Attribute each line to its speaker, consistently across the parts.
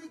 Speaker 1: que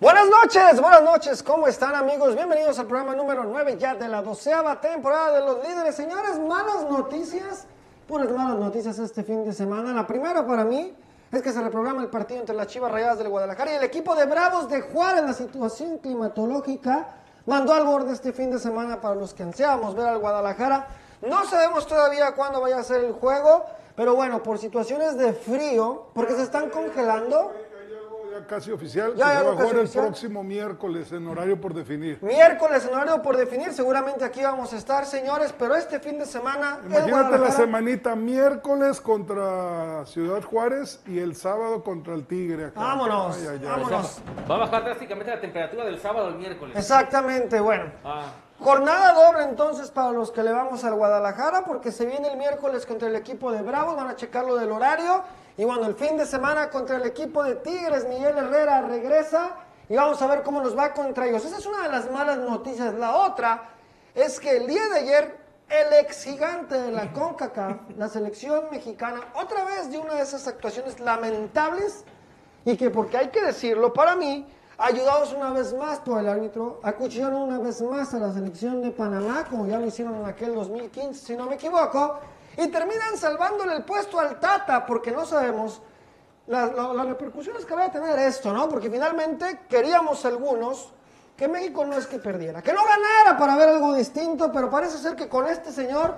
Speaker 1: Buenas noches, buenas noches, ¿cómo están amigos? Bienvenidos al programa número 9 ya de la doceava temporada de Los Líderes. Señores, malas noticias, puras malas noticias este fin de semana. La primera para mí es que se reprograma el partido entre las Chivas Rayadas del Guadalajara y el equipo de Bravos de Juárez. La situación climatológica mandó al borde este fin de semana para los que ansiábamos ver al Guadalajara. No sabemos todavía cuándo vaya a ser el juego, pero bueno, por situaciones de frío, porque se están congelando.
Speaker 2: Ya casi
Speaker 1: Ya,
Speaker 2: oficial, se
Speaker 1: ya
Speaker 2: va
Speaker 1: algo
Speaker 2: a
Speaker 1: casi
Speaker 2: jugar el
Speaker 1: oficial.
Speaker 2: próximo miércoles en horario por definir.
Speaker 1: Miércoles en horario por definir, seguramente aquí vamos a estar, señores, pero este fin de semana. el
Speaker 2: Imagínate la
Speaker 1: Guadalajara-
Speaker 2: semanita miércoles contra Ciudad Juárez y el sábado contra el Tigre. acá.
Speaker 1: Vámonos,
Speaker 2: Ay, ay, ay.
Speaker 1: vámonos.
Speaker 3: Va a bajar drásticamente la temperatura del sábado al miércoles.
Speaker 1: Exactamente, bueno.
Speaker 3: Ah,
Speaker 1: Jornada doble entonces para los que le vamos al Guadalajara, porque se viene el miércoles contra el equipo de Bravos, van a checar lo del horario. Y bueno, el fin de semana contra el equipo de Tigres, Miguel Herrera regresa y vamos a ver cómo nos va contra ellos. Esa es una de las malas noticias. La otra es que el día de ayer el ex gigante de la CONCACAF, la selección mexicana, otra vez de una de esas actuaciones lamentables y que porque hay que decirlo, para mí, ayudados una vez más por el árbitro, acuchillaron una vez más a la selección de Panamá, como ya lo hicieron en aquel 2015, si no me equivoco, y terminan salvándole el puesto al Tata, porque no sabemos las, lo- las repercusiones que va a tener esto, ¿no? Porque finalmente queríamos algunos que México no es que perdiera, que no ganara para ver algo distinto, pero parece ser que con este señor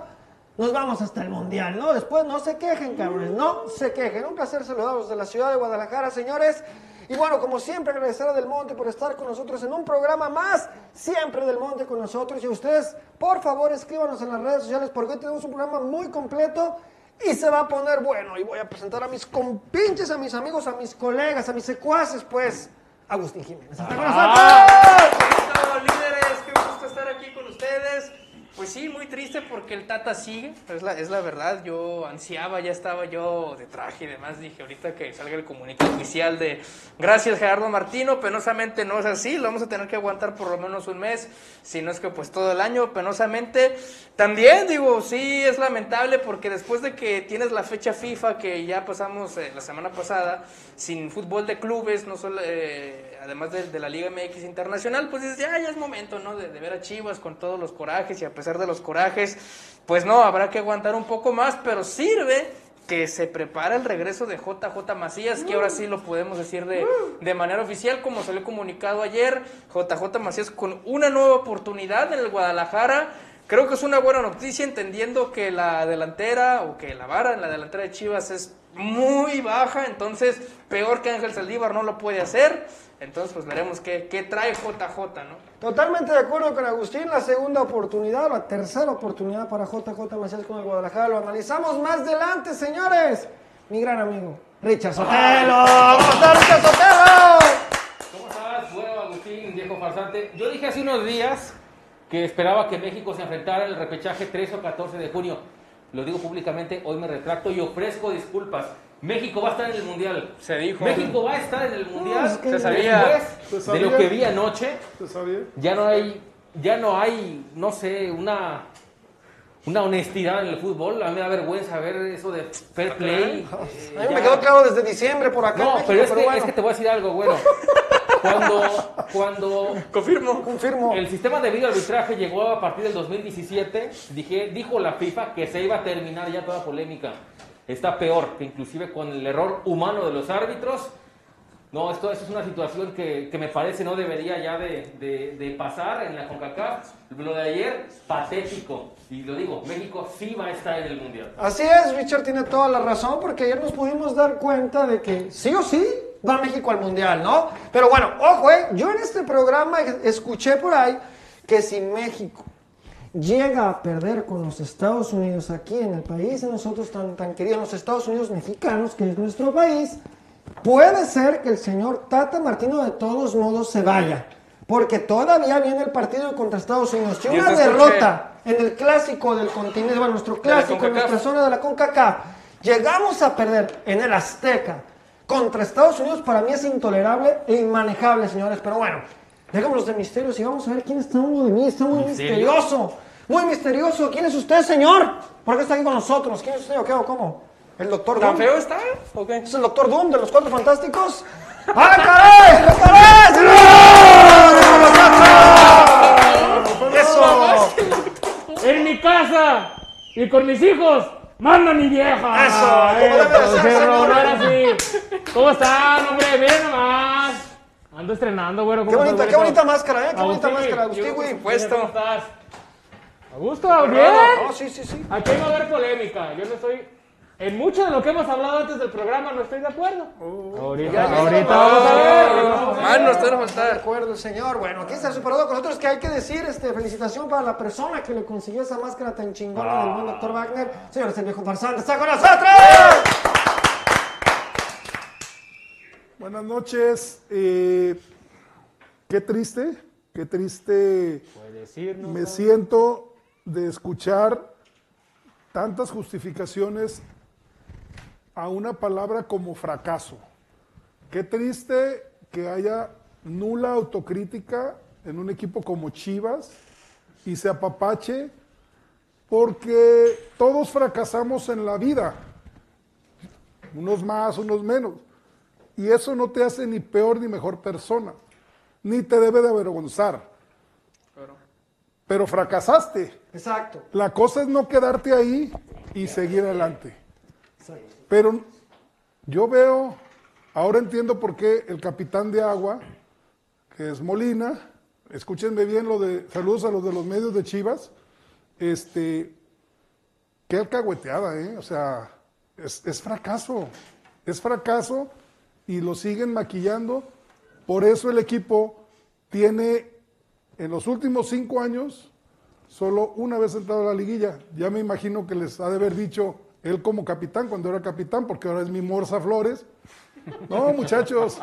Speaker 1: nos vamos hasta el Mundial, ¿no? Después no se quejen, cabrones, no se quejen. Un placer saludarlos de la ciudad de Guadalajara, señores. Y bueno, como siempre, agradecer a Del Monte por estar con nosotros en un programa más, siempre Del Monte con nosotros. Y ustedes, por favor, escríbanos en las redes sociales porque hoy tenemos un programa muy completo y se va a poner bueno. Y voy a presentar a mis compinches, a mis amigos, a mis colegas, a mis secuaces, pues, Agustín Jiménez. ¡Está con nosotros!
Speaker 4: Hola, líderes, qué gusto estar aquí con ustedes. Pues sí, muy triste porque el Tata sigue, es la, es la verdad, yo ansiaba, ya estaba yo de traje y demás, dije ahorita que salga el comunicado oficial de gracias Gerardo Martino, penosamente no es así, lo vamos a tener que aguantar por lo menos un mes, si no es que pues todo el año, penosamente. También digo, sí, es lamentable porque después de que tienes la fecha FIFA que ya pasamos eh, la semana pasada, sin fútbol de clubes, no solo, eh, además de, de la Liga MX Internacional, pues dices, ya, ya es momento, ¿no? De, de ver a Chivas con todos los corajes y a pesar de los corajes, pues no, habrá que aguantar un poco más, pero sirve que se prepara el regreso de JJ Macías, que ahora sí lo podemos decir de, de manera oficial, como salió comunicado ayer, JJ Macías con una nueva oportunidad en el Guadalajara. Creo que es una buena noticia, entendiendo que la delantera o que la vara en la delantera de Chivas es muy baja, entonces peor que Ángel Saldívar no lo puede hacer. Entonces, pues veremos qué, qué trae JJ, ¿no?
Speaker 1: Totalmente de acuerdo con Agustín, la segunda oportunidad, la tercera oportunidad para JJ Macías con el Guadalajara, lo analizamos más adelante, señores. Mi gran amigo, Richard Sotelo. ¿Cómo está Richard Sotelo?
Speaker 3: ¿Cómo estás, huevo Agustín, viejo farsante? Yo dije hace unos días que esperaba que México se enfrentara al repechaje 3 o 14 de junio. Lo digo públicamente, hoy me retracto y ofrezco disculpas. México va a estar en el Mundial.
Speaker 4: Se dijo.
Speaker 3: México va a estar en el Mundial.
Speaker 1: es que-
Speaker 4: Se sabía.
Speaker 2: Se
Speaker 3: Después de lo
Speaker 2: sabía.
Speaker 3: que vi anoche,
Speaker 2: ¿Usted sabía?
Speaker 3: ya no hay, ya no hay, no sé, una, una honestidad en el fútbol. A mí me da vergüenza ver eso de fair play. eh,
Speaker 1: A mí me
Speaker 3: ya.
Speaker 1: quedó claro desde diciembre por acá. en
Speaker 3: No,
Speaker 1: México,
Speaker 3: pero es que,
Speaker 1: bueno.
Speaker 3: es que te voy a decir algo, bueno. Cuando, cuando
Speaker 4: Confirmo.
Speaker 1: Confirmo.
Speaker 3: el sistema de video arbitraje llegó a partir del 2017, dije, dijo la FIFA que se iba a terminar ya toda polémica. Está peor que inclusive con el error humano de los árbitros. No, esto, esto es una situación que, que me parece no debería ya de, de- de pasar en la CONCACAF. Lo de ayer, patético. Y lo digo, México sí va a estar en el Mundial.
Speaker 1: Así es, Richard tiene toda la razón, porque ayer nos pudimos dar cuenta de que sí o sí va México al Mundial, ¿no? Pero bueno, ojo, ¿eh? yo en este programa escuché por ahí que si México llega a perder con los Estados Unidos aquí en el país de nosotros tan, tan queridos, los Estados Unidos mexicanos, que es nuestro país, puede ser que el señor Tata Martino de todos modos se vaya. Porque todavía viene el partido contra Estados Unidos. Si
Speaker 4: Y eso
Speaker 1: una
Speaker 4: escuché.
Speaker 1: derrota en el clásico del continente, bueno, nuestro
Speaker 4: la
Speaker 1: clásico en
Speaker 4: CONCACAF.
Speaker 1: nuestra zona de la CONCACAF, llegamos a perder en el Azteca contra Estados Unidos, para mí es intolerable e inmanejable, señores. Pero bueno, dejémonos de misterios y vamos a ver quién está uno de mí. Está muy misterioso, muy misterioso. ¿Quién es usted, señor? ¿Por qué está aquí con nosotros? ¿Quién es usted o qué o cómo? ¿El doctor
Speaker 4: ¿Tan
Speaker 1: Doom?
Speaker 4: feo está? ¿O qué?
Speaker 1: ¿Es el doctor Doom de los Cuatro Fantásticos? ¡Ah, caray! ¡Ah, caray! ¡No! ¡No, no, no, no! ¡Eso!
Speaker 5: En mi casa y con mis hijos, manda mi vieja.
Speaker 1: Eso, como debe de ser,
Speaker 5: pero
Speaker 1: señor.
Speaker 5: ahora sí. ¿Cómo están, hombre? Miren nomás. Ando estrenando, güero. ¿cómo
Speaker 1: Qué
Speaker 5: estás,
Speaker 1: bonita, qué
Speaker 5: güerito?
Speaker 1: bonita máscara, ¿eh? Qué bonita
Speaker 5: Agustín,
Speaker 1: máscara, Agustín,
Speaker 5: yo-
Speaker 1: güey.
Speaker 4: Puesto.
Speaker 5: ¿Cómo estás? A gusto, bien.
Speaker 1: No, sí, sí, sí.
Speaker 5: Aquí va a haber polémica. Yo no estoy. En mucho de lo que hemos hablado antes del programa no estoy de acuerdo.
Speaker 1: Oh.
Speaker 5: ahorita, ahorita vamos a ver. ahorita vamos a ver.
Speaker 4: Mano, usted Ah, no falta.
Speaker 1: De acuerdo, señor. Bueno, aquí está el superador con nosotros. Que hay que decir, este, felicitación para la persona que le consiguió esa máscara tan chingona del buen doctor Wagner. Señores, el viejo farsante está con nosotros.
Speaker 2: Buenas noches. eh, qué triste, qué triste. Me siento de escuchar tantas justificaciones a una palabra como fracaso. Qué triste que haya nula autocrítica en un equipo como Chivas y se apapache porque todos fracasamos en la vida, unos más, unos menos. Y eso no te hace ni peor ni mejor persona, ni te debe de avergonzar. Pero fracasaste.
Speaker 1: Exacto.
Speaker 2: La cosa es no quedarte ahí y seguir adelante. Pero yo veo, ahora entiendo por qué el capitán de agua, que es Molina, escúchenme bien lo de, saludos a los de los medios de Chivas, este, qué alcahueteada, ¿eh? O sea, es, es fracaso, es fracaso y lo siguen maquillando. Por eso el equipo tiene en los últimos cinco años solo una vez entrado a la liguilla. Ya me imagino que les ha de haber dicho él como capitán cuando era capitán, porque ahora es mi Morsa Flores. No, muchachos,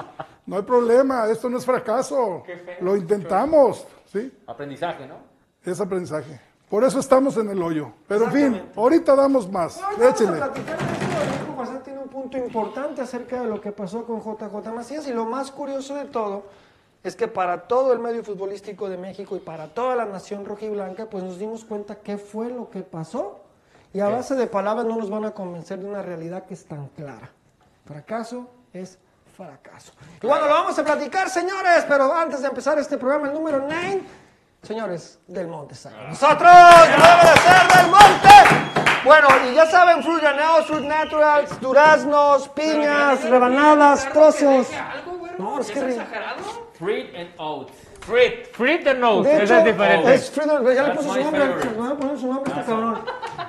Speaker 2: no hay problema, esto no es fracaso. Lo intentamos, ¿sí?
Speaker 3: Aprendizaje, ¿no?
Speaker 2: Es aprendizaje. Por eso estamos en el hoyo. Pero en fin, ahorita damos más.
Speaker 1: Ahorita vamos a
Speaker 2: Échele.
Speaker 1: platicar de eso. El viejo farsante tiene un punto importante acerca de lo que pasó con JJ Macías. Y lo más curioso de todo es que para todo el medio futbolístico de México y para toda la nación rojiblanca, pues nos dimos cuenta qué fue lo que pasó. Y a base de palabras no nos van a convencer de una realidad que es tan clara. Fracaso es fracaso. Y bueno, lo vamos a platicar, señores, pero antes de empezar este programa, el número 9, señores, Del Monte está con nosotros, ¡Ya lo van a hacer Del Monte. Bueno, y ya saben, fruit granados, fruit naturals, duraznos, piñas, rebanadas, trozos. No, es que ri-
Speaker 3: Fruit and oats.
Speaker 5: Fruit. Fruit and oats.
Speaker 1: de
Speaker 5: Eso
Speaker 1: hecho,
Speaker 5: es diferente.
Speaker 1: es Friedel, ya le
Speaker 3: That's
Speaker 1: puso su
Speaker 3: my
Speaker 1: nombre,
Speaker 3: favorite.
Speaker 1: le voy a poner su nombre a este cabrón.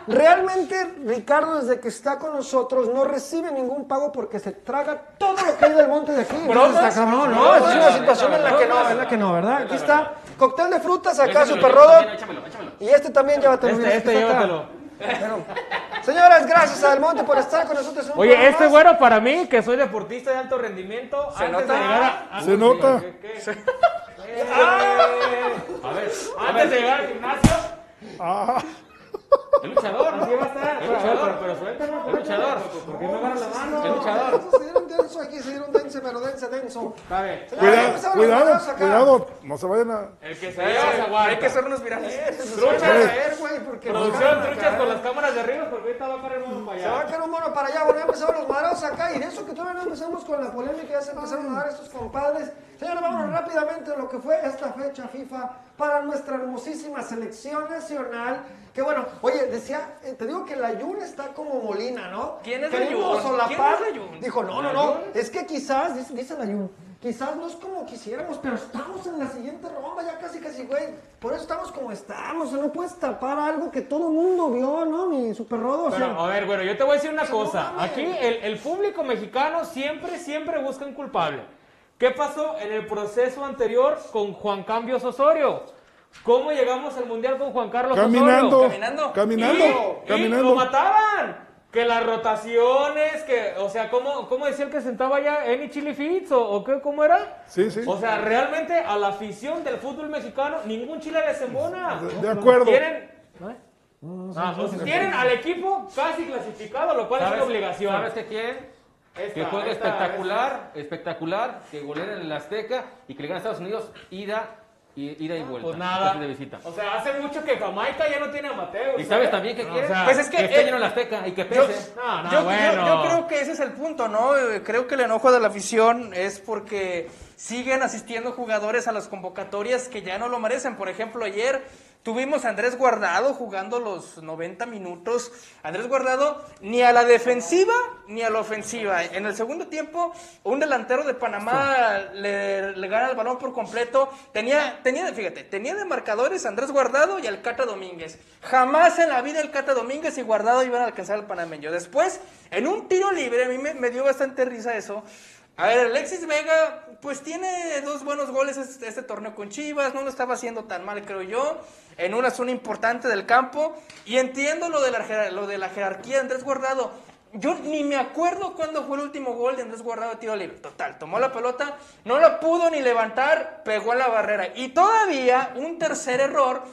Speaker 1: Realmente, Ricardo, desde que está con nosotros, no recibe ningún pago porque se traga todo lo que hay del monte de aquí. Entonces, está cabrón, no, es una situación en la que no, en la que no, ¿verdad? Aquí está, cóctel de frutas, acá Super Rodo. Y este también, llévatelo. mira,
Speaker 5: Este, este,
Speaker 1: está acá.
Speaker 5: llévatelo.
Speaker 1: Pero, señoras, gracias a Del Monte por estar con nosotros. en un
Speaker 5: Oye,
Speaker 1: programa
Speaker 5: este
Speaker 1: más.
Speaker 5: güero para mí, que soy deportista de alto rendimiento, antes
Speaker 4: nota?
Speaker 5: de llegar a...
Speaker 2: Se nota.
Speaker 5: Antes de llegar al gimnasio,
Speaker 3: El luchador.
Speaker 5: Así va a estar.
Speaker 3: El
Speaker 5: Pero,
Speaker 3: luchador.
Speaker 5: pero, pero suéltalo.
Speaker 3: El luchador.
Speaker 5: ¿Por qué me agarra la mano?
Speaker 3: El luchador.
Speaker 1: Se dieron denso aquí, se dieron denso, pero denso, denso.
Speaker 5: Está bien.
Speaker 2: Cuidado, cuidado, cuidado, no se vayan a.
Speaker 3: El que
Speaker 1: Eh,
Speaker 3: se lleva se aguanta.
Speaker 4: Hay que hacernos virales.
Speaker 5: Truchas.
Speaker 1: caer, güey, porque nos van
Speaker 5: Producción,
Speaker 1: a
Speaker 5: truchas
Speaker 1: caer.
Speaker 5: con las cámaras de arriba porque ahorita va a caer uno para
Speaker 1: Se va a
Speaker 5: allá.
Speaker 1: caer un mono para allá, bueno, ya empezaron los madrazos acá, y de eso que todavía no empezamos con la polémica, ya se empezaron a dar estos compadres. Señores, vámonos
Speaker 5: Mm.
Speaker 1: rápidamente a lo que fue esta fecha FIFA para nuestra hermosísima selección nacional. Que bueno, oye, decía, eh, te digo que la Jun está como molina, ¿no?
Speaker 4: ¿Quién es
Speaker 1: Que
Speaker 4: la
Speaker 1: vino a
Speaker 4: Jun?
Speaker 1: solapar.
Speaker 4: ¿Quién es la Jun?
Speaker 1: Dijo, no, no,
Speaker 4: ¿La
Speaker 1: no,
Speaker 4: Jun?
Speaker 1: es que quizás, dice, dice la Jun, quizás no es como quisiéramos, pero estamos en la siguiente ronda, ya casi, casi, güey. Por eso estamos como estamos, o sea, no puedes tapar algo que todo el mundo vio, ¿no? Mi super rodo, o sea,
Speaker 5: Pero, a ver, bueno, yo te voy a decir una
Speaker 1: No
Speaker 5: cosa.
Speaker 1: mames.
Speaker 5: Aquí el, el público mexicano siempre, siempre busca un culpable. ¿Qué pasó en el proceso anterior con Juan Cambios Osorio? ¿Cómo llegamos al mundial con Juan Carlos
Speaker 2: Caminando,
Speaker 5: Osorio?
Speaker 4: Caminando.
Speaker 2: caminando,
Speaker 5: Y- Y lo
Speaker 2: caminando.
Speaker 5: mataban. Que las rotaciones, que, o sea, ¿cómo, cómo decía el que sentaba allá? ¿Any Chili Fits o, o qué, cómo era?
Speaker 2: Sí, sí.
Speaker 5: O sea, realmente a la afición del fútbol mexicano, ningún chile les embona.
Speaker 2: De- de acuerdo.
Speaker 5: Tienen,
Speaker 3: ¿Eh?
Speaker 5: Ah, o sea, tienen al equipo casi clasificado, lo cual es una obligación.
Speaker 3: ¿Sabes qué quieren?
Speaker 5: Esta,
Speaker 3: que juegue
Speaker 5: esta,
Speaker 3: espectacular, espectacular, que goleen en el Azteca y que le ganen a Estados Unidos ida y, ida y vuelta.
Speaker 5: Pues nada.
Speaker 3: partido De visita.
Speaker 5: O sea, hace mucho que Jamaica ya no tiene a ¿eh? Mateo.
Speaker 3: ¿Y sabes también qué
Speaker 5: No,
Speaker 3: quieren?
Speaker 5: o sea,
Speaker 3: pues es que,
Speaker 4: que
Speaker 3: esté
Speaker 4: el-
Speaker 3: lleno el Azteca y que
Speaker 4: Yo,
Speaker 3: pese.
Speaker 5: No, no,
Speaker 4: yo- yo-
Speaker 5: bueno.
Speaker 4: yo creo que ese es el punto, ¿no? Eh, Creo que el enojo de la afición es porque siguen asistiendo jugadores a las convocatorias que ya no lo merecen. Por ejemplo, ayer tuvimos a Andrés Guardado jugando los 90 minutos. Andrés Guardado ni a la defensiva ni a la ofensiva. En el segundo tiempo, un delantero de Panamá le, le gana el balón por completo. Tenía, tenía, fíjate, tenía de marcadores a Andrés Guardado y al Cata Domínguez. Jamás en la vida el Cata Domínguez y Guardado iban a alcanzar al panameño. Después, en un tiro libre, a mí me, me dio bastante risa eso. A ver, Alexis Vega, pues tiene dos buenos goles este, este torneo con Chivas, no lo estaba haciendo tan mal, creo yo, en una zona importante del campo. Y entiendo lo de la, jerar- lo de la jerarquía de Andrés Guardado. Yo ni me acuerdo cuándo fue el último gol de Andrés Guardado de tiro libre. Total, tomó la pelota, no la pudo ni levantar, pegó a la barrera. Y todavía, un tercer error,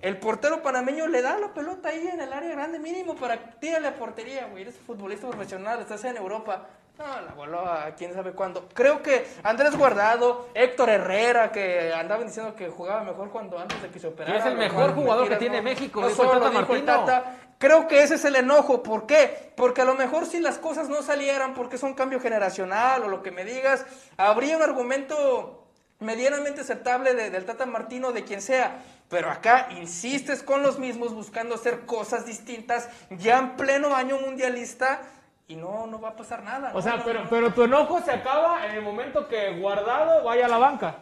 Speaker 4: el portero panameño le da la pelota ahí en el área grande mínimo para tírale a portería, güey. Eres futbolista profesional, estás en Europa. No, la voló a quién sabe cuándo. Creo que Andrés Guardado, Héctor Herrera, que andaban diciendo que jugaba mejor cuando antes de que se operara.
Speaker 3: Es el
Speaker 4: lo
Speaker 3: mejor
Speaker 4: cual,
Speaker 3: jugador que
Speaker 4: mentiras,
Speaker 3: tiene
Speaker 4: no-
Speaker 3: México,
Speaker 4: No
Speaker 3: dijo el
Speaker 4: solo
Speaker 3: Tata
Speaker 4: dijo el
Speaker 3: Martino.
Speaker 4: Tata. Creo que ese es el enojo. ¿Por qué? Porque a lo mejor si las cosas no salieran, porque es un cambio generacional o lo que me digas, habría un argumento medianamente aceptable de- del Tata Martino, de quien sea. Pero acá insistes con los mismos buscando hacer cosas distintas ya en pleno año mundialista y no, no va a pasar nada.
Speaker 5: O
Speaker 4: ¿no?
Speaker 5: sea,
Speaker 4: No,
Speaker 5: pero,
Speaker 4: no.
Speaker 5: pero tu enojo se acaba en el momento que Guardado vaya a la banca.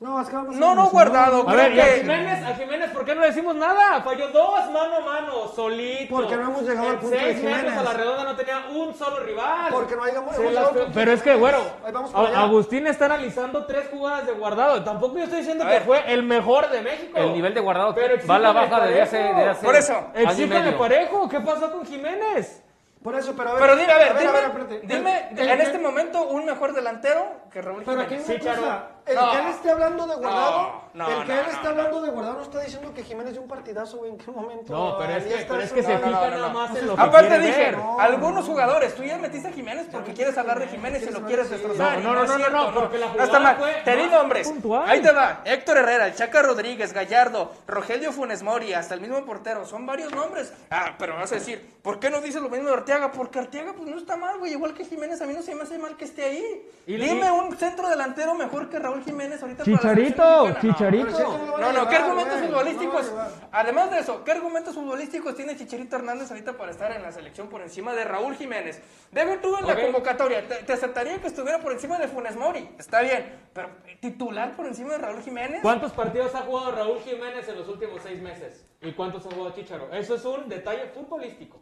Speaker 1: No, es que vamos a
Speaker 4: No, no,
Speaker 1: emocionar.
Speaker 4: guardado.
Speaker 5: A
Speaker 4: creo
Speaker 5: ver, y a
Speaker 4: que-
Speaker 5: Jiménez, a Jiménez, ¿por qué no le decimos nada? Falló dos mano a mano, solito.
Speaker 1: Porque no hemos llegado
Speaker 5: En
Speaker 1: al punto de
Speaker 5: seis metros
Speaker 1: Jiménez.
Speaker 5: a la redonda no tenía un solo rival.
Speaker 1: Porque no hay- hemos
Speaker 5: Se
Speaker 1: llegado
Speaker 5: las
Speaker 1: al punto
Speaker 5: pe-
Speaker 1: de
Speaker 5: Pero es que, bueno,
Speaker 1: Jiménez. Ahí vamos para
Speaker 5: A-
Speaker 1: allá.
Speaker 5: Agustín está analizando tres jugadas de guardado. Tampoco yo estoy diciendo
Speaker 4: A
Speaker 5: que
Speaker 4: ver.
Speaker 5: fue el mejor de México.
Speaker 3: El nivel de guardado
Speaker 5: Pero
Speaker 3: va a la
Speaker 5: exíjale
Speaker 3: baja desde hace,
Speaker 5: parejo.
Speaker 3: desde hace
Speaker 4: Por eso,
Speaker 3: año y
Speaker 5: Exíjale
Speaker 3: medio.
Speaker 5: parejo. ¿Qué pasó con Jiménez?
Speaker 1: Por eso, pero a ver.
Speaker 4: Pero dime, a ver, dime,
Speaker 1: espérate.
Speaker 4: dime,
Speaker 1: El-
Speaker 4: en
Speaker 1: el-
Speaker 4: este momento un mejor delantero que Raúl
Speaker 1: Pero aquí hay
Speaker 4: Jiménez.
Speaker 1: una
Speaker 5: Sí,
Speaker 1: cosa.
Speaker 5: Charo.
Speaker 1: El
Speaker 4: No.
Speaker 1: que él esté hablando de guardado.
Speaker 4: No, no,
Speaker 1: el que
Speaker 4: no,
Speaker 1: él esté
Speaker 4: no,
Speaker 1: hablando de guardado no está diciendo que Jiménez dio un partidazo, güey. ¿En qué momento?
Speaker 5: No, pero es
Speaker 1: ahí
Speaker 5: que,
Speaker 1: está
Speaker 5: pero es
Speaker 1: eso?
Speaker 5: que se
Speaker 1: No, no,
Speaker 5: fija
Speaker 4: no, no,
Speaker 5: nada
Speaker 4: no.
Speaker 5: más en lo que
Speaker 4: Aparte
Speaker 5: quiere
Speaker 4: dije,
Speaker 5: ver.
Speaker 4: algunos jugadores, tú ya metiste a Jiménez porque quieres hablar de Jiménez y lo quieres destrozar. y
Speaker 5: No, no, no,
Speaker 4: es
Speaker 5: no,
Speaker 4: cierto,
Speaker 5: no, porque la
Speaker 4: está
Speaker 5: jugada
Speaker 4: mal.
Speaker 5: fue
Speaker 4: Te di
Speaker 5: más
Speaker 4: nombres.
Speaker 5: puntual.
Speaker 4: Ahí te va. Héctor Herrera, el Chaca Rodríguez, Gallardo, Rogelio Funes Mori, hasta el mismo portero. Son varios nombres. Ah, pero vas a decir, ¿por qué no dices lo mismo de Arteaga? Porque Arteaga pues no está mal, güey. Igual que Jiménez, a mí no se me hace mal que esté ahí.
Speaker 5: Y-
Speaker 4: Dime
Speaker 5: y-
Speaker 4: un centro delantero mejor que Raúl Jiménez ahorita. para la selección
Speaker 5: Chicharito,
Speaker 4: mexicana. No.
Speaker 1: Pero si esto
Speaker 5: Chicharito.
Speaker 1: lo van a
Speaker 4: No, no, ¿qué
Speaker 1: llevar,
Speaker 4: argumentos
Speaker 1: güey?
Speaker 4: futbolísticos?
Speaker 1: No lo van a llevar.
Speaker 4: Además de eso, ¿qué argumentos futbolísticos tiene Chicharito Hernández ahorita para estar en la selección por encima de Raúl Jiménez? Debe tú en la
Speaker 3: Ok.
Speaker 4: convocatoria, te, te aceptaría que estuviera por encima de Funes Mori, está bien, pero titular por encima de Raúl Jiménez.
Speaker 5: ¿Cuántos partidos ha jugado Raúl Jiménez en los últimos seis meses? ¿Y cuántos ha jugado Chicharo? Eso es un detalle futbolístico.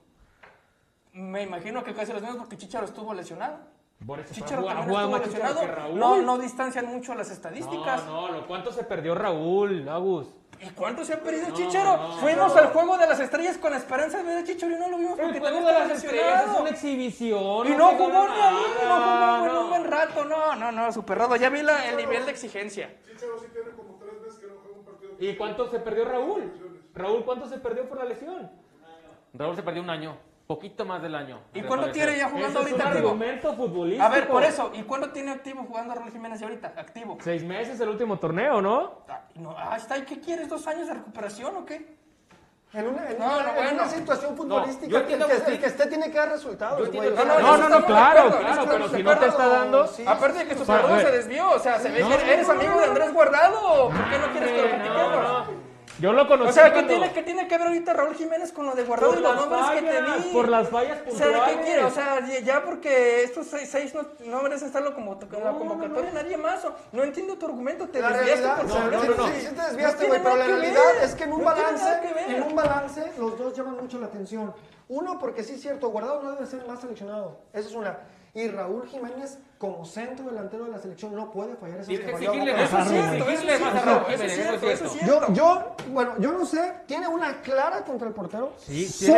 Speaker 4: Me imagino que casi los mismos porque Chicharo estuvo lesionado.
Speaker 5: Por eso
Speaker 4: Chicharo
Speaker 5: ha
Speaker 4: también
Speaker 5: jugado
Speaker 4: estuvo
Speaker 5: Pues, más Chicharo
Speaker 4: lesionado.
Speaker 5: que Raúl.
Speaker 4: No, no distancian mucho las
Speaker 5: No,
Speaker 4: estadísticas.
Speaker 5: no, lo cuánto se perdió Raúl, Agus.
Speaker 4: ¿Y cuánto se ha perdido
Speaker 5: No,
Speaker 4: Chicharo?
Speaker 5: no,
Speaker 4: Fuimos
Speaker 5: no.
Speaker 4: al juego de las estrellas con la esperanza de ver a Chicharo y no lo vimos porque
Speaker 5: El juego
Speaker 4: también
Speaker 5: de
Speaker 4: estaba
Speaker 5: las estrellas es
Speaker 4: lesionado.
Speaker 5: una exhibición.
Speaker 4: Y no
Speaker 5: se
Speaker 4: jugó
Speaker 5: gana
Speaker 4: ni ahí, no
Speaker 5: nada,
Speaker 4: jugó en
Speaker 5: no.
Speaker 4: un buen rato, no, no, no, superado. Ya vi la- el nivel de exigencia.
Speaker 2: Chicharo sí tiene como tres meses que no juega un partido.
Speaker 5: ¿Y cuánto se perdió Raúl? Raúl, ¿cuánto se perdió por la lesión?
Speaker 3: Raúl se perdió un año, poquito más del año.
Speaker 4: ¿Y cuándo tiene ya jugando
Speaker 5: Ese es un
Speaker 4: ahorita activo?
Speaker 5: argumento futbolístico.
Speaker 4: A ver, por eso, ¿y cuándo tiene activo jugando Raúl Jiménez ya ahorita? Activo.
Speaker 5: Seis meses el último torneo, ¿no?
Speaker 4: Ah, no, ah, está, ¿y qué quieres? ¿Dos años de recuperación o qué?
Speaker 1: En una, en
Speaker 4: No,
Speaker 1: una-
Speaker 4: no,
Speaker 1: en
Speaker 4: bueno.
Speaker 1: una situación futbolística,
Speaker 3: yo entiendo
Speaker 1: el, que,
Speaker 3: que sí.
Speaker 1: el que esté tiene que dar resultados.
Speaker 3: Yo
Speaker 1: güey,
Speaker 3: entiendo
Speaker 1: o
Speaker 3: que-
Speaker 1: sea,
Speaker 3: No, no, no,
Speaker 4: estamos
Speaker 5: claro,
Speaker 4: de acuerdo,
Speaker 5: claro,
Speaker 4: estamos
Speaker 5: pero
Speaker 4: de
Speaker 5: si no te
Speaker 4: acuerdo.
Speaker 5: está dando-
Speaker 1: Sí,
Speaker 4: Aparte de que su
Speaker 5: O sea, a
Speaker 4: perdón
Speaker 5: ver.
Speaker 4: se desvió, o sea, se ve
Speaker 5: No,
Speaker 4: que eres
Speaker 5: no,
Speaker 4: amigo de Andrés Guardado. ¿Por qué no quieres que lo critiquemos?
Speaker 5: Yo lo conocí.
Speaker 4: O sea, ¿qué
Speaker 5: Pues cuando-
Speaker 4: tiene, ¿qué tiene que ver ahorita Raúl Jiménez con lo de Guardado
Speaker 5: por
Speaker 4: y los
Speaker 5: las
Speaker 4: nombres que te
Speaker 5: fallas,
Speaker 4: di?
Speaker 5: por las fallas
Speaker 4: O sea, ¿qué
Speaker 5: puntuales.
Speaker 4: quiere? O sea, ya- ya porque estos seis, seis no, no merecen estarlo como, como convocatoria, nadie más. o- no entiendo tu argumento, te
Speaker 1: La
Speaker 4: desviaste
Speaker 1: realidad,
Speaker 4: por
Speaker 1: o sea,
Speaker 4: completo.
Speaker 1: sí,
Speaker 3: no, no.
Speaker 1: sí, sí te desviaste,
Speaker 4: No
Speaker 1: güey,
Speaker 4: tiene
Speaker 1: pero la
Speaker 4: nada que
Speaker 1: realidad
Speaker 4: ver.
Speaker 1: es que en un
Speaker 4: No tiene
Speaker 1: balance,
Speaker 4: nada que ver.
Speaker 1: en un balance, los dos llaman mucho la atención. Uno, porque sí es cierto, Guardado no debe ser más seleccionado. Esa es una. Y Raúl Jiménez, como centro delantero de la selección, no puede fallar esas
Speaker 3: Tienes que
Speaker 1: falló.
Speaker 3: exigirle
Speaker 1: Eso
Speaker 3: más a
Speaker 4: Eso es
Speaker 1: sí es
Speaker 4: cierto, eso es
Speaker 3: exigirle más a
Speaker 4: cierto,
Speaker 3: Raúl
Speaker 4: eso es
Speaker 3: Jiménez,
Speaker 4: cierto, eso es
Speaker 1: Yo,
Speaker 4: cierto.
Speaker 1: yo, bueno, yo no sé, tiene una clara contra el portero.
Speaker 5: Sí,
Speaker 1: Solo,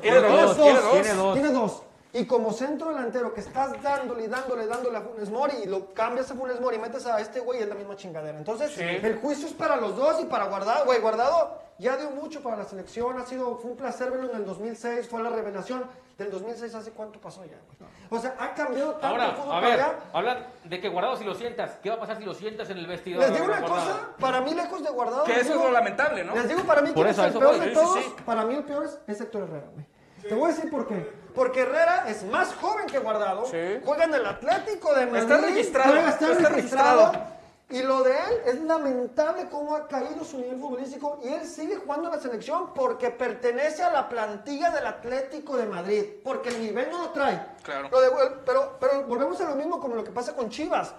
Speaker 5: tiene
Speaker 1: güey.
Speaker 4: dos,
Speaker 5: dos, tiene
Speaker 4: tiene dos.
Speaker 5: tiene dos.
Speaker 1: Tiene dos. Y como centro delantero que estás dándole, dándole, dándole a Funes Mori y lo cambias a Funes Mori y metes a este güey, es la misma chingadera. Entonces, el juicio es para los dos y para Guardado. Güey, Guardado ya dio mucho para la selección. Ha sido, fue un placer verlo en el 2006. Fue la revelación del 2006. ¿Hace cuánto pasó ya? güey? O sea, ha cambiado tanto
Speaker 3: Ahora,
Speaker 1: el fútbol
Speaker 3: a
Speaker 1: para
Speaker 3: ver,
Speaker 1: allá.
Speaker 3: hablan de que guardado si lo sientas. ¿Qué va a pasar si lo sientas en el vestidor?
Speaker 1: Les digo una
Speaker 3: Guardado?
Speaker 1: cosa, para mí lejos de guardado.
Speaker 4: Que
Speaker 1: les
Speaker 4: eso
Speaker 1: digo-
Speaker 4: es lo lamentable, ¿no?
Speaker 1: Les digo para mí
Speaker 3: Por
Speaker 1: que es
Speaker 3: eso,
Speaker 1: el
Speaker 3: eso
Speaker 1: peor
Speaker 3: voy.
Speaker 1: de
Speaker 3: Sí,
Speaker 1: todos.
Speaker 4: sí, sí.
Speaker 1: Para mí el peor es, es Héctor Herrera, güey. Te voy a decir por qué. Porque Herrera es más joven que Guardado. Juega en el Atlético de Madrid.
Speaker 4: Está registrado,
Speaker 1: juega- está,
Speaker 4: está
Speaker 1: registrado.
Speaker 4: registrado.
Speaker 1: Y lo de él es lamentable cómo ha caído su nivel futbolístico y él sigue jugando en la selección porque pertenece a la plantilla del Atlético de Madrid, porque el nivel no lo trae.
Speaker 4: Claro.
Speaker 1: Lo de- pero, pero volvemos a lo mismo como lo que pasa con Chivas.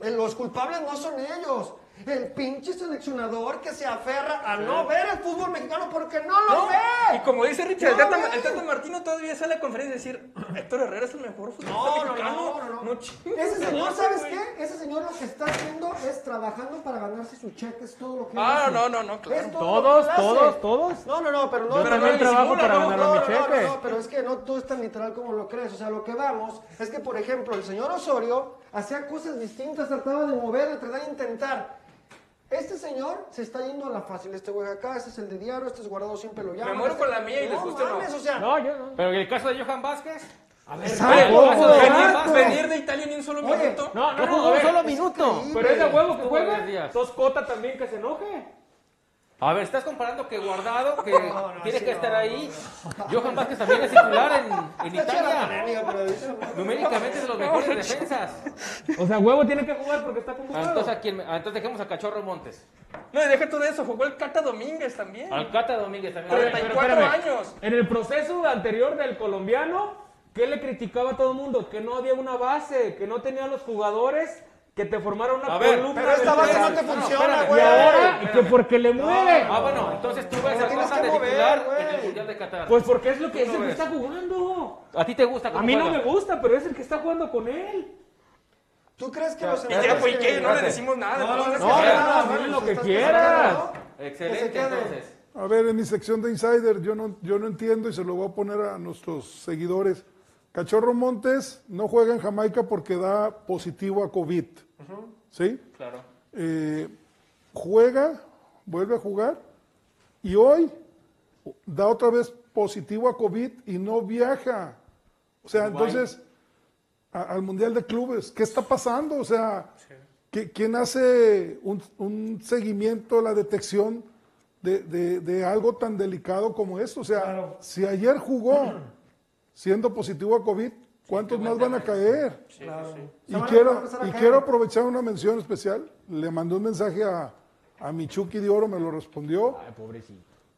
Speaker 1: Eh, Los culpables no son ellos. El pinche seleccionador que se aferra a no ver el fútbol mexicano porque no lo
Speaker 4: No,
Speaker 1: ve.
Speaker 4: Y como dice Richard, el
Speaker 1: No lo
Speaker 4: Tata,
Speaker 1: ve.
Speaker 4: el Tata Martino todavía sale a la conferencia a decir, Héctor Herrera es el mejor futbolista
Speaker 1: No, no,
Speaker 4: mexicano.
Speaker 1: no, no, no.
Speaker 4: chingues,
Speaker 1: Ese señor,
Speaker 4: güey.
Speaker 1: ¿sabes qué? Ese señor lo que está haciendo es trabajando para ganarse su cheque, es todo lo que
Speaker 4: Ah,
Speaker 1: hace.
Speaker 4: no, no, no, claro.
Speaker 1: Es todo lo
Speaker 5: Todos,
Speaker 1: que hace.
Speaker 5: todos, todos.
Speaker 1: No, no, no, pero no.
Speaker 5: Yo
Speaker 1: pero
Speaker 5: también
Speaker 1: no
Speaker 5: trabajo
Speaker 1: disimula,
Speaker 5: para
Speaker 1: no,
Speaker 5: ganarme
Speaker 1: no,
Speaker 5: mi
Speaker 1: no,
Speaker 5: cheque.
Speaker 1: No, no, pero es que no todo es tan literal como lo crees. O sea, lo que vamos es que, por ejemplo, el señor Osorio hacía cosas distintas, trataba de mover, de tratar de intentar. Este señor se está yendo a la fácil. Este güey acá, este es el de diario, este es guardado, siempre lo llama.
Speaker 4: Me muero
Speaker 1: este-
Speaker 4: con la mía y les guste o no.
Speaker 1: mames, o sea,
Speaker 5: No, yo no.
Speaker 3: Pero en el caso de Johan Vázquez,
Speaker 5: A ver,
Speaker 1: Exacto.
Speaker 5: güey,
Speaker 1: Ojo,
Speaker 4: Venir,
Speaker 1: exacto.
Speaker 4: venir de Italia ni un solo
Speaker 1: Oye,
Speaker 4: minuto.
Speaker 5: No, no,
Speaker 3: no
Speaker 5: no,
Speaker 3: jugó
Speaker 5: a
Speaker 3: un
Speaker 5: ver,
Speaker 3: solo minuto.
Speaker 1: increíble.
Speaker 5: Pero es de huevo que
Speaker 3: Estuvo
Speaker 5: juega.
Speaker 3: varios días.
Speaker 5: Entonces Cota también que se enoje.
Speaker 3: A ver, estás comparando que Guardado, que
Speaker 1: No, no,
Speaker 3: tiene
Speaker 1: sí,
Speaker 3: que
Speaker 1: no,
Speaker 3: estar ahí. Johan Vázquez también es titular en, en
Speaker 1: Está chida la
Speaker 3: Italia.
Speaker 1: polémica, pero dice-
Speaker 3: Numéricamente es de los mejores defensas.
Speaker 5: O sea, huevo tiene que jugar porque está convocado.
Speaker 3: Entonces, ¿a quién me- ah, entonces dejemos a Cachorro Montes.
Speaker 4: No, y deja todo eso, jugó el Cata Domínguez también.
Speaker 3: Al Cata Domínguez también.
Speaker 5: A ver, pero
Speaker 4: 34
Speaker 5: espérame.
Speaker 4: años.
Speaker 5: En el proceso anterior del colombiano, ¿qué le criticaba a todo el mundo? Que no había una base, que no tenía los jugadores que te formaron una
Speaker 3: A ver,
Speaker 5: columna.
Speaker 1: Pero esta base no te
Speaker 5: vertebral.
Speaker 1: funciona,
Speaker 3: espérame.
Speaker 1: güey.
Speaker 5: Y ahora, y que porque le mueve.
Speaker 3: Ah, bueno, entonces tú ves
Speaker 1: Pero
Speaker 3: a
Speaker 1: tienes
Speaker 3: Costa
Speaker 1: que
Speaker 3: de
Speaker 1: mover,
Speaker 3: titular
Speaker 1: güey.
Speaker 3: en el Mundial de Qatar.
Speaker 5: Pues porque es lo
Speaker 3: Tú
Speaker 5: que es el
Speaker 3: lo
Speaker 5: que
Speaker 3: ves.
Speaker 5: está jugando.
Speaker 3: ¿A ti te gusta cómo
Speaker 5: A mí no
Speaker 3: juega?
Speaker 5: me gusta, pero es el que está jugando con él.
Speaker 1: ¿Tú crees que los
Speaker 4: Y ya,
Speaker 1: enfermos
Speaker 4: güey,
Speaker 1: que-
Speaker 4: ¿qué? No le decimos nada.
Speaker 1: No, no,
Speaker 4: entonces,
Speaker 1: no,
Speaker 4: ¿qué?
Speaker 5: no,
Speaker 1: nada,
Speaker 5: no,
Speaker 1: bueno,
Speaker 5: lo
Speaker 1: pues
Speaker 5: que
Speaker 1: estás
Speaker 5: quieras.
Speaker 1: castigado, ¿no? Que se
Speaker 3: Excelente,
Speaker 1: quede.
Speaker 3: entonces.
Speaker 2: A ver, en mi sección de Insider, yo no, yo no entiendo y se lo voy a poner a nuestros seguidores. Cachorro Montes no juega en Jamaica porque da positivo a COVID. ¿Sí?
Speaker 3: Claro.
Speaker 2: Eh, juega, vuelve a jugar y hoy da otra vez positivo a COVID y no viaja. O sea, entonces, a- al Mundial de Clubes, ¿qué está pasando? O sea, ¿qui- ¿quién hace un, un seguimiento, la detección de, de- de algo tan delicado como esto? O sea, si ayer jugó siendo positivo a COVID, ¿cuántos más van a caer? Y
Speaker 1: Se van a
Speaker 2: quiero,
Speaker 1: empezar a
Speaker 2: y
Speaker 1: caer.
Speaker 2: quiero aprovechar una mención especial. Le mandé un mensaje a, a mi Chucky de Oro, me lo respondió.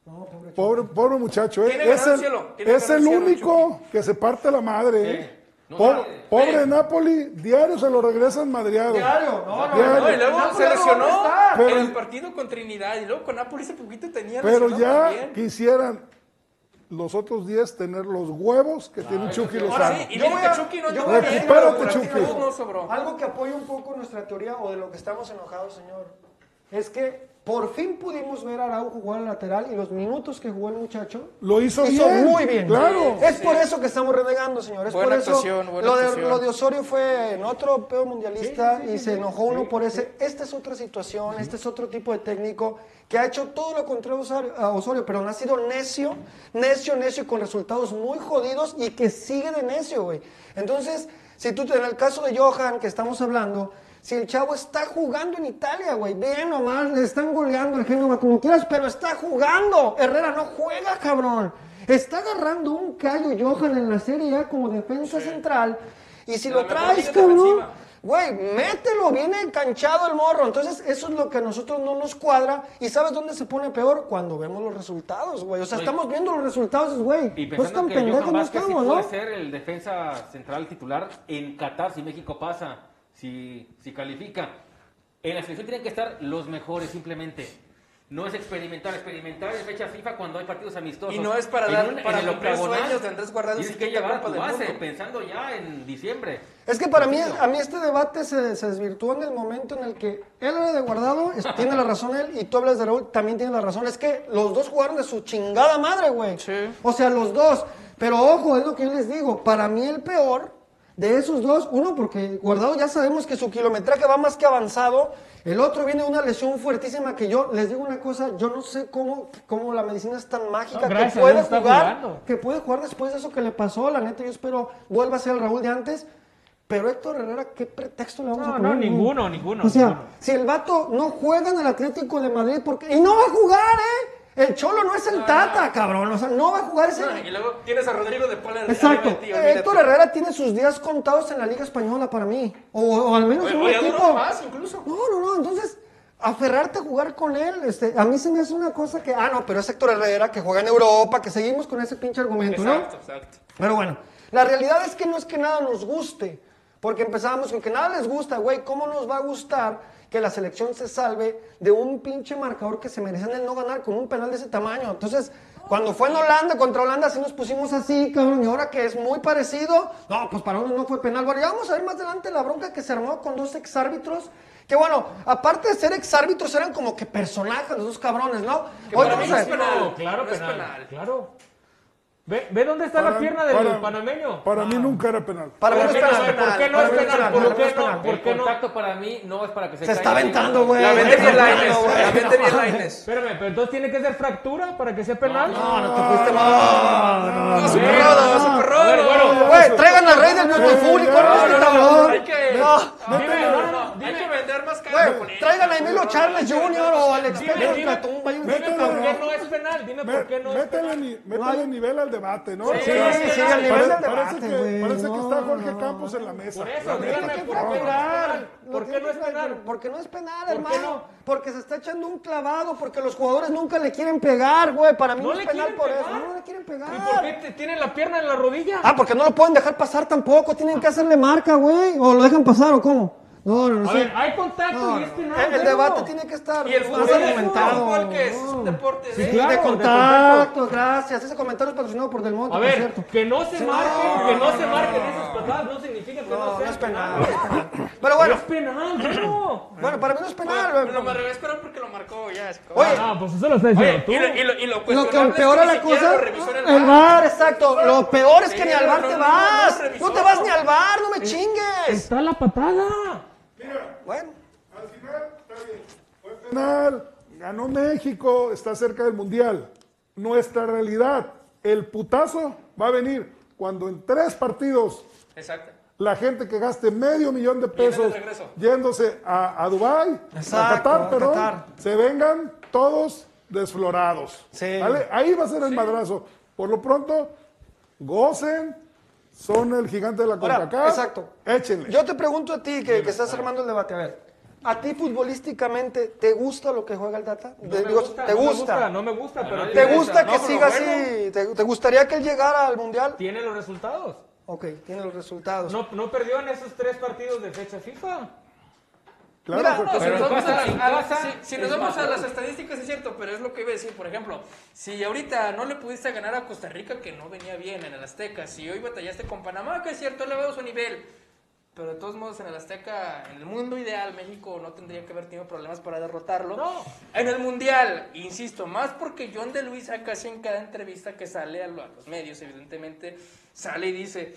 Speaker 1: No, pobre
Speaker 2: Pobre, pobre muchacho, ¿eh?
Speaker 4: Tiene
Speaker 2: es
Speaker 4: ganado
Speaker 2: el,
Speaker 4: el cielo, tiene
Speaker 2: es
Speaker 4: ganado
Speaker 2: el
Speaker 4: el cielo,
Speaker 2: único que se parte la madre. ¿eh?
Speaker 3: No
Speaker 2: Po-
Speaker 3: sabe.
Speaker 2: pobre Napoli, diario se lo regresan madreado.
Speaker 1: Diario, no, no,
Speaker 2: Diario.
Speaker 4: No, y luego
Speaker 1: Nápoles
Speaker 4: se
Speaker 1: no
Speaker 4: lesionó
Speaker 1: está.
Speaker 2: Pero-
Speaker 4: en el partido con Trinidad. Y luego con Nápoles ese poquito tenía
Speaker 2: Pero
Speaker 4: lesionado
Speaker 2: ya
Speaker 4: también.
Speaker 2: quisieran los otros 10 tener los huevos que tiene Chucky
Speaker 4: Ahora
Speaker 2: Lozano.
Speaker 4: sí, y
Speaker 1: Yo
Speaker 4: miren
Speaker 1: voy
Speaker 4: que
Speaker 1: a-
Speaker 4: Chucky no
Speaker 1: yo
Speaker 4: anda
Speaker 1: voy a
Speaker 4: bien,
Speaker 1: decir
Speaker 2: Recupérate,
Speaker 1: algo,
Speaker 4: pero
Speaker 2: Chucky.
Speaker 4: No sobró.
Speaker 1: Algo que apoya un poco nuestra teoría o de lo que estamos enojados, señor es que por fin pudimos ver a Araujo jugar al lateral y los minutos que jugó el muchacho
Speaker 2: Lo hizo bien,
Speaker 1: muy bien.
Speaker 2: claro.
Speaker 1: Es por eso que estamos renegando, señores.
Speaker 4: Buena
Speaker 1: por eso
Speaker 4: actuación, buena
Speaker 1: lo, de,
Speaker 4: actuación.
Speaker 1: lo de Osorio fue en otro peo mundialista y se enojó uno por ese. Esta es otra situación, este es otro tipo de técnico que ha hecho todo lo contrario a Osorio- a Osorio, pero ha sido necio, necio, necio y con resultados muy jodidos y que sigue de necio, güey. Entonces, si tú, te- en el caso de Johan, que estamos hablando, si el chavo está jugando en Italia, güey, bien nomás, le están goleando al Génova como quieras, pero está jugando. Herrera no juega, cabrón. Está agarrando un callo Johan en la Serie A como defensa central. Y si lo traes, cabrón, güey, mételo, viene canchado el morro. Entonces, eso es lo que a nosotros no nos cuadra. ¿Y sabes dónde se pone peor? Cuando vemos los resultados, güey. O sea,
Speaker 3: Oye.
Speaker 1: estamos viendo los resultados, güey.
Speaker 3: Y
Speaker 1: No es
Speaker 3: pensando
Speaker 1: Pues tan
Speaker 3: que Johan
Speaker 1: pendejo, no
Speaker 3: Vázquez sí
Speaker 1: estamos,
Speaker 3: puede
Speaker 1: ¿no?
Speaker 3: ser el defensa central titular en Qatar si México pasa, si, si califica. En la selección tienen que estar los mejores simplemente. No es experimentar, experimentar es fecha FIFA cuando hay partidos amistosos.
Speaker 4: Y no es para
Speaker 3: En
Speaker 4: dar-
Speaker 3: un- en
Speaker 4: para
Speaker 3: el
Speaker 4: cumplir
Speaker 3: octagonal,
Speaker 4: sueños de Andrés Guardado y
Speaker 3: Tienes
Speaker 4: se
Speaker 3: que
Speaker 4: quita
Speaker 3: llevar
Speaker 4: Copa
Speaker 3: tu
Speaker 4: del
Speaker 3: base
Speaker 4: Mundo.
Speaker 3: pensando ya en diciembre.
Speaker 1: Es que para mí, a mí este debate se, se desvirtuó en el momento en el que él era de guardado, es- tiene la razón él, y tú hablas de Raúl, también tiene la razón. Es que los dos jugaron de su chingada madre, güey. O sea, los dos. Pero ojo, es lo que yo les digo. Para mí el peor de esos dos, uno porque guardado ya sabemos que su kilometraje va más que avanzado, el otro viene de una lesión fuertísima que yo les digo una cosa, yo no sé cómo, cómo la medicina es tan mágica
Speaker 5: No, gracias
Speaker 1: que
Speaker 5: a
Speaker 1: puede
Speaker 5: Dios está
Speaker 1: jugar,
Speaker 5: jugando.
Speaker 1: que puede jugar después de eso que le pasó, la neta yo espero vuelva a ser el Raúl de antes. Pero Héctor Herrera, ¿qué pretexto le vamos a
Speaker 5: No,
Speaker 1: poner?
Speaker 5: no, ninguno, ninguno.
Speaker 1: O sea,
Speaker 5: ninguno.
Speaker 1: si el vato no juega en el Atlético de Madrid, porque. ¡Y no va a jugar, eh! El Cholo no es el Tata, cabrón. O sea, no va a jugar ese.
Speaker 4: Y luego tienes a Rodrigo de Paula.
Speaker 1: Exacto. Eh,
Speaker 4: arriba de ti, olvídate.
Speaker 1: Héctor Herrera tiene sus días contados en la Liga Española para mí. O, o al menos en un
Speaker 4: Oye, duró
Speaker 1: equipo.
Speaker 4: más incluso.
Speaker 1: No, no, no. Entonces, aferrarte a jugar con él, este, a mí se me hace una cosa que. Ah, no, pero es Héctor Herrera que juega en Europa, que seguimos con ese pinche argumento, ¿no?
Speaker 4: Exacto, exacto.
Speaker 1: Pero bueno, la realidad es que no es que nada nos guste, porque empezábamos con que nada les gusta, güey, ¿cómo nos va a gustar que la selección se salve de un pinche marcador que se merecen el no ganar con un penal de ese tamaño? Entonces, cuando fue en Holanda, contra Holanda, sí nos pusimos así, cabrón, y ahora que es muy parecido, no, pues para uno no fue penal. Bueno, ya vamos a ver más adelante la bronca que se armó con dos exárbitros. Que bueno, aparte de ser exárbitros, eran como que personajes, los dos cabrones, ¿no? Hoy
Speaker 4: para
Speaker 1: vamos
Speaker 4: mí
Speaker 1: a-
Speaker 4: es penal,
Speaker 5: claro,
Speaker 4: no es
Speaker 5: penal,
Speaker 4: penal.
Speaker 5: Claro. Ve, ve dónde está la
Speaker 2: Para-
Speaker 5: pierna del
Speaker 2: para-
Speaker 5: panameño.
Speaker 2: Para mí nunca era penal.
Speaker 1: para mí no
Speaker 5: ¿Por
Speaker 1: es
Speaker 5: qué no
Speaker 1: penal.
Speaker 5: es- por qué no
Speaker 1: para
Speaker 5: es
Speaker 1: mí no es
Speaker 5: penal?
Speaker 1: penal,
Speaker 5: ¿Por
Speaker 1: para mí
Speaker 5: qué no?
Speaker 1: penal.
Speaker 5: ¿Por
Speaker 3: El
Speaker 5: qué no?
Speaker 3: contacto para mí no es para que se,
Speaker 1: Se está
Speaker 3: caiga.
Speaker 1: aventando, güey.
Speaker 4: La vende bien Lainez,
Speaker 1: No,
Speaker 4: güey, la vende bien Lainez.
Speaker 5: Espérame, pero entonces tiene que ser fractura para que sea penal.
Speaker 1: no te fuiste mal. No, no,
Speaker 4: Super rodo, super rodo.
Speaker 5: Bueno, bueno,
Speaker 1: Güey, traigan al rey del fútbol público, no,
Speaker 2: no,
Speaker 1: este
Speaker 2: no,
Speaker 1: cabrón.
Speaker 4: hay que-
Speaker 1: No.
Speaker 5: dime, no, no, no,
Speaker 4: Hay
Speaker 5: dime.
Speaker 4: que vender más caro.
Speaker 1: Güey, traigan a Emilio Charles Jr. o al experto de Platón. Vaya un
Speaker 5: Dime
Speaker 2: Mételo,
Speaker 5: por qué
Speaker 2: ¿no?
Speaker 5: no es penal, dime
Speaker 2: Me-
Speaker 5: por qué no es
Speaker 2: métele
Speaker 5: penal.
Speaker 2: ni- métele nivel al debate, ¿no?
Speaker 1: sí, sí, al nivel
Speaker 2: Pare-
Speaker 1: del
Speaker 2: parece
Speaker 1: debate,
Speaker 2: que-
Speaker 1: güey,
Speaker 2: Parece que
Speaker 1: no,
Speaker 2: está Jorge
Speaker 1: no,
Speaker 2: Campos en la mesa.
Speaker 5: Por
Speaker 2: La
Speaker 5: eso,
Speaker 2: neta.
Speaker 5: díganme por
Speaker 1: ¿Por
Speaker 5: qué
Speaker 1: qué
Speaker 5: no es penal. ¿Por qué no es penal?
Speaker 1: Porque no es penal,
Speaker 5: ¿Por qué
Speaker 1: hermano.
Speaker 5: no?
Speaker 1: Porque se está echando un clavado, porque los jugadores nunca le quieren pegar, güey. Para mí
Speaker 5: ¿No
Speaker 1: no es
Speaker 5: le
Speaker 1: penal
Speaker 5: quieren
Speaker 1: por
Speaker 5: pegar?
Speaker 1: eso. No le quieren
Speaker 5: ¿Y por qué
Speaker 1: pegar.
Speaker 5: te- tiene la pierna en la rodilla?
Speaker 1: Ah, porque no lo pueden dejar pasar tampoco. Tienen que hacerle marca, güey. O lo dejan pasar o cómo. No, no, no
Speaker 5: A
Speaker 1: sé.
Speaker 5: ver, hay contacto
Speaker 1: No,
Speaker 5: y
Speaker 1: no,
Speaker 5: este es
Speaker 1: no.
Speaker 5: penal.
Speaker 1: El- el
Speaker 5: velo.
Speaker 1: debate tiene que estar
Speaker 4: Y el
Speaker 1: más
Speaker 4: fútbol es un
Speaker 1: argumentado.
Speaker 4: fútbol que es un deporte de...
Speaker 5: claro.
Speaker 1: de
Speaker 5: de
Speaker 1: contacto, gracias. Ese comentario es patrocinado por Del Monte,
Speaker 5: A
Speaker 1: por
Speaker 5: ver,
Speaker 1: cierto.
Speaker 5: que no se marquen,
Speaker 1: no,
Speaker 5: que no
Speaker 1: no,
Speaker 5: se
Speaker 1: no,
Speaker 5: marquen esas patadas no significa que
Speaker 1: No,
Speaker 5: no
Speaker 1: no es
Speaker 5: sea
Speaker 1: penal.
Speaker 5: penal.
Speaker 1: no es penal. Pero
Speaker 5: No
Speaker 1: bueno,
Speaker 5: es penal, claro.
Speaker 1: bueno, para mí no es penal.
Speaker 4: Bueno, Ah,
Speaker 1: güey.
Speaker 4: Lo me revisaron porque lo marcó ya. se acabó.
Speaker 1: Oye,
Speaker 5: No, pues eso lo está diciendo
Speaker 4: Oye,
Speaker 5: tú.
Speaker 4: y lo, y lo, y lo
Speaker 1: lo que
Speaker 4: cuestionable es
Speaker 1: empeora
Speaker 4: ni
Speaker 1: la
Speaker 4: siquiera
Speaker 1: cosa,
Speaker 4: lo revisó en
Speaker 1: el bar, exacto. Lo peor es
Speaker 4: Sí,
Speaker 1: que ni al bar
Speaker 4: no,
Speaker 1: te
Speaker 4: no, no, no
Speaker 1: vas.
Speaker 4: revisó.
Speaker 1: No te vas ni al bar, no me chingues.
Speaker 5: Está la patada.
Speaker 1: Bueno,
Speaker 2: Al final, está bien. Fue penal. Ganó México, está cerca del Mundial. Nuestra realidad, el putazo va a venir cuando en tres partidos
Speaker 4: Exacto.
Speaker 2: la gente que gaste medio millón de pesos
Speaker 4: de regreso.
Speaker 2: yéndose a, a Dubái,
Speaker 1: Exacto,
Speaker 2: a Qatar,
Speaker 1: a
Speaker 2: perdón,
Speaker 1: Qatar.
Speaker 2: se vengan todos desflorados.
Speaker 1: Sí.
Speaker 2: ¿Vale? Ahí va a ser el madrazo. Por lo pronto, gocen, son el gigante de la
Speaker 1: Ahora,
Speaker 2: CONCACAF.
Speaker 1: exacto.
Speaker 2: Échenle.
Speaker 1: Yo te pregunto a ti, que, que estás armando el debate, a ver. ¿A ti futbolísticamente te gusta lo que juega el Data?
Speaker 5: No me
Speaker 1: Digo,
Speaker 5: gusta,
Speaker 1: ¿Te
Speaker 5: no me
Speaker 1: gusta?
Speaker 5: No me gusta, pero
Speaker 1: ¿Te
Speaker 5: tiene-
Speaker 1: gusta que
Speaker 5: no, pero
Speaker 1: siga
Speaker 5: bueno,
Speaker 1: así? ¿Te, te gustaría que él llegara al Mundial?
Speaker 5: Tiene los resultados.
Speaker 1: Ok, tiene los resultados.
Speaker 5: No, no perdió en esos tres partidos de fecha FIFA.
Speaker 2: Claro,
Speaker 1: Mira,
Speaker 2: porque-
Speaker 4: No, si
Speaker 3: Pero
Speaker 4: nos vamos
Speaker 3: pasa
Speaker 4: a
Speaker 3: en
Speaker 4: las- a las-
Speaker 3: casa,
Speaker 4: si- si
Speaker 3: es
Speaker 4: nos vamos a
Speaker 3: bajón.
Speaker 4: las estadísticas es cierto, pero es lo que iba a decir. Por ejemplo, si ahorita no le pudiste ganar a Costa Rica que no venía bien en el Azteca, si hoy batallaste con Panamá, que es cierto, he elevado su nivel. Pero de todos modos, en el Azteca, en el mundo ideal, México no tendría que haber tenido problemas para derrotarlo.
Speaker 5: No.
Speaker 4: En el Mundial, insisto, más porque John de Luisa casi en cada entrevista que sale a lo- a los medios, evidentemente, sale y dice,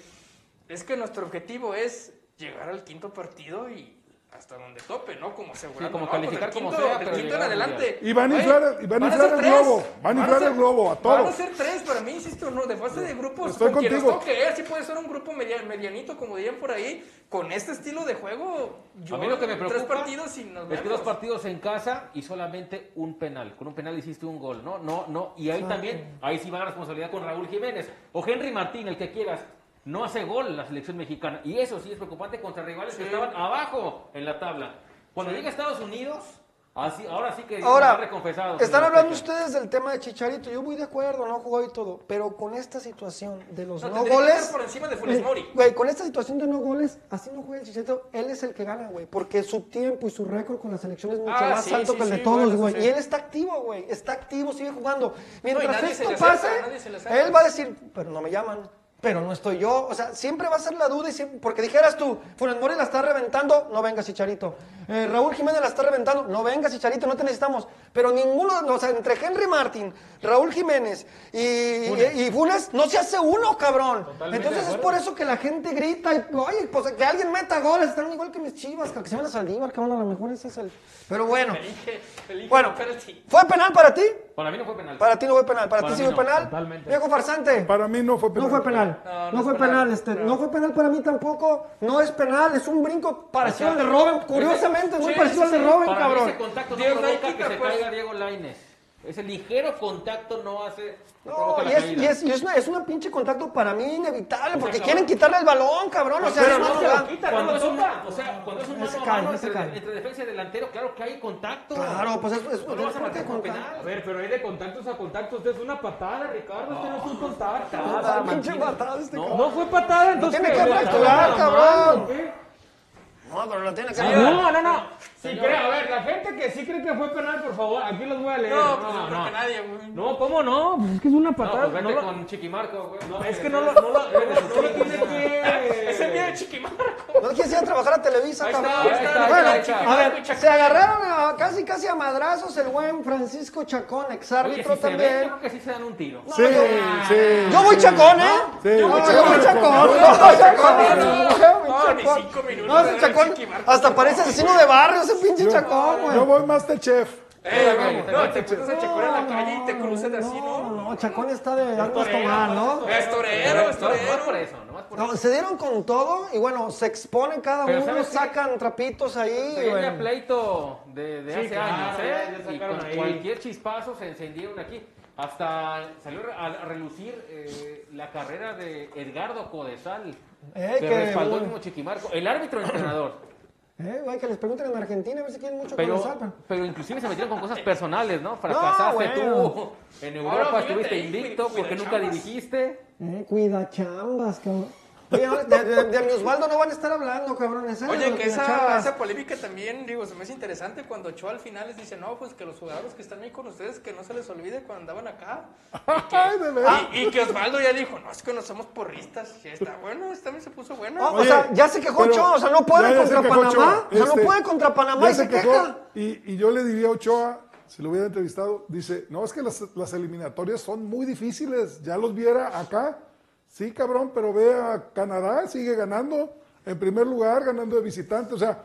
Speaker 4: es que nuestro objetivo es llegar al quinto partido y hasta donde tope, ¿no? Como asegurando,
Speaker 3: como
Speaker 4: ¿no? Pues
Speaker 3: calificar
Speaker 4: del
Speaker 3: como
Speaker 4: quinto-
Speaker 3: sea,
Speaker 4: del
Speaker 3: pero
Speaker 4: quinto en
Speaker 3: llegar al Mundial.
Speaker 4: adelante.
Speaker 2: Y van a
Speaker 4: Güey,
Speaker 2: inflar, y van a inflar
Speaker 4: ser
Speaker 2: el
Speaker 4: tres.
Speaker 2: globo. Van a inflar
Speaker 4: ser-
Speaker 2: el globo a
Speaker 4: Van a
Speaker 2: todos.
Speaker 4: ser tres para mí, insisto, no, de fase de grupos.
Speaker 2: Estoy
Speaker 4: con quien nos
Speaker 2: contigo.
Speaker 4: toque, eh, así puede ser un grupo media- medianito, como dirían por ahí. Con este estilo de juego, yo
Speaker 3: a mí lo que me preocupa
Speaker 4: tres partidos y nos
Speaker 3: es que
Speaker 4: vemos.
Speaker 3: dos partidos en casa y solamente un penal. Con un penal hiciste un gol, ¿no? No, no. Y ahí también, ahí sí va la responsabilidad con Raúl Jiménez o Henry Martín, el que quieras. No hace gol la selección mexicana. Y eso sí es preocupante contra rivales que estaban abajo en la tabla. Cuando llega a Estados Unidos, así, ahora sí que
Speaker 1: Ahora,
Speaker 3: reconfesados.
Speaker 1: están hablando ustedes del tema de Chicharito. Yo muy de acuerdo, no jugó y todo. Pero con esta situación de los
Speaker 4: No,
Speaker 1: no,
Speaker 4: tendría que
Speaker 1: goles. eh,
Speaker 4: estar por encima de Funes Mori.
Speaker 1: Güey, con esta situación de no goles, así no juega el Chicharito. Él es el que gana, güey. Porque su tiempo y su récord con la selección es mucho
Speaker 4: Ah,
Speaker 1: más
Speaker 4: sí,
Speaker 1: alto
Speaker 4: sí,
Speaker 1: que el de
Speaker 4: sí,
Speaker 1: todos,
Speaker 4: bueno,
Speaker 1: güey.
Speaker 4: sí.
Speaker 1: Y él está activo, güey. Está activo, sigue jugando. Mientras
Speaker 4: nadie se
Speaker 1: esto
Speaker 4: le acerca,
Speaker 1: pase,
Speaker 4: nadie se le acerca.
Speaker 1: él va a decir, pero no me llaman. Pero no estoy yo, o sea, siempre va a ser la duda y siempre- porque dijeras tú, Funes Mori la está reventando, no vengas Chicharito. Eh, Raúl Jiménez la está reventando, no vengas Chicharito, no te necesitamos. Pero ninguno, de- o sea, entre Henry Martin, Raúl Jiménez y Funes, y, Funes no se hace uno, cabrón. Entonces es por eso que la gente grita y, oye, pues que alguien meta goles, están igual que mis chivas, que se van a Saldívar, cabrón, a lo mejor ese es el... Pero bueno, bueno, ¿fue penal para ti?
Speaker 3: Para mí no fue penal.
Speaker 1: Para ti no fue penal, para,
Speaker 3: Para
Speaker 1: ti sí
Speaker 3: mí
Speaker 1: fue
Speaker 3: no,
Speaker 1: penal.
Speaker 5: totalmente.
Speaker 1: Viejo farsante.
Speaker 2: Para mí no fue
Speaker 1: No
Speaker 2: penal.
Speaker 1: fue penal. No, fue penal, este. No. fue penal para mí tampoco. No es penal, es un brinco parecido al de Robin. Curiosamente, es muy
Speaker 3: Sí,
Speaker 1: parecido
Speaker 3: sí,
Speaker 1: al de
Speaker 3: sí.
Speaker 1: Robin,
Speaker 3: Para mí
Speaker 1: cabrón.
Speaker 3: ese contacto no
Speaker 4: Diego
Speaker 3: provoca
Speaker 4: Lainez,
Speaker 3: que se
Speaker 4: pues.
Speaker 3: caiga Diego Lainez. Ese ligero contacto no hace. No,
Speaker 1: No,
Speaker 3: provoca
Speaker 1: y
Speaker 3: la
Speaker 1: es,
Speaker 3: caída.
Speaker 1: y es, y es una, es una pinche contacto para mí inevitable, porque
Speaker 3: cabrón.
Speaker 1: quieren quitarle el balón, cabrón. O sea,
Speaker 3: Pero
Speaker 1: es
Speaker 3: no
Speaker 1: una
Speaker 3: se lo
Speaker 1: jugada-
Speaker 3: quita,
Speaker 5: Cuando
Speaker 3: no lo
Speaker 5: es un-
Speaker 3: toca. O sea, cuando es un mano
Speaker 1: se
Speaker 3: a
Speaker 1: cae,
Speaker 3: mano
Speaker 1: no se
Speaker 3: entre,
Speaker 1: cae.
Speaker 3: entre defensa y delantero, claro que hay contacto.
Speaker 1: Claro, pues es, es,
Speaker 3: No lo vas a
Speaker 1: es parte
Speaker 3: marcar
Speaker 1: de
Speaker 3: como
Speaker 1: contacto.
Speaker 5: A
Speaker 3: penal.
Speaker 5: ver, pero hay de contactos a contactos. Usted es una patada, Ricardo. Usted no es un contacto.
Speaker 1: Ah, pinche patada este cabrón.
Speaker 5: No fue patada, entonces.
Speaker 1: Tiene que
Speaker 5: ¿le
Speaker 1: fracturar,
Speaker 5: estaba
Speaker 1: cabrón.
Speaker 5: tomando, qué?
Speaker 1: No, pero lo tiene que
Speaker 5: No, no, no. Si cree- a ver, la gente que sí cree que fue penal, por favor, aquí los voy a leer.
Speaker 4: No, pues yo creo que nadie, güey.
Speaker 5: No, ¿cómo no? Pues es que es una
Speaker 3: No,
Speaker 5: patada.
Speaker 3: pues vete
Speaker 5: no lo-
Speaker 3: con Chiquimarco, güey. No,
Speaker 5: Es que no lo, no lo, no lo- no
Speaker 3: pues,
Speaker 5: lo tiene que.
Speaker 4: Ese día de Chiquimarco.
Speaker 1: No quieres ir a trabajar a Televisa, cabrón.
Speaker 4: está, ahí está, ahí
Speaker 1: Bueno,
Speaker 4: está, ahí
Speaker 1: a
Speaker 4: está.
Speaker 1: ver, se agarraron a- casi casi a madrazos el buen Francisco Chacón, ex
Speaker 3: Oye,
Speaker 1: árbitro
Speaker 3: si se
Speaker 1: también.
Speaker 3: ven, yo creo que sí se dan un tiro.
Speaker 2: Sí, sí.
Speaker 1: Yo voy chacón, ¿eh?
Speaker 2: Sí.
Speaker 1: yo voy
Speaker 2: No,
Speaker 1: chacón.
Speaker 2: yo
Speaker 1: chacón.
Speaker 2: voy chacón.
Speaker 1: No, yo voy chacón.
Speaker 4: No, no, no.
Speaker 1: Ah, No,
Speaker 4: No,
Speaker 1: mi
Speaker 4: ni
Speaker 1: chacón.
Speaker 4: cinco minutos
Speaker 1: No, ese
Speaker 4: de
Speaker 1: chacón.
Speaker 4: Ricky Martin.
Speaker 1: Hasta parece asesino de barrio ese pinche chacón, güey.
Speaker 2: Yo voy Masterchef.
Speaker 4: Eh, güey, no, te cruzas a Chacón en la calle y te cruzas así,
Speaker 1: No,
Speaker 4: ¿no?
Speaker 1: no, chacón está de armas tomar, ¿no?
Speaker 4: Es torero, es
Speaker 3: No, más por
Speaker 4: torero.
Speaker 3: eso, no más por eso.
Speaker 1: No, se dieron con todo y bueno, se exponen cada
Speaker 3: Pero
Speaker 1: uno,
Speaker 3: ¿sabes qué?
Speaker 1: sacan trapitos ahí.
Speaker 3: Se venía
Speaker 1: güey.
Speaker 3: pleito de, de
Speaker 5: Sí,
Speaker 3: hace
Speaker 5: claro, Ah,
Speaker 3: años,
Speaker 5: ya-
Speaker 3: ¿eh?
Speaker 5: ya
Speaker 3: Y
Speaker 5: sacaron
Speaker 3: con
Speaker 5: ahí.
Speaker 3: cualquier chispazo se encendieron aquí. Hasta salió a a relucir eh, la carrera de Edgardo Codesal.
Speaker 1: Eh,
Speaker 3: que
Speaker 1: que-
Speaker 3: respaldó el mismo Chiquimarco. El árbitro entrenador.
Speaker 1: Eh, güey, que les pregunten en Argentina a ver si quieren mucho con
Speaker 3: Pero,
Speaker 1: Salpan.
Speaker 3: pero inclusive se metieron con cosas personales, ¿no? Fracasaste
Speaker 1: bueno.
Speaker 3: tú. En Europa
Speaker 4: Ahora,
Speaker 3: estuviste
Speaker 4: fíjate ahí,
Speaker 3: invicto
Speaker 4: cuida-
Speaker 3: porque nunca
Speaker 4: cuidachambas.
Speaker 3: dirigiste.
Speaker 1: Eh, cuida chambas, cabrón. Oye, no, de, de, de mi Osvaldo no van a estar hablando, cabrón. ¿en serio?
Speaker 4: Oye, que esa,
Speaker 1: Cuidachambas.
Speaker 4: esa polémica también, digo, se me hace interesante cuando Ochoa al final les dice, no, pues que los jugadores que están ahí con ustedes, que no se les olvide cuando andaban acá.
Speaker 2: Ay, de veras.
Speaker 1: Ah.
Speaker 4: Y, y que Osvaldo ya dijo, no, es que no somos porristas. Ya está bueno, esta vez se puso bueno.
Speaker 1: Ah, o sea, ya se quejó
Speaker 2: pero-
Speaker 1: Ochoa, o sea, no
Speaker 2: ya-
Speaker 1: puede
Speaker 2: ya se
Speaker 1: contra
Speaker 2: quejó
Speaker 1: Panamá,
Speaker 2: Ochoa.
Speaker 1: o sea, no
Speaker 2: Este,
Speaker 1: puede contra Panamá
Speaker 2: ya
Speaker 1: y se
Speaker 2: quejó.
Speaker 1: queja.
Speaker 2: Y, y yo le diría a Ochoa, si lo hubiera entrevistado, dice, no, es que las, las eliminatorias son muy difíciles, ya los viera acá. Sí, cabrón, pero ve a Canadá, sigue ganando en primer lugar, ganando de visitante. O sea,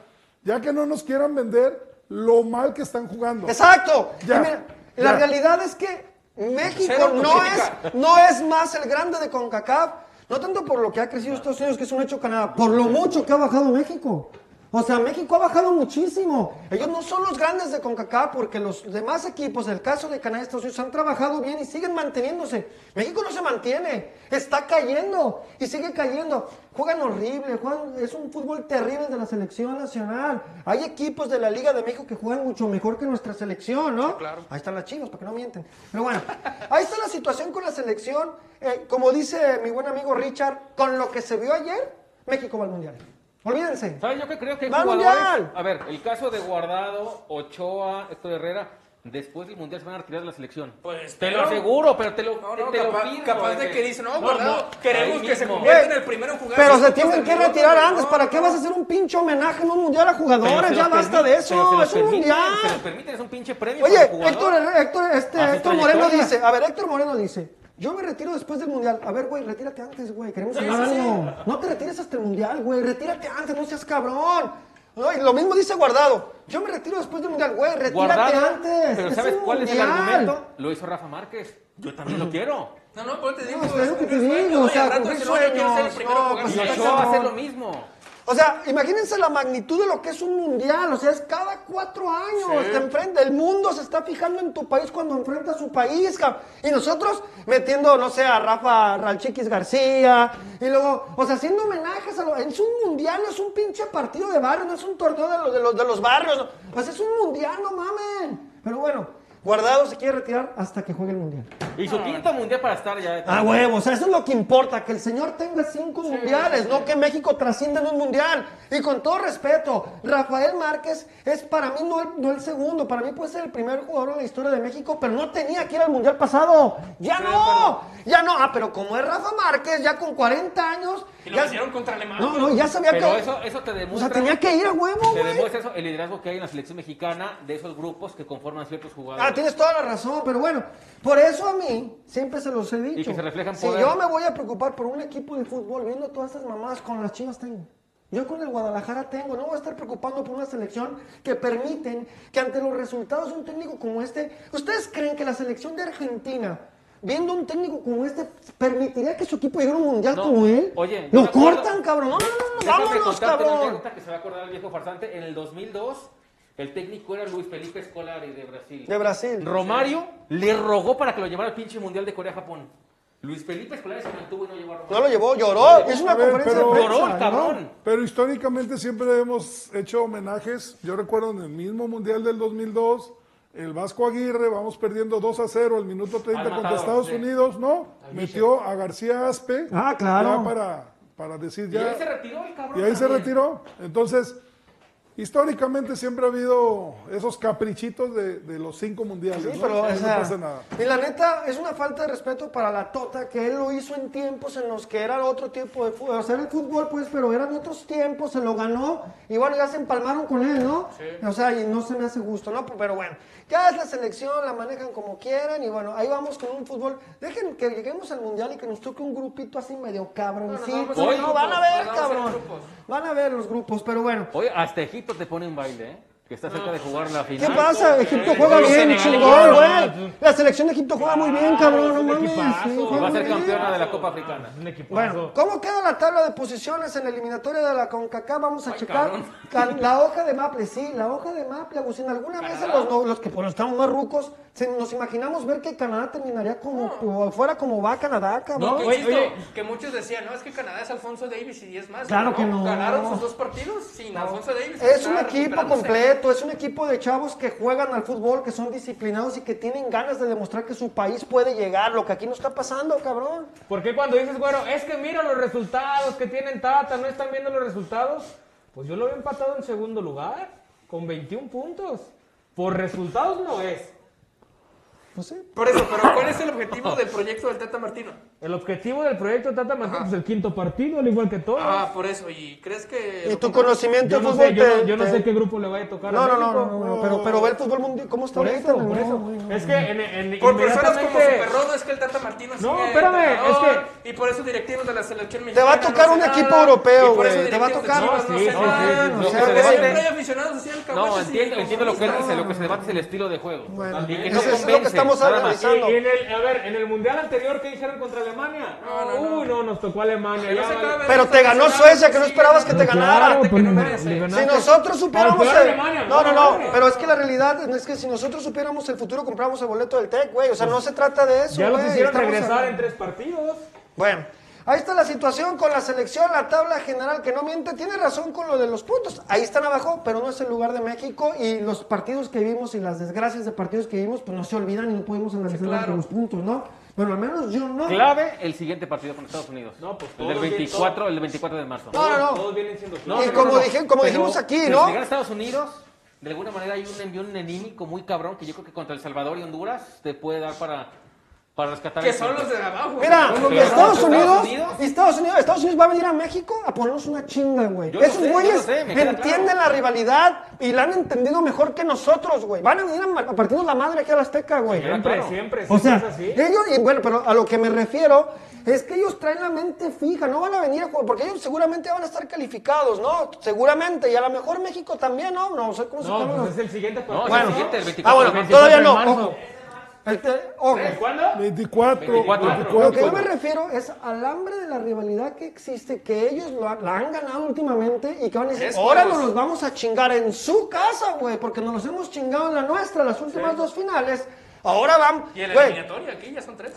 Speaker 2: ya que no nos quieran vender lo mal que están jugando.
Speaker 1: Exacto.
Speaker 2: Ya,
Speaker 1: Y mira, la
Speaker 2: ya.
Speaker 1: realidad es que México
Speaker 4: Cero
Speaker 1: no
Speaker 4: autocrítica.
Speaker 1: es, no es más el grande de CONCACAF, no tanto por lo que ha crecido Estados Unidos, que es un hecho Canadá, por lo mucho que ha bajado México. O sea, México ha bajado muchísimo. Ellos no son los grandes de CONCACAF porque los demás equipos, el caso de Canadá y Estados Unidos, han trabajado bien y siguen manteniéndose. México no se mantiene, está cayendo y sigue cayendo. Juegan horrible, juegan- es un fútbol terrible el de la selección nacional. Hay equipos de la Liga de México que juegan mucho mejor que nuestra selección, ¿no?
Speaker 4: claro.
Speaker 1: Ahí están las chivas, para que no mienten. Pero bueno, ahí está la situación con la selección. Eh, como dice mi buen amigo Richard, con lo que se vio ayer, México va al Mundial. Olvídense.
Speaker 3: ¿Sabes? Yo que creo que hay
Speaker 1: ¡Va al
Speaker 3: jugadores.
Speaker 1: Mundial!
Speaker 3: A ver, el caso de Guardado, Ochoa, Héctor Herrera, Después del mundial se van a retirar de la selección.
Speaker 4: Pues,
Speaker 3: te lo
Speaker 4: pero-
Speaker 3: aseguro, pero te lo,
Speaker 4: No, no,
Speaker 3: te lo
Speaker 4: capaz-
Speaker 3: firmo,
Speaker 4: capaz de
Speaker 3: güey.
Speaker 4: que dicen, no, guardado, queremos
Speaker 3: ahí
Speaker 4: que se
Speaker 3: mismo.
Speaker 4: convierta en el primero en jugar.
Speaker 1: Pero
Speaker 4: cinco
Speaker 1: se tienen
Speaker 4: cosas
Speaker 1: que
Speaker 4: del mundo,
Speaker 1: retirar
Speaker 4: güey,
Speaker 1: antes.
Speaker 4: no,
Speaker 1: ¿Para qué vas a hacer un pinche homenaje en un mundial a jugadores? Ya basta de eso. Es un mundial.
Speaker 3: Se lo permiten, es un pinche premio.
Speaker 1: Oye,
Speaker 3: para el jugador.
Speaker 1: Héctor, Héctor, este,
Speaker 3: A su
Speaker 1: Héctor Moreno
Speaker 3: trayectoria.
Speaker 1: dice, a ver, Héctor Moreno dice, yo me retiro después del Mundial. A ver, güey, retírate antes, güey, queremos
Speaker 4: Sí,
Speaker 1: hablar
Speaker 4: sí, sí.
Speaker 1: algo. No te retires hasta el Mundial, güey, retírate antes, no seas cabrón. No, y lo mismo dice Guardado, yo me retiro después del Mundial, güey, retírate
Speaker 3: Guardado,
Speaker 1: eh, antes.
Speaker 3: Pero
Speaker 1: es
Speaker 3: ¿sabes
Speaker 1: un
Speaker 3: cuál es el
Speaker 1: mundial.
Speaker 3: argumento? Lo hizo Rafa Márquez. Yo también lo quiero.
Speaker 4: No, no, pero te digo,
Speaker 1: No, es
Speaker 4: es
Speaker 1: lo que te
Speaker 4: un sueño,
Speaker 1: digo, o
Speaker 4: y al
Speaker 1: sea,
Speaker 4: rato
Speaker 1: cumplir
Speaker 4: dicen, no, yo quiero ser
Speaker 1: sueños,
Speaker 4: el primero en
Speaker 1: no,
Speaker 4: jugar
Speaker 1: pues,
Speaker 3: Y
Speaker 4: cinco
Speaker 1: no,
Speaker 3: Ochoa va a
Speaker 1: no.
Speaker 3: hacer lo mismo.
Speaker 1: O sea, imagínense la magnitud de lo que es un mundial. O sea, es cada cuatro años. Te enfrenta, el mundo se está fijando en tu país cuando enfrenta a su país. cabrón. Y nosotros metiendo, no sé, a Rafa Ralchiquis García. Y luego, o sea, haciendo homenajes a los. Es un mundial, no es un pinche partido de barrio, no es un torneo de los, de los, de los barrios. O sea, es un mundial, no mamen. Pero bueno, guardado se quiere retirar hasta que juegue el mundial.
Speaker 3: Y su quinto mundial para estar ya.
Speaker 1: Ah, huevo, o sea, eso es lo que importa, que el señor tenga cinco mundiales, no que México trascienda en un mundial. Y con todo respeto, Rafael Márquez es para mí no el, no el segundo, para mí puede ser el primer jugador en la historia de México, pero no tenía que ir al mundial pasado. Ya no, ya no. Ah, pero como es Rafa Márquez, ya con 40 años,
Speaker 4: Y lo
Speaker 1: ya,
Speaker 4: metieron contra Alemania.
Speaker 1: no, no, ya sabía
Speaker 3: Pero
Speaker 1: que...
Speaker 3: eso, eso te
Speaker 1: O
Speaker 3: demuestra.
Speaker 1: sea, tenía que ir a huevo,
Speaker 3: Te
Speaker 1: güey.
Speaker 3: demuestra eso, el liderazgo que hay en la selección mexicana de esos grupos que conforman ciertos
Speaker 1: Ah,
Speaker 3: jugadores.
Speaker 1: tienes toda la razón, pero bueno, por eso a mí siempre se los he dicho.
Speaker 3: Y que se refleja en
Speaker 1: Si
Speaker 3: poder.
Speaker 1: yo me voy a preocupar por un equipo de fútbol viendo todas esas mamadas con las chivas tengo. Yo con el Guadalajara tengo, no voy a estar preocupando por una selección que permiten que ante los resultados de un técnico como este, ¿ustedes creen que la selección de Argentina, viendo un técnico como este, permitiría que su equipo llegara a un mundial
Speaker 3: No,
Speaker 1: como él?
Speaker 3: oye, yo me
Speaker 1: Lo
Speaker 3: acuerdo-
Speaker 1: cortan, cabrón. No, no, no, no,
Speaker 3: Déjame
Speaker 1: vámonos,
Speaker 3: contarte una
Speaker 1: cabrón.
Speaker 3: anécdota que se va a acordar el viejo farsante. En el 2002, el técnico era Luis Felipe Scolari de Brasil.
Speaker 1: De Brasil.
Speaker 3: Romario le rogó para que lo llevara al pinche mundial de Corea-Japón. Luis Felipe Scolari se mantuvo y no llevó a Romario.
Speaker 1: No lo llevó, lloró, hizo una
Speaker 2: A ver,
Speaker 1: conferencia
Speaker 2: pero-
Speaker 1: de
Speaker 3: Lloró
Speaker 1: prensa.
Speaker 3: el cabrón.
Speaker 2: Pero históricamente siempre hemos hecho homenajes. Yo recuerdo en el mismo Mundial del 2002, el Vasco Aguirre, vamos perdiendo 2 a 0 el minuto 30
Speaker 3: Al
Speaker 2: contra
Speaker 3: matador,
Speaker 2: Estados
Speaker 3: sí.
Speaker 2: Unidos, ¿no? Metió a García Aspe.
Speaker 1: Ah, claro.
Speaker 2: ya para, para decir
Speaker 3: Y
Speaker 2: ya.
Speaker 3: ahí se retiró el cabrón.
Speaker 2: Y ahí se
Speaker 3: también.
Speaker 2: retiró. Entonces, históricamente siempre ha habido esos caprichitos de, de los cinco mundiales.
Speaker 1: Sí,
Speaker 2: ¿no?
Speaker 1: pero,
Speaker 2: No
Speaker 1: o sea,
Speaker 2: pasa nada.
Speaker 1: Y la neta, es una falta de respeto para la Tota, que él lo hizo en tiempos en los que era otro tiempo de fútbol. O sea, era el fútbol, pues, pero eran otros tiempos, se lo ganó. Y bueno, ya se empalmaron con él, ¿no? O sea, y no se me hace gusto, ¿no? Pero bueno, ya es la selección, la manejan como quieren. Y bueno, ahí vamos con un fútbol. Dejen que lleguemos al mundial y que nos toque un grupito así medio cabroncito.
Speaker 4: vamos a hacer
Speaker 1: No, van a ver,
Speaker 4: grupos, vamos a hacer
Speaker 1: cabrón.
Speaker 4: grupos.
Speaker 1: Van a ver los grupos, pero bueno.
Speaker 3: Oye, hasta Egipto te pone un baile, ¿eh? Que está cerca de jugar la
Speaker 1: ¿Qué
Speaker 3: final.
Speaker 1: pasa? Egipto juega
Speaker 3: Los
Speaker 1: bien,
Speaker 3: senegaleses,
Speaker 1: chingón,
Speaker 3: no,
Speaker 1: güey. La selección de Egipto juega muy bien, cabrón, no mames. sí,
Speaker 3: Y
Speaker 1: juega
Speaker 3: va a
Speaker 1: muy
Speaker 3: ser
Speaker 1: bien.
Speaker 3: campeona de la Copa Africana.
Speaker 5: Un equipazo.
Speaker 1: Bueno, ¿cómo queda la tabla de posiciones en la eliminatoria de la CONCACAF? Vamos a checar
Speaker 3: cabrón.
Speaker 1: la, la hoja de Maple, sí, la hoja de Maple, Agustín. ¿Alguna vez en los, no- los que por estamos más rucos se- nos imaginamos ver que Canadá terminaría como, como- fuera como va Canadá, cabrón?
Speaker 4: No, que,
Speaker 5: Oye,
Speaker 4: insisto,
Speaker 5: oye.
Speaker 4: que muchos decían, no, es que Canadá es Alfonso Davis y 10 más.
Speaker 1: Claro que no.
Speaker 4: Ganaron sus dos partidos sin Alfonso Davis.
Speaker 1: Es
Speaker 4: Está
Speaker 1: un equipo
Speaker 4: recuperándose.
Speaker 1: completo, es un equipo de chavos que juegan al fútbol, que son disciplinados y que tienen ganas de demostrar que su país puede llegar, lo que aquí no está pasando, cabrón.
Speaker 5: Porque cuando dices, bueno, es que mira los resultados que tienen Tata, no están viendo los resultados. Pues yo lo veo empatado en segundo lugar, con 21 puntos. Por resultados no es.
Speaker 1: No sé,
Speaker 4: Por eso, pero ¿cuál es el objetivo del proyecto del Tata Martino?
Speaker 5: El objetivo del proyecto Tata Martino es el quinto partido, al igual que todos.
Speaker 4: Ah, por eso. ¿Y crees que.?
Speaker 1: Y
Speaker 4: lo
Speaker 1: tu
Speaker 4: compra-
Speaker 1: conocimiento
Speaker 5: yo
Speaker 1: de
Speaker 5: no,
Speaker 1: fútbol
Speaker 5: sé, yo, no,
Speaker 1: pues te-
Speaker 5: yo no
Speaker 1: te-
Speaker 5: sé qué grupo le vaya a tocar.
Speaker 1: No,
Speaker 5: a
Speaker 1: no,
Speaker 5: México.
Speaker 1: no, no, no, no, pero, pero ve el fútbol mundial, ¿cómo está
Speaker 5: Por
Speaker 1: ahorita,
Speaker 5: eso,
Speaker 1: no,
Speaker 5: por eso.
Speaker 1: güey?
Speaker 5: Es que en, en-
Speaker 4: Por personas como
Speaker 5: inmediatamente-
Speaker 4: Superrodo es que el Tata Martino
Speaker 5: No,
Speaker 4: sigue
Speaker 5: espérame,
Speaker 4: entrenador,
Speaker 5: es
Speaker 4: Y por eso directivos de la selección
Speaker 1: Te
Speaker 4: mexicana.
Speaker 1: va a tocar
Speaker 4: no
Speaker 1: un
Speaker 4: hacen
Speaker 1: equipo
Speaker 4: nada,
Speaker 1: europeo,
Speaker 4: y por eso
Speaker 1: güey, te va a
Speaker 4: directivos
Speaker 1: tocar-
Speaker 4: de Chivas
Speaker 5: No,
Speaker 4: no
Speaker 5: sí,
Speaker 4: hacen
Speaker 5: no, sí,
Speaker 4: nada,
Speaker 5: sí,
Speaker 4: no sé
Speaker 5: sí, sí,
Speaker 4: nada,
Speaker 5: sí,
Speaker 3: sí.
Speaker 4: siempre hay aficionados así al
Speaker 3: No,
Speaker 4: caguache, sí,
Speaker 3: entiendo,
Speaker 4: como
Speaker 3: entiendo lo que
Speaker 4: comunistas.
Speaker 3: dice, lo que se debate es el estilo de juego.
Speaker 1: Bueno,
Speaker 3: Y que
Speaker 1: eso
Speaker 3: no
Speaker 1: es lo que
Speaker 3: convence,
Speaker 1: estamos
Speaker 3: nada más.
Speaker 5: Sí,
Speaker 1: analizando.
Speaker 5: y en el, a ver, en el Mundial anterior, ¿qué dijeron contra Alemania?
Speaker 4: No, no,
Speaker 5: Uy, no, nos tocó Alemania.
Speaker 4: Que no
Speaker 5: ya
Speaker 4: se
Speaker 5: vale.
Speaker 4: acabe
Speaker 1: Pero
Speaker 4: los
Speaker 1: te ganó
Speaker 4: aficionados,
Speaker 1: Suecia, que no
Speaker 4: sí,
Speaker 1: esperabas que
Speaker 4: no,
Speaker 1: te
Speaker 4: claro,
Speaker 1: ganara.
Speaker 4: que
Speaker 5: pues,
Speaker 4: no
Speaker 5: le-
Speaker 4: merece.
Speaker 5: le
Speaker 1: Si
Speaker 5: ganaste.
Speaker 1: nosotros supiéramos
Speaker 5: Pero fue
Speaker 1: el-
Speaker 5: Alemania,
Speaker 1: No, no,
Speaker 5: no,
Speaker 1: no,
Speaker 5: Alemania.
Speaker 1: pero es que la realidad es que si nosotros supiéramos el futuro compramos el boleto del TEC, güey, o sea, no se trata de eso,
Speaker 5: Pues, Ya los
Speaker 1: güey,
Speaker 5: hicieron
Speaker 1: estamos
Speaker 5: regresar
Speaker 1: hablando-
Speaker 5: en tres partidos.
Speaker 1: Bueno, ahí está la situación con la selección, la tabla general que no miente, tiene razón con lo de los puntos. Ahí están abajo, pero no es el lugar de México y los partidos que vimos y las desgracias de partidos que vimos, pues no se olvidan y no pudimos analizar
Speaker 4: claro.
Speaker 1: los puntos, ¿no? Bueno, al menos yo no.
Speaker 3: Clave el siguiente partido con Estados Unidos.
Speaker 5: No, pues,
Speaker 3: el del
Speaker 5: todos bien,
Speaker 3: 24, el del 24 de marzo.
Speaker 1: No, no, no.
Speaker 5: Todos vienen siendo
Speaker 1: Y como dije- como dijimos aquí,
Speaker 3: pero
Speaker 1: ¿no?
Speaker 3: Si gana Estados Unidos, de alguna manera hay un envío enemímico muy cabrón que yo creo que contra El Salvador y Honduras te puede dar para, para rescatar.
Speaker 4: Que
Speaker 3: el
Speaker 4: son
Speaker 3: punto.
Speaker 4: los de abajo.
Speaker 1: Mira,
Speaker 3: Son los de
Speaker 1: Estados
Speaker 3: abajo,
Speaker 1: Unidos, Estados Unidos, Estados Unidos va a venir a México a ponernos una chinga, güey.
Speaker 3: Yo lo sé,
Speaker 1: Esos
Speaker 3: yo
Speaker 1: güeyes
Speaker 3: lo sé, me queda
Speaker 1: entienden la rivalidad y la han entendido mejor que nosotros, güey. Van a venir a, ma- a partirnos la madre aquí a la Azteca, güey.
Speaker 5: Siempre, siempre,
Speaker 1: O
Speaker 5: siempre
Speaker 1: sea,
Speaker 5: es así.
Speaker 1: ellos, y bueno, pero a lo que me refiero es que ellos traen la mente fija, no van a venir a jugar, porque ellos seguramente van a estar calificados, ¿no? Seguramente, y a lo mejor México también, ¿no? No sé cómo se
Speaker 5: No,
Speaker 1: llama.
Speaker 5: pues es el siguiente partido.
Speaker 3: No, es el
Speaker 1: Bueno,
Speaker 3: siguiente, el 24.
Speaker 1: ah, bueno,
Speaker 5: el 24
Speaker 1: todavía
Speaker 5: de
Speaker 1: no.
Speaker 5: marzo.
Speaker 1: Ojo. El te- ojo.
Speaker 2: 24,
Speaker 3: 24.
Speaker 2: 24.
Speaker 1: Lo que yo me refiero es al hambre de la rivalidad que existe, que ellos lo han- la han ganado últimamente y que van a decir,
Speaker 4: Estos.
Speaker 1: ahora nos los vamos a chingar en su casa, güey, porque nos los hemos chingado en la nuestra, las últimas dos finales. Ahora van,
Speaker 4: Y en la
Speaker 1: güey,
Speaker 4: eliminatoria, aquí ya son tres.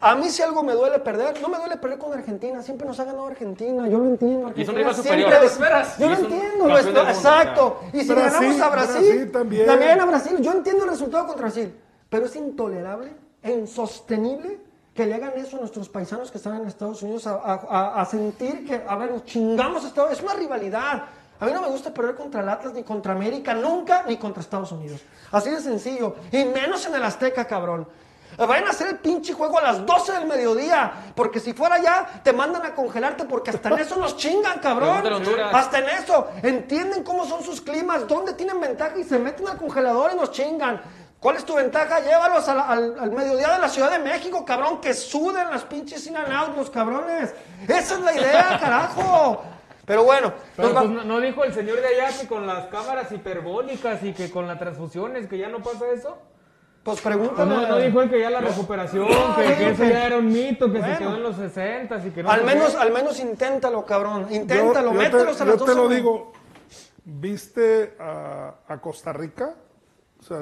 Speaker 1: a mí si algo me duele perder, no me duele perder con Argentina, siempre nos ha ganado Argentina, yo lo entiendo.
Speaker 3: Y es
Speaker 1: Argentina
Speaker 3: un rival superior.
Speaker 1: siempre-
Speaker 3: Lo esperas.
Speaker 1: Yo
Speaker 3: Y
Speaker 1: lo
Speaker 3: es un
Speaker 1: entiendo,
Speaker 3: campeón
Speaker 1: lo
Speaker 3: del
Speaker 1: estoy-
Speaker 3: mundo,
Speaker 1: exacto. Y si le
Speaker 2: Brasil,
Speaker 1: ganamos a Brasil,
Speaker 2: Brasil también.
Speaker 1: a Brasil, yo entiendo el resultado contra Brasil, pero es intolerable, e insostenible que le hagan eso a nuestros paisanos que están en Estados Unidos a, a- a- a sentir que, a ver, nos chingamos a Estados Es una rivalidad. A mí no me gusta perder contra el Atlas, ni contra América, nunca, ni contra Estados Unidos. Así de sencillo. Y menos en el Azteca, cabrón. Vayan a hacer el pinche juego a las 12 del mediodía, porque si fuera ya te mandan a congelarte porque hasta en eso nos chingan, cabrón.
Speaker 3: Pregúntale a Honduras.
Speaker 1: Hasta en eso, entienden cómo son sus climas, dónde tienen ventaja y se meten al congelador y nos chingan. ¿Cuál es tu ventaja? Llévalos a la- al, al mediodía de la Ciudad de México, cabrón, que suden las pinches in and out, los cabrones. Esa es la idea, carajo. Pero bueno,
Speaker 5: Pero
Speaker 1: nos va-
Speaker 5: pues no, no dijo el señor de allá que con las cámaras hiperbólicas y que con las transfusiones, que ya no pasa eso. Pues,
Speaker 1: pues
Speaker 5: No,
Speaker 1: pregúntale.
Speaker 5: no dijo él que ya la recuperación,
Speaker 1: No,
Speaker 5: que, que
Speaker 1: dijo
Speaker 5: eso
Speaker 1: que-
Speaker 5: ya era un mito, que
Speaker 1: Bueno.
Speaker 5: se quedó en los 60 y que no.
Speaker 1: al
Speaker 5: sé
Speaker 1: menos,
Speaker 5: qué.
Speaker 1: al menos inténtalo, cabrón.
Speaker 2: Yo-
Speaker 1: Inténtalo,
Speaker 2: yo te-
Speaker 1: mételos a las
Speaker 2: Yo te
Speaker 1: 12
Speaker 2: lo
Speaker 1: güey.
Speaker 2: digo. ¿Viste a, a Costa Rica? O sea,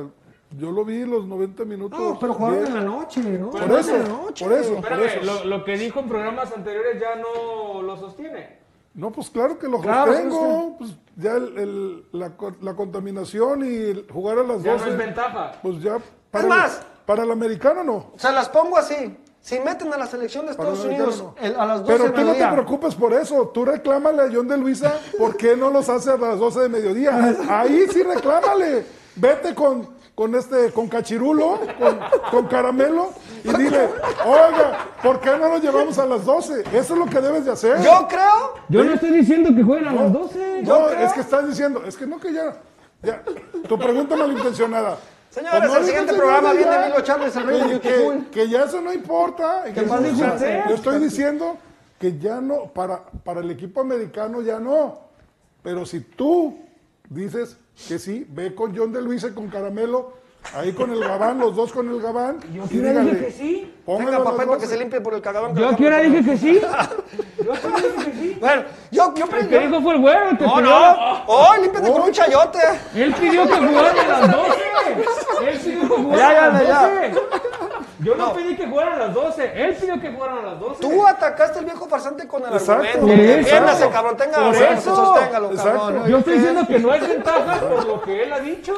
Speaker 2: yo lo vi los 90 minutos.
Speaker 1: No, pero jugaron
Speaker 2: bien.
Speaker 1: en la noche, ¿no?
Speaker 2: pues, Por
Speaker 1: Jugaron
Speaker 2: eso,
Speaker 1: en la noche.
Speaker 2: por eso.
Speaker 5: Espérame, lo, lo que dijo en programas anteriores ya no lo sostiene.
Speaker 2: No, pues claro que lo
Speaker 1: Claro,
Speaker 2: tengo. Pues ya el- el- la, co- la contaminación y el jugar a las 12.
Speaker 5: Ya no es ventaja.
Speaker 2: Pues ya. Para,
Speaker 1: más.
Speaker 2: Para el americano no.
Speaker 1: Se las pongo así. Si meten a la selección de
Speaker 2: Para el
Speaker 1: Estados Unidos
Speaker 2: americano no.
Speaker 1: el- a las 12
Speaker 2: Pero
Speaker 1: del
Speaker 2: tú no te
Speaker 1: mediodía.
Speaker 2: preocupes por eso. Tú reclámale a John de Luisa por qué no los hace a las 12 de mediodía. Ahí sí reclámale. Vete con, con este, con cachirulo, con, con caramelo y dile, oiga, ¿por qué no nos llevamos a las 12? Eso es lo que debes de hacer.
Speaker 1: Yo creo,
Speaker 5: Yo no estoy diciendo que jueguen a las 12.
Speaker 2: No,
Speaker 1: creo-
Speaker 2: es que estás diciendo, es que no que ya, ya. Tu pregunta malintencionada.
Speaker 1: Señores,
Speaker 2: Pues no,
Speaker 1: el siguiente
Speaker 2: no,
Speaker 1: programa
Speaker 2: señora,
Speaker 1: viene
Speaker 2: ya.
Speaker 1: Emilio Charles, el rey
Speaker 2: Que-
Speaker 1: del
Speaker 2: que,
Speaker 1: Yuticul.
Speaker 2: que ya eso no importa. que
Speaker 1: más
Speaker 2: eso-
Speaker 1: dijo usted?
Speaker 2: yo estoy diciendo que ya no, para, para el equipo americano ya no. Pero si tú dices que sí, ve con John de Luisa y con Caramelo, ahí con el gabán, los dos con el gabán. Yo
Speaker 5: ahora dije que sí.
Speaker 1: Tenga papel para que se limpie por el cagadón. que
Speaker 5: Yo
Speaker 1: le
Speaker 5: aquí
Speaker 1: acabo
Speaker 5: ahora
Speaker 1: de
Speaker 5: dije que sí. Yo aquí ahora dije que sí.
Speaker 1: poner. Bueno, yo, yo
Speaker 5: El que dijo fue el güero, el que
Speaker 1: No,
Speaker 5: pidió-
Speaker 1: no. Oh, límpiate con un chayote.
Speaker 5: Él pidió que jugaran a las 12. Él pidió que
Speaker 1: Ya, ya,
Speaker 5: jugaran a
Speaker 1: ya.
Speaker 5: las 12. Yo no, pedí que jugaran a las 12. Él pidió que jugaran a las 12.
Speaker 1: Tú atacaste al viejo farsante con el
Speaker 2: Exacto.
Speaker 1: argumento.
Speaker 2: Por
Speaker 5: eso.
Speaker 1: Defiéndase, cabrón. Tenga
Speaker 5: Por
Speaker 1: valor,
Speaker 5: eso.
Speaker 1: sosténgalo,
Speaker 2: Exacto.
Speaker 1: cabrón.
Speaker 5: Yo estoy diciendo que no es ventaja por lo que él ha dicho.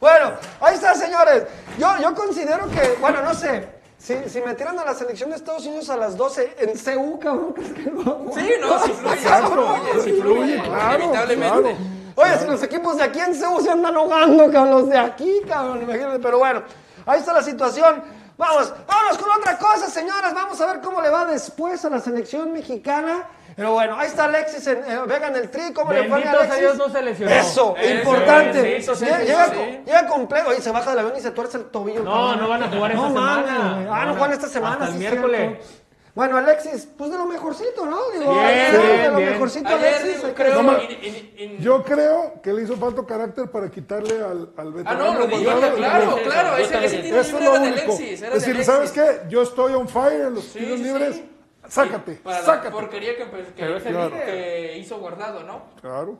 Speaker 1: Bueno, ahí está, señores. Yo, yo considero que, bueno, no sé. Si, si metieran a la selección de Estados Unidos a las 12 en CU, cabrón, ¿crees que lo hago?
Speaker 4: Sí, no, si fluye, si fluye, si fluye,
Speaker 2: Influye, claro,
Speaker 4: inevitablemente.
Speaker 2: claro.
Speaker 1: Oye, si los equipos de aquí en CU se andan ahogando con los de aquí, cabrón, imagínate. Pero bueno, ahí está la situación. Vamos, vámonos con otra cosa, señores. Vamos a ver cómo le va después a la selección mexicana. Pero bueno, ahí está Alexis en, eh, Vega en el tri. ¿Cómo le fue a
Speaker 5: Bendito sea
Speaker 1: Alexis?
Speaker 5: Dios, no se lesionó.
Speaker 1: Eso,
Speaker 5: Eso,
Speaker 1: importante.
Speaker 5: bendito sea
Speaker 1: Llega-
Speaker 5: Dios,
Speaker 1: llega,
Speaker 5: sí.
Speaker 1: con- llega completo. Y se baja del avión y se tuerce el tobillo.
Speaker 5: No,
Speaker 1: cabrón.
Speaker 5: no van a jugar esta
Speaker 1: No mames,
Speaker 5: semana.
Speaker 1: güey. Ah, no,
Speaker 5: No,
Speaker 1: juegan
Speaker 5: no.
Speaker 1: esta semana.
Speaker 5: Hasta el
Speaker 1: sí es cierto.
Speaker 5: miércoles.
Speaker 1: Bueno, Alexis, pues de lo mejorcito, ¿no? Digo,
Speaker 5: Bien,
Speaker 1: Alexis, de
Speaker 5: bien,
Speaker 1: lo
Speaker 5: bien.
Speaker 1: mejorcito,
Speaker 4: Ayer,
Speaker 1: Alexis.
Speaker 4: digo,
Speaker 1: hay que
Speaker 4: creo,
Speaker 2: Toma.
Speaker 4: in- in- in-
Speaker 2: Yo creo que le hizo falta carácter para quitarle al, al
Speaker 4: Ah,
Speaker 2: veterano.
Speaker 4: no, lo digo,
Speaker 2: Gonzalo.
Speaker 4: claro,
Speaker 3: yo
Speaker 4: claro,
Speaker 3: también.
Speaker 4: ese, ese tiro
Speaker 2: Eso
Speaker 4: libre
Speaker 2: es lo
Speaker 4: era de
Speaker 2: único.
Speaker 4: Alexis, era de
Speaker 2: Decir,
Speaker 4: Alexis.
Speaker 2: ¿sabes qué? Yo estoy on fire en los tiros
Speaker 4: sí,
Speaker 2: libres.
Speaker 4: sí.
Speaker 2: Sácate,
Speaker 4: Para la
Speaker 2: sácate.
Speaker 4: porquería que, pues, que-
Speaker 3: Pero ese
Speaker 4: que
Speaker 3: libre.
Speaker 4: hizo guardado, ¿no?
Speaker 2: Claro.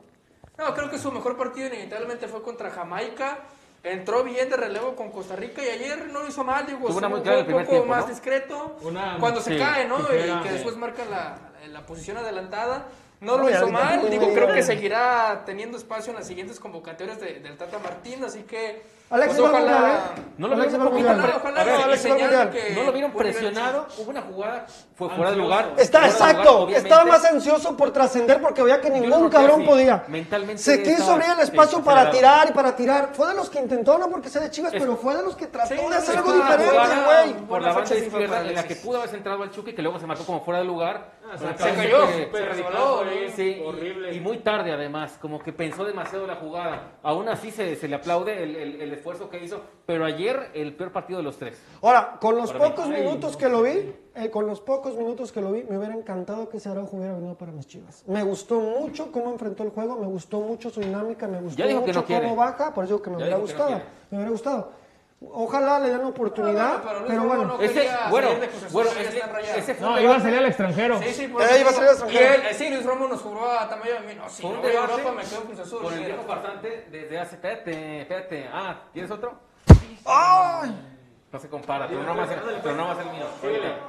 Speaker 4: No, creo que su mejor partido inevitablemente fue contra Jamaica. Entró bien de relevo con Costa Rica y ayer no lo hizo mal, digo,
Speaker 3: Tuvo una
Speaker 4: estuvo
Speaker 3: muy clara el
Speaker 4: un
Speaker 3: primer
Speaker 4: poco
Speaker 3: tiempo,
Speaker 4: más
Speaker 3: ¿no?
Speaker 4: discreto.
Speaker 5: Una-
Speaker 4: cuando se
Speaker 3: sí,
Speaker 4: cae, ¿no?
Speaker 5: siquiera,
Speaker 4: y que
Speaker 5: sí.
Speaker 4: después marca la, la posición adelantada. No lo
Speaker 1: Ay,
Speaker 4: hizo
Speaker 1: ahorita
Speaker 4: mal,
Speaker 1: fue
Speaker 4: digo,
Speaker 1: muy
Speaker 4: creo
Speaker 1: bien.
Speaker 4: que seguirá teniendo espacio en las siguientes convocatorias de- del Tata Martín, así que
Speaker 1: Alex
Speaker 4: pues,
Speaker 1: va a
Speaker 4: ojalá...
Speaker 1: jugar, ¿eh?
Speaker 3: No lo
Speaker 1: Alex
Speaker 3: vieron
Speaker 1: va a
Speaker 3: un poquito
Speaker 1: jugar.
Speaker 3: pre-
Speaker 4: Ojalá
Speaker 3: a ver,
Speaker 4: sea
Speaker 3: Alex va a
Speaker 4: señal de
Speaker 3: jugar.
Speaker 4: que
Speaker 3: No lo vieron
Speaker 4: pudiera-
Speaker 3: presionado. Hubo una jugada, fue fuera de lugar.
Speaker 1: Está
Speaker 3: fuera de lugar,
Speaker 1: exacto,
Speaker 3: obviamente.
Speaker 1: estaba más ansioso por trascender porque veía que
Speaker 3: Yo
Speaker 1: ningún
Speaker 3: creo que
Speaker 1: cabrón
Speaker 3: sí,
Speaker 1: podía.
Speaker 3: Mentalmente
Speaker 1: Se quiso
Speaker 3: estaba
Speaker 1: abrir el espacio para
Speaker 3: desacelerado.
Speaker 1: tirar y para tirar. Fue de los que intentó, no porque sea de Chivas, pero fue de los que trató
Speaker 4: Sí,
Speaker 1: de hacer algo
Speaker 4: estaba
Speaker 1: diferente,
Speaker 4: jugando
Speaker 1: güey.
Speaker 3: Por la
Speaker 4: Buenas
Speaker 3: banda
Speaker 4: fechas
Speaker 3: izquierda, en la que
Speaker 4: informales.
Speaker 3: pudo haber centrado al Chucky, que luego se marcó como fuera de lugar.
Speaker 5: se
Speaker 3: Entonces,
Speaker 4: cayó,
Speaker 3: eh,
Speaker 4: pero
Speaker 3: se
Speaker 4: resbaló,
Speaker 3: resbaló,
Speaker 4: eh,
Speaker 3: sí, y-
Speaker 5: horrible.
Speaker 3: Y muy tarde, además, como que pensó demasiado la jugada. Aún así, se, se le aplaude el, el- el esfuerzo que hizo. Pero ayer, el peor partido de los tres.
Speaker 1: Ahora, con los
Speaker 3: Para mí.
Speaker 1: pocos minutos que lo vi, eh, con los pocos minutos que lo vi, me hubiera encantado que ese Araujo hubiera venido para mis chivas. Me gustó mucho cómo enfrentó el juego, me gustó mucho su dinámica, me gustó
Speaker 3: Ya dijo que
Speaker 1: mucho
Speaker 3: no quiere.
Speaker 1: cómo baja, por eso digo que me
Speaker 3: Ya
Speaker 1: hubiera
Speaker 3: dijo que no
Speaker 1: gustado.
Speaker 3: quiere.
Speaker 1: me hubiera gustado. Ojalá le den oportunidad,
Speaker 4: Ah, bueno,
Speaker 1: pero,
Speaker 4: pero Luis
Speaker 1: bueno.
Speaker 4: Romo no-
Speaker 3: Ese,
Speaker 4: quería
Speaker 3: bueno,
Speaker 4: salir de Cruz Azul,
Speaker 3: bueno,
Speaker 4: ya
Speaker 3: ese,
Speaker 4: está enrollado.
Speaker 3: ese fue un
Speaker 5: No, iba a
Speaker 3: debate-
Speaker 5: salir al extranjero.
Speaker 4: Sí, sí, por
Speaker 1: Eh,
Speaker 4: eso
Speaker 1: iba a
Speaker 4: digo.
Speaker 1: salir extranjero.
Speaker 4: Y él, eh, sí, Luis Romo nos jugó a Tamayo a mí. No, si
Speaker 3: Fue un
Speaker 4: no voy a
Speaker 3: debate
Speaker 4: Europa me quedo con Cruz Azul.
Speaker 3: Con
Speaker 4: sí,
Speaker 3: el viejo
Speaker 4: no.
Speaker 3: farsante desde hace. Espérate, espérate. Ah, ¿tienes otro? No se compara, pero no más el, pero no
Speaker 4: pues.
Speaker 3: más el mío. Ahorita.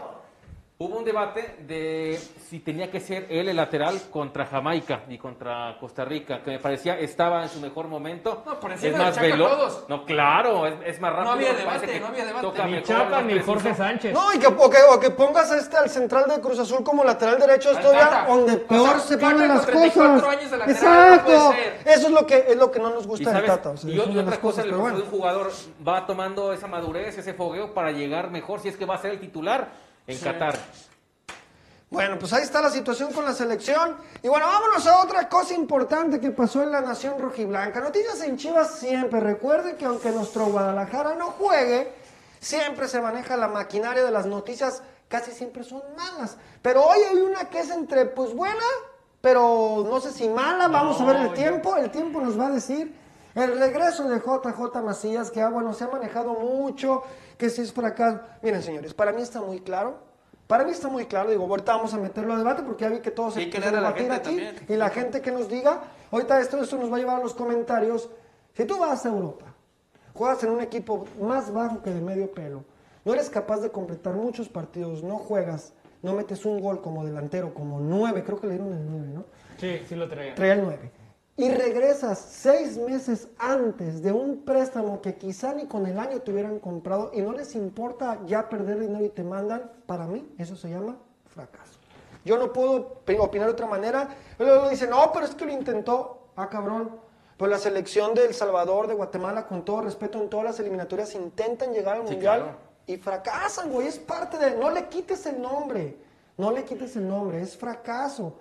Speaker 3: Hubo un debate de si tenía que ser él el lateral contra Jamaica y contra Costa Rica, que me parecía estaba en su mejor momento.
Speaker 4: No, por encima del Chaca todos.
Speaker 3: No, claro, es, es más rápido.
Speaker 4: había
Speaker 3: me parece
Speaker 4: debate,
Speaker 3: que
Speaker 4: no había debate.
Speaker 3: toca
Speaker 5: Ni
Speaker 3: mejor,
Speaker 5: Chapa
Speaker 3: más
Speaker 5: ni
Speaker 3: preciso.
Speaker 5: Jorge Sánchez.
Speaker 1: No, y que, o que, o que pongas a este al central de Cruz Azul como lateral derecho, es
Speaker 4: Al
Speaker 1: todavía
Speaker 4: Tata.
Speaker 1: donde
Speaker 4: O sea,
Speaker 1: peor se
Speaker 4: Tata
Speaker 1: ponen
Speaker 4: con
Speaker 1: las
Speaker 4: 34
Speaker 1: cosas.
Speaker 4: años de lateral, no
Speaker 1: Exacto.
Speaker 4: puede ser.
Speaker 1: Eso es lo que es lo que no nos
Speaker 3: Y,
Speaker 1: gusta del
Speaker 3: sabes,
Speaker 1: Tata. o sea,
Speaker 3: y
Speaker 1: es una de las
Speaker 3: otra cosa,
Speaker 1: cosas,
Speaker 3: el
Speaker 1: pero bueno.
Speaker 3: un jugador va tomando esa madurez, ese fogueo para llegar mejor, si es que va a ser el titular en Qatar.
Speaker 1: Bueno, pues ahí está la situación con la selección. Y bueno, vámonos a otra cosa importante que pasó en la Nación Rojiblanca. Noticias en Chivas siempre. Recuerden que aunque nuestro Guadalajara no juegue, siempre se maneja la maquinaria de las noticias. Casi siempre son malas. Pero hoy hay una que es entre, pues buena, pero no sé si mala. Vamos a ver el tiempo. El tiempo nos va a decir. El regreso de JJ Macías, que ah, bueno, se ha manejado mucho, que si es por acá. Miren, señores, para mí está muy claro. Para mí está muy claro, digo, ahorita vamos a meterlo a debate porque ya vi que todos
Speaker 4: Y
Speaker 1: se
Speaker 4: que
Speaker 1: empiezan
Speaker 4: leer a
Speaker 1: a
Speaker 4: la
Speaker 1: batir
Speaker 4: gente
Speaker 1: aquí
Speaker 4: también.
Speaker 1: y la gente que nos diga, ahorita esto, esto nos va a llevar a los comentarios. Si tú vas a Europa, juegas en un equipo más bajo que de medio pelo, no eres capaz de completar muchos partidos, no juegas, no metes un gol como delantero, como nueve, creo que le dieron el nueve, ¿no?
Speaker 5: Sí, sí lo traía.
Speaker 1: Traía el 9. Y regresas seis meses antes de un préstamo que quizá ni con el año te hubieran comprado y no les importa ya perder dinero y te mandan, para mí eso se llama fracaso. Yo no puedo pe- opinar de otra manera. Luego dicen, no, pero es que lo intentó. Ah, cabrón. Pues la selección de El Salvador, de Guatemala, con todo respeto, en todas las eliminatorias intentan llegar al Mundial
Speaker 3: claro.
Speaker 1: y fracasan, güey. Es parte de. No le quites el nombre. No le quites el nombre. Es fracaso.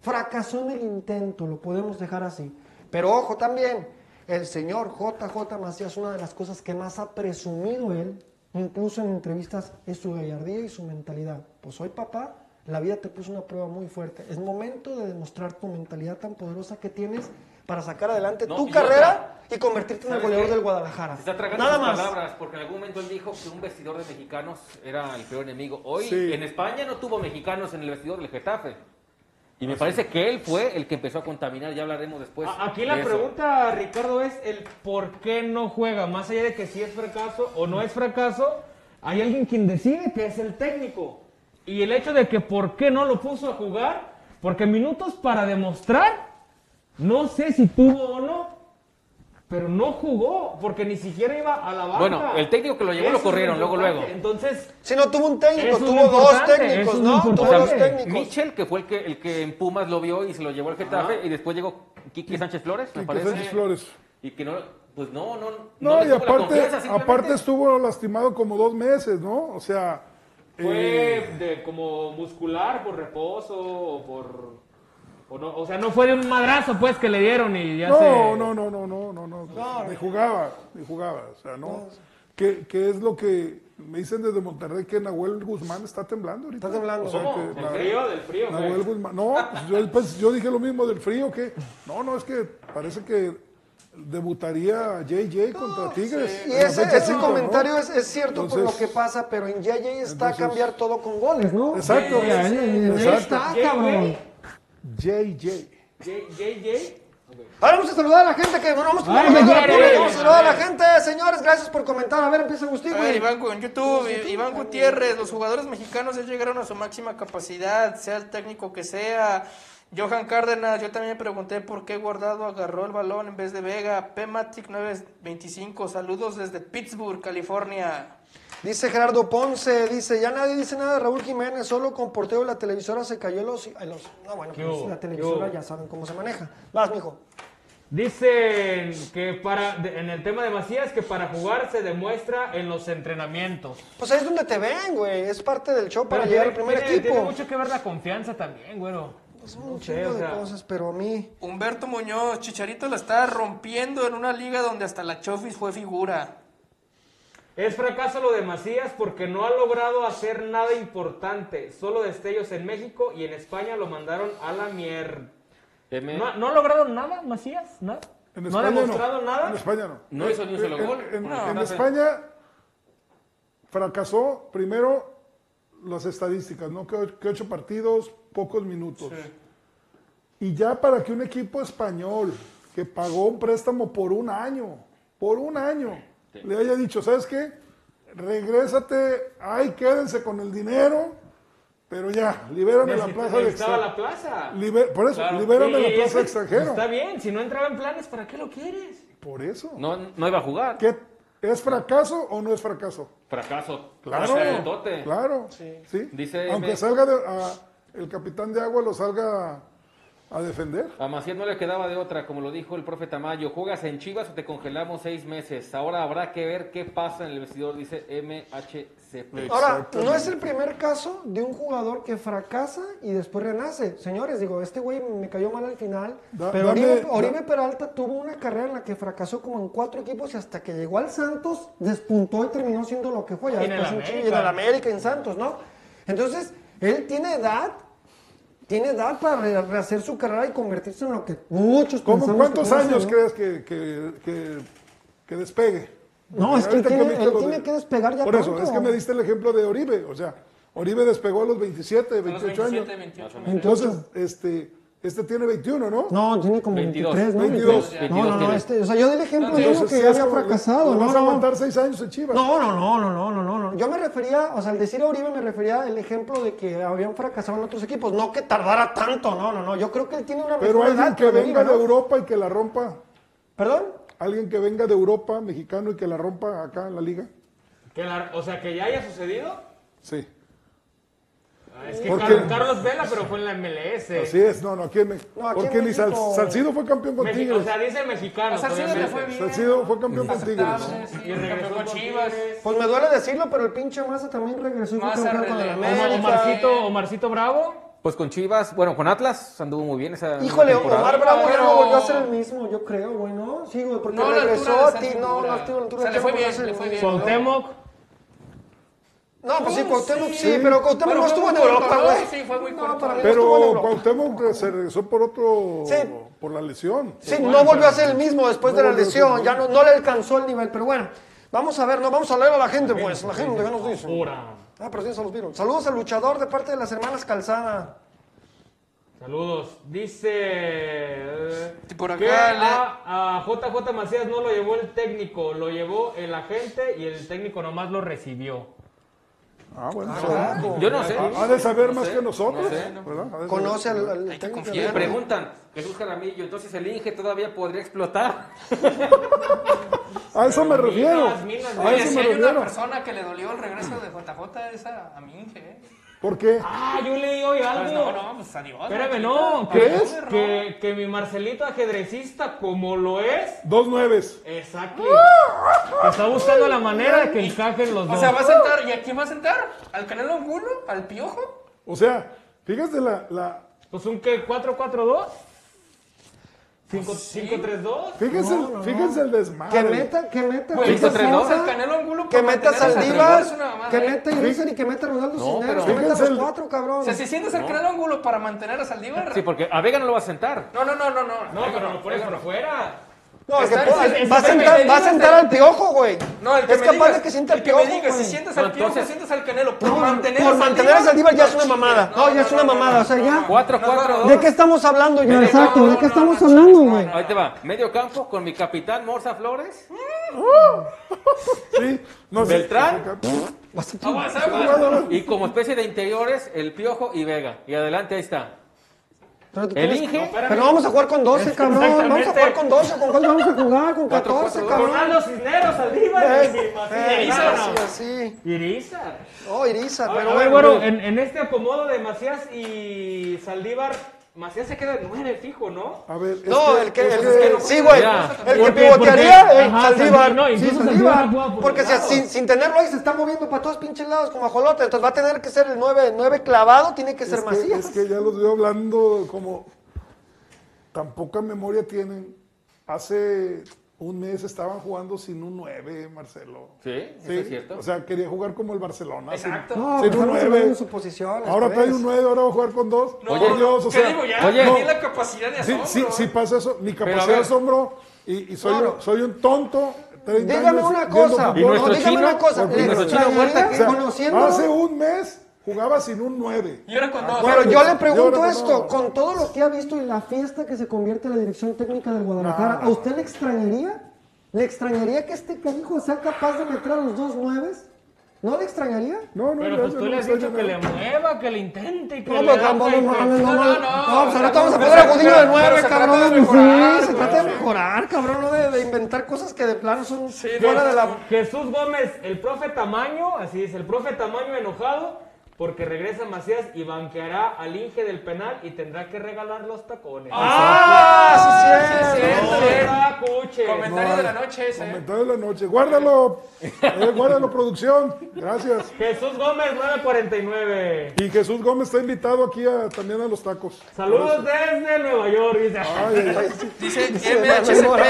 Speaker 1: Fracasó en el intento. Lo podemos dejar así. Pero ojo también. El señor JJ Macías, una de las cosas que más ha presumido él, incluso en entrevistas, es su gallardía y su mentalidad. Pues soy papá, la vida te puso una prueba muy fuerte. Es momento de demostrar tu mentalidad tan poderosa que tienes para sacar adelante
Speaker 3: No,
Speaker 1: tu
Speaker 3: y otra.
Speaker 1: carrera y convertirte en el
Speaker 3: ¿Sabes
Speaker 1: goleador
Speaker 3: qué?
Speaker 1: del Guadalajara.
Speaker 3: Se está tragando
Speaker 1: Nada
Speaker 3: sus
Speaker 1: más.
Speaker 3: palabras, porque en algún momento él dijo que un vestidor de mexicanos era el peor enemigo. Hoy
Speaker 2: Sí.
Speaker 3: en España no tuvo mexicanos en el vestidor del Getafe. Y me parece que él fue el que empezó a contaminar, ya hablaremos después.
Speaker 5: Ah, A- Aquí
Speaker 3: de
Speaker 5: la
Speaker 3: eso.
Speaker 5: pregunta, Ricardo, es el por qué no juega. Más allá de que si es fracaso o no es fracaso, hay alguien quien decide que es el técnico. Y el hecho de que por qué no lo puso a jugar, porque minutos para demostrar, no sé si tuvo o no, pero no jugó, porque ni siquiera iba a la banca.
Speaker 3: Bueno, el técnico que lo llevó
Speaker 5: Eso
Speaker 3: lo
Speaker 5: es
Speaker 3: corrieron, luego,
Speaker 5: importante.
Speaker 3: luego.
Speaker 5: Entonces,
Speaker 1: Si no tuvo un técnico,
Speaker 5: Eso es
Speaker 1: tuvo
Speaker 5: lo
Speaker 1: dos
Speaker 5: importante,
Speaker 1: técnicos,
Speaker 5: eso es lo
Speaker 1: ¿no? Tuvo
Speaker 5: importante.
Speaker 1: dos técnicos.
Speaker 3: Mitchell, que fue el que, el que en Pumas lo vio y se lo llevó al Getafe, y después llegó Quique Sánchez Flores, me
Speaker 2: Quique
Speaker 3: parece.
Speaker 2: Sánchez Flores.
Speaker 3: Y que no, pues no, no.
Speaker 2: No,
Speaker 3: le
Speaker 2: y
Speaker 3: tuvo la
Speaker 2: aparte,
Speaker 3: confianza, simplemente.
Speaker 2: aparte estuvo lastimado como dos meses, ¿no? O sea, eh,
Speaker 5: Fue de, como muscular por reposo o por... O, no, o sea, no fue de un madrazo pues que le dieron y ya se...
Speaker 2: no, no, no, no, no, no, no, ni jugaba, ni jugaba, o sea, no. Que, que es lo que me dicen desde Monterrey que Nahuel Guzmán está temblando ahorita.
Speaker 1: Está temblando.
Speaker 2: O sea,
Speaker 1: ¿Cómo?
Speaker 2: que
Speaker 5: Del
Speaker 2: Na-
Speaker 5: frío, del frío. güey.
Speaker 2: Nahuel Guzmán. No, pues, yo, pues, yo dije lo mismo del frío, que no, no, es que parece que debutaría JJ contra Tigres.
Speaker 1: Y
Speaker 2: en la
Speaker 1: ese,
Speaker 2: fecha
Speaker 1: ese
Speaker 2: cinco, ¿no?
Speaker 1: comentario es, es cierto por lo
Speaker 2: Entonces-
Speaker 1: que pasa, pero en JJ está a
Speaker 2: entonces-
Speaker 1: cambiar todo con goles, ¿no?
Speaker 2: Exacto.
Speaker 1: Ya, ya, ya, ya
Speaker 2: Exacto.
Speaker 1: está,
Speaker 5: JJ.
Speaker 1: cabrón.
Speaker 2: JJ.
Speaker 5: J- JJ.
Speaker 1: Ahora vamos a saludar a la gente que bueno, vamos a
Speaker 5: Ay,
Speaker 1: vamos a-
Speaker 5: señores.
Speaker 1: vamos a saludar a la gente, señores, gracias por comentar. A ver, empieza Agustín,
Speaker 4: A ver,
Speaker 1: güey.
Speaker 4: Iván, Gu- en YouTube, I- Iván Gutiérrez, los jugadores mexicanos ya llegaron a su máxima capacidad, sea el técnico que sea. Johan Cárdenas, yo también me pregunté por qué Guardado agarró el balón en vez de Vega. Pematic 925, saludos desde Pittsburgh, California.
Speaker 1: Dice Gerardo Ponce, dice, ya nadie dice nada de Raúl Jiménez, solo con porteo de la televisora se cayó el ocio. El ocio. No, bueno,
Speaker 5: ¿Qué
Speaker 1: pues
Speaker 5: hubo?
Speaker 1: la
Speaker 5: ¿Qué
Speaker 1: televisora
Speaker 5: hubo?
Speaker 1: ya saben cómo se maneja. Vas, mijo.
Speaker 5: Dicen que para de- en el tema de Macías que para jugar se demuestra en los entrenamientos.
Speaker 1: Pues ahí es donde te ven, güey. Es parte del show para
Speaker 5: Pero
Speaker 1: llegar al
Speaker 5: tiene-
Speaker 1: primer
Speaker 5: tiene-
Speaker 1: equipo. Pues
Speaker 5: Tiene mucho que ver la confianza también, güero.
Speaker 1: un
Speaker 5: sé,
Speaker 1: chingo
Speaker 5: o
Speaker 1: de
Speaker 5: sea.
Speaker 1: cosas, pero a mí.
Speaker 4: Humberto Muñoz, Chicharito la está rompiendo en una liga donde hasta la Chofis fue figura.
Speaker 5: Es fracaso lo de Macías porque no ha logrado hacer nada importante. Solo destellos en México y en España lo mandaron a la mierda. ¿No, no ha logrado nada, Macías? ¿Nada?
Speaker 2: En
Speaker 5: ¿No ha
Speaker 2: España
Speaker 5: demostrado nada?
Speaker 2: En España no.
Speaker 3: No hizo ni un solo
Speaker 2: En-
Speaker 3: gol.
Speaker 2: En,
Speaker 3: No.
Speaker 2: en
Speaker 3: No.
Speaker 2: España fracasó primero las estadísticas, ¿no? Que, o- que ocho partidos, pocos minutos. Y ya para que un equipo español que pagó un préstamo por un año, por un año, le haya dicho, ¿sabes qué? Regrésate, ay, quédense con el dinero, pero ya, libérame la
Speaker 5: Necesi-
Speaker 2: plaza de
Speaker 5: necesitaba
Speaker 2: extra-
Speaker 5: la plaza.
Speaker 2: Liber- por eso,
Speaker 5: Claro.
Speaker 2: libérame
Speaker 5: Y-
Speaker 2: la
Speaker 5: y
Speaker 2: plaza de
Speaker 5: eso
Speaker 2: extranjero.
Speaker 5: Está bien, si no entraba en planes, ¿para qué lo quieres?
Speaker 2: Por eso.
Speaker 3: No, no iba a jugar.
Speaker 2: ¿Qué, ¿Es fracaso o no es fracaso?
Speaker 3: Fracaso.
Speaker 2: Claro,
Speaker 3: Fracasotote.
Speaker 2: claro. ¿sí?
Speaker 3: Dice
Speaker 2: Aunque
Speaker 3: M.
Speaker 2: salga de- a- el capitán de agua, lo salga a, a defender.
Speaker 3: A Macías no le quedaba de otra, como lo dijo el profe Tamayo. ¿Juegas en Chivas o te congelamos seis meses? Ahora habrá que ver qué pasa en el vestidor, dice MHCP.
Speaker 1: Ahora, no es el primer caso de un jugador que fracasa y después renace. Señores, digo, este güey me cayó mal al final.
Speaker 2: Da-
Speaker 1: pero
Speaker 2: dame-
Speaker 1: Oribe,
Speaker 2: da-
Speaker 1: Oribe Peralta tuvo una carrera en la que fracasó como en cuatro equipos y hasta que llegó al Santos, despuntó y terminó siendo lo que fue. Ya
Speaker 5: Y en el
Speaker 1: después en Chivas, y en
Speaker 5: América.
Speaker 1: el América, en Santos, ¿no? Entonces, él tiene edad. Tiene edad para re- rehacer su carrera y convertirse en lo que muchos
Speaker 2: ¿Cómo-
Speaker 1: pensamos que
Speaker 2: ¿Cuántos
Speaker 1: puede ser,
Speaker 2: años
Speaker 1: ¿no?
Speaker 2: crees que, que, que- que despegue?
Speaker 1: No, es que
Speaker 2: Ahorita
Speaker 1: tiene-
Speaker 2: viste
Speaker 1: él
Speaker 2: lo
Speaker 1: tiene que despegar ya
Speaker 2: Por eso,
Speaker 1: pronto.
Speaker 2: es que me diste el ejemplo de Oribe. O sea, Oribe despegó a los 27, 28 años.
Speaker 4: 28.
Speaker 2: Entonces, este, este tiene 21, ¿no?
Speaker 1: No, tiene como
Speaker 3: 22,
Speaker 1: 23, ¿no?
Speaker 2: 22.
Speaker 1: No, no, no,
Speaker 3: tiene.
Speaker 1: este, o sea, yo di el ejemplo de uno
Speaker 2: Ah, Entonces,
Speaker 1: que
Speaker 2: sí
Speaker 1: ya
Speaker 2: es
Speaker 1: había
Speaker 2: como-
Speaker 1: fracasado,
Speaker 2: lo
Speaker 1: ¿no?
Speaker 2: vas a
Speaker 1: no.
Speaker 2: aguantar seis años en Chivas.
Speaker 1: No, no, no, no, no, no, no, no. Yo me refería, o sea, al decir a Uribe me refería al ejemplo de que habían fracasado en otros equipos, no que tardara tanto, no, no, no. Yo creo que él tiene una
Speaker 2: Pero
Speaker 1: mejor edad
Speaker 2: alguien que
Speaker 1: Uribe,
Speaker 2: venga de
Speaker 1: ¿no?
Speaker 2: Europa y que la rompa.
Speaker 1: ¿Perdón?
Speaker 2: Alguien que venga de Europa, mexicano, y que la rompa acá en la liga.
Speaker 5: Que la- o sea, que ya haya sucedido.
Speaker 2: Sí.
Speaker 5: Ah, Es que
Speaker 2: ¿Por
Speaker 5: Carlos,
Speaker 2: qué?
Speaker 5: Carlos Vela, pero fue en la MLS.
Speaker 2: Así es, no, no, aquí en México.
Speaker 1: No, aquí en
Speaker 2: Porque ni Sal-
Speaker 1: México.
Speaker 2: Salcido fue campeón con
Speaker 5: Mexi- o
Speaker 2: Tigres.
Speaker 5: sea, dice mexicano.
Speaker 4: O sea, sí,
Speaker 5: obviamente.
Speaker 4: le fue bien.
Speaker 2: Salcido fue campeón con Tigres.
Speaker 4: aceptable, sí,
Speaker 5: Y regresó
Speaker 4: campeón con
Speaker 5: con
Speaker 4: Chivas.
Speaker 5: Tigres.
Speaker 1: Pues me duele decirlo, pero el pinche Maza también regresó y fue
Speaker 4: Maza
Speaker 1: campeón con el
Speaker 4: rele-
Speaker 1: América.
Speaker 5: Omar-
Speaker 4: América,
Speaker 5: Omarcito,
Speaker 4: eh.
Speaker 5: Omarcito Bravo.
Speaker 3: Pues con Chivas, bueno, con Atlas anduvo muy bien esa
Speaker 1: Híjole,
Speaker 3: temporada.
Speaker 1: Omar Bravo ya
Speaker 4: Pero-
Speaker 1: no volvió a ser el mismo, yo creo, güey, ¿no? Sí, güey, porque
Speaker 4: No, a la
Speaker 1: regresó
Speaker 4: altura
Speaker 1: a
Speaker 4: de
Speaker 1: ti,
Speaker 4: esa
Speaker 1: no,
Speaker 4: altura.
Speaker 1: no estuvo a la altura
Speaker 4: O sea,
Speaker 1: de
Speaker 4: le fue
Speaker 1: Chavo,
Speaker 4: bien,
Speaker 1: no sé,
Speaker 4: le fue
Speaker 1: no.
Speaker 4: bien.
Speaker 5: Cuauhtémoc.
Speaker 1: No, pues sí, Cuauhtémoc sí,
Speaker 2: sí.
Speaker 1: pero Cuauhtémoc
Speaker 4: Pero
Speaker 1: no
Speaker 4: fue
Speaker 1: estuvo en
Speaker 4: muy corto,
Speaker 1: Europa,
Speaker 4: ¿no?
Speaker 1: güey.
Speaker 4: Sí, fue muy
Speaker 1: No,
Speaker 4: corto.
Speaker 1: para mí no estuvo en
Speaker 2: Pero
Speaker 1: Europa.
Speaker 2: Cuauhtémoc se regresó por otro,
Speaker 1: Sí.
Speaker 2: por la lesión.
Speaker 1: Sí, no volvió a ser el mismo después de la
Speaker 2: volvió a ser el
Speaker 1: lesión, ya no, no le alcanzó el nivel, pero bueno, vamos a ver, no vamos a leer a la gente, pues, la gente que nos dice.
Speaker 5: Pura.
Speaker 1: Ah, pero sí, se los vieron. Saludos al luchador de parte de las hermanas Calzada.
Speaker 5: Saludos. Dice. eh,
Speaker 4: Por acá
Speaker 5: que
Speaker 4: le-
Speaker 5: a, a JJ Macías no lo llevó el técnico, lo llevó el agente y el técnico nomás lo recibió.
Speaker 2: Ah, bueno.
Speaker 3: Yo no sé.
Speaker 2: Ha de saber más que nosotros.
Speaker 3: no sé.
Speaker 2: ¿verdad? Ha de
Speaker 1: Conoce al, al
Speaker 4: que
Speaker 1: técnico.
Speaker 4: confiar.
Speaker 1: de-
Speaker 3: Preguntan, Jesús Jaramillo, entonces el Inge todavía podría explotar.
Speaker 2: saber. A eso me refiero.
Speaker 5: minas, minas,
Speaker 2: A
Speaker 4: Oye,
Speaker 2: eso
Speaker 4: si
Speaker 2: me
Speaker 4: hay una
Speaker 2: refiero.
Speaker 4: persona que le dolió el regreso de JJ, es a, a Minge. ¿eh?
Speaker 2: ¿Por qué?
Speaker 5: Ah, yo leí hoy algo.
Speaker 4: Pues no, no, pues adiós.
Speaker 5: Espérame,
Speaker 4: Marquita.
Speaker 5: no, que,
Speaker 2: ¿Crees?
Speaker 5: que, que mi Marcelito ajedrecista, como lo es,
Speaker 2: Dos nueves.
Speaker 5: exacto, está buscando la manera de que encajen los
Speaker 4: O
Speaker 5: dos.
Speaker 4: sea, va a sentar, ¿y a quién va a sentar? ¿Al Canelo Angulo? ¿Al Piojo?
Speaker 2: O sea, fíjate la, la,
Speaker 5: Pues un que 4-4-2, 5-3-2.
Speaker 2: fíjense, el- fíjense el
Speaker 1: Que
Speaker 2: desmadare.
Speaker 1: meta, que meta.
Speaker 4: Güey,
Speaker 1: Luis
Speaker 4: hizo tres
Speaker 1: Sosa,
Speaker 4: goles, Pues, Canelo Angulo
Speaker 1: Que
Speaker 4: para
Speaker 1: meta
Speaker 4: mantener a
Speaker 1: Saldívar,
Speaker 4: Saldívar, es una mamada,
Speaker 1: que
Speaker 4: ¿eh?
Speaker 1: meta Irizar y que meta Ronaldo
Speaker 3: No,
Speaker 1: Cisneros.
Speaker 3: pero-
Speaker 1: Que meta
Speaker 2: Fíjense
Speaker 1: los
Speaker 2: el-
Speaker 1: cuatro, cabrón.
Speaker 4: O sea, si sientes al Canelo Angulo para mantener a Saldívar.
Speaker 3: Sí, porque a Vega no lo va a sentar.
Speaker 4: No, no, no, no, no.
Speaker 5: No, pero lo pones por afuera.
Speaker 1: No, el que
Speaker 4: Está-
Speaker 1: ponga-
Speaker 4: es- es-
Speaker 1: va a
Speaker 4: es-
Speaker 1: sentar,
Speaker 4: es-
Speaker 1: va a
Speaker 4: es-
Speaker 1: sentar al piojo, güey.
Speaker 4: No, el que
Speaker 1: es
Speaker 4: me
Speaker 1: capaz
Speaker 4: digas,
Speaker 1: de que sienta el
Speaker 4: el que me
Speaker 1: piojo.
Speaker 4: digas, si
Speaker 1: güey.
Speaker 4: sientes al
Speaker 3: No,
Speaker 4: Piojo, si
Speaker 3: entonces-
Speaker 4: sientes al Canelo, por
Speaker 1: No,
Speaker 4: mantener
Speaker 1: por
Speaker 4: a
Speaker 1: mantener a Saldívar ya es una
Speaker 4: chingues.
Speaker 1: mamada. No, ya es una mamada, o sea, ya.
Speaker 3: 4-4-2.
Speaker 1: ¿De qué estamos hablando, Johnny? Exacto, ¿de qué estamos hablando, güey?
Speaker 3: Ahí te va. Medio campo con mi capitán Morza Flores.
Speaker 2: Sí, no sé.
Speaker 3: Beltrán.
Speaker 1: Vas a-
Speaker 4: Aguas, aguas.
Speaker 3: Y como especie de interiores, el Piojo y Vega. Y adelante, ahí está.
Speaker 1: Pero tú tienes-
Speaker 3: Elige.
Speaker 1: No, pero vamos a jugar con 12, cabrón. Vamos a jugar con 12. ¿Con cuál vamos a jugar? Con 14, cabrón. Eh,
Speaker 5: Ronaldo Cisneros,
Speaker 4: Eh,
Speaker 5: Saldívar y
Speaker 1: Ey,
Speaker 5: Macías.
Speaker 1: ey,
Speaker 5: Claro.
Speaker 1: Irizar, sí.
Speaker 5: Irizar.
Speaker 1: Oh, Irisa,
Speaker 5: A ver,
Speaker 1: pero
Speaker 5: a ver,
Speaker 1: bueno. pues.
Speaker 5: güero, en, en este acomodo de Macías y Saldívar, Macías se queda de nueve fijo, ¿no?
Speaker 2: A ver,
Speaker 1: No,
Speaker 2: es
Speaker 1: el que, el
Speaker 5: pues es
Speaker 1: que-
Speaker 5: que no-
Speaker 1: sí, güey,
Speaker 5: Ya.
Speaker 1: el que
Speaker 5: Porque-
Speaker 1: pivotearía,
Speaker 5: porque-
Speaker 1: eh, Saldívar,
Speaker 5: ajá, Saldívar, no,
Speaker 1: sí,
Speaker 5: incluso
Speaker 1: Saldívar,
Speaker 5: Saldívar juega por
Speaker 1: porque
Speaker 5: los
Speaker 1: si-
Speaker 5: lados.
Speaker 1: sin, sin tenerlo ahí se está moviendo para todos pinches lados como ajolote, entonces va a tener que ser el 9, 9 clavado, tiene que ser
Speaker 2: es que,
Speaker 1: Macías.
Speaker 2: es que ya los veo hablando como tan poca memoria tienen. Hace un mes estaban jugando sin un 9, Marcelo.
Speaker 3: Sí, eso es cierto.
Speaker 2: O sea, quería jugar como el Barcelona. sin-
Speaker 4: Exacto.
Speaker 1: No,
Speaker 2: sin,
Speaker 1: pues
Speaker 2: un
Speaker 1: estamos hablando
Speaker 2: 9.
Speaker 1: de suposiciones,
Speaker 2: Ahora
Speaker 1: pues.
Speaker 2: trae un 9, ahora va a jugar con 2.
Speaker 4: No, Oye,
Speaker 2: Dios, o
Speaker 4: ¿qué
Speaker 2: sea,
Speaker 4: digo ya?
Speaker 3: oye,
Speaker 4: Perdí
Speaker 3: no.
Speaker 4: la capacidad de
Speaker 2: Sí,
Speaker 4: asombro.
Speaker 2: sí, sí
Speaker 4: ¿eh?
Speaker 2: pasa eso. Mi capacidad
Speaker 3: ver.
Speaker 2: de asombro y, y soy,
Speaker 1: Claro.
Speaker 2: un- soy un tonto. 30
Speaker 1: Dígame
Speaker 2: años
Speaker 1: una
Speaker 2: viendo
Speaker 1: cosa,
Speaker 2: fútbol.
Speaker 3: Y nuestro
Speaker 1: no, dígame
Speaker 3: chino,
Speaker 1: una cosa,
Speaker 3: y
Speaker 1: ¿le
Speaker 3: nuestro chino
Speaker 1: extrañaría
Speaker 3: Huerta,
Speaker 2: O sea,
Speaker 1: conociéndolo?
Speaker 2: hace un mes jugaba sin un 9.
Speaker 4: Y ahora con
Speaker 3: Ah,
Speaker 4: dos.
Speaker 1: Bueno, yo le
Speaker 2: Yo creo
Speaker 1: pregunto
Speaker 2: que
Speaker 1: esto,
Speaker 2: no.
Speaker 1: con todo lo que ha visto y la fiesta que se convierte en la dirección técnica del Guadalajara, ¿a
Speaker 2: No.
Speaker 1: usted le extrañaría? ¿Le extrañaría que este canijo sea capaz de meter a los dos nueves? ¿No le extrañaría?
Speaker 2: No, no,
Speaker 5: Pero
Speaker 2: ya
Speaker 5: pues
Speaker 2: no
Speaker 5: tú le has
Speaker 2: soy
Speaker 5: dicho
Speaker 2: yo,
Speaker 5: que
Speaker 2: no.
Speaker 5: le mueva, que le intente y que
Speaker 1: No,
Speaker 5: le
Speaker 1: pues
Speaker 5: haga
Speaker 1: tampoco,
Speaker 5: y
Speaker 1: no
Speaker 5: que-
Speaker 1: mames, no
Speaker 4: No,
Speaker 1: mames.
Speaker 4: no, no,
Speaker 1: No, pues
Speaker 4: o sea,
Speaker 1: ahorita vamos a
Speaker 4: pero-
Speaker 1: poner a
Speaker 4: pero-
Speaker 1: Godinho de
Speaker 4: pero
Speaker 1: nueve,
Speaker 4: se trata
Speaker 1: cabrón.
Speaker 4: de
Speaker 1: Sí,
Speaker 4: mejorar,
Speaker 1: se
Speaker 4: güey,
Speaker 1: trata
Speaker 4: sí.
Speaker 1: de mejorar, cabrón, no de, de inventar cosas que de plano son
Speaker 4: no.
Speaker 1: fuera de la...
Speaker 5: Jesús Gómez, el profe Tamaño, así es, el profe Tamaño enojado porque regresa Macías y banqueará al Inge del penal y tendrá que regalar los tacones.
Speaker 1: ¡Ah, sí, sí,
Speaker 4: cierto,
Speaker 5: No,
Speaker 4: bien.
Speaker 5: tacuche.
Speaker 4: Comentario de la noche ese. ¿eh?
Speaker 2: Comentario de la noche. Guárdalo. Eh, guárdalo, producción. Gracias.
Speaker 5: Jesús Gómez, 949.
Speaker 2: Y Jesús Gómez está invitado aquí a- también a los tacos.
Speaker 5: Saludos desde Nueva York. dice.
Speaker 1: Ah.
Speaker 2: Ay, ay, ay.
Speaker 4: Dice
Speaker 1: Manuel
Speaker 4: MHCP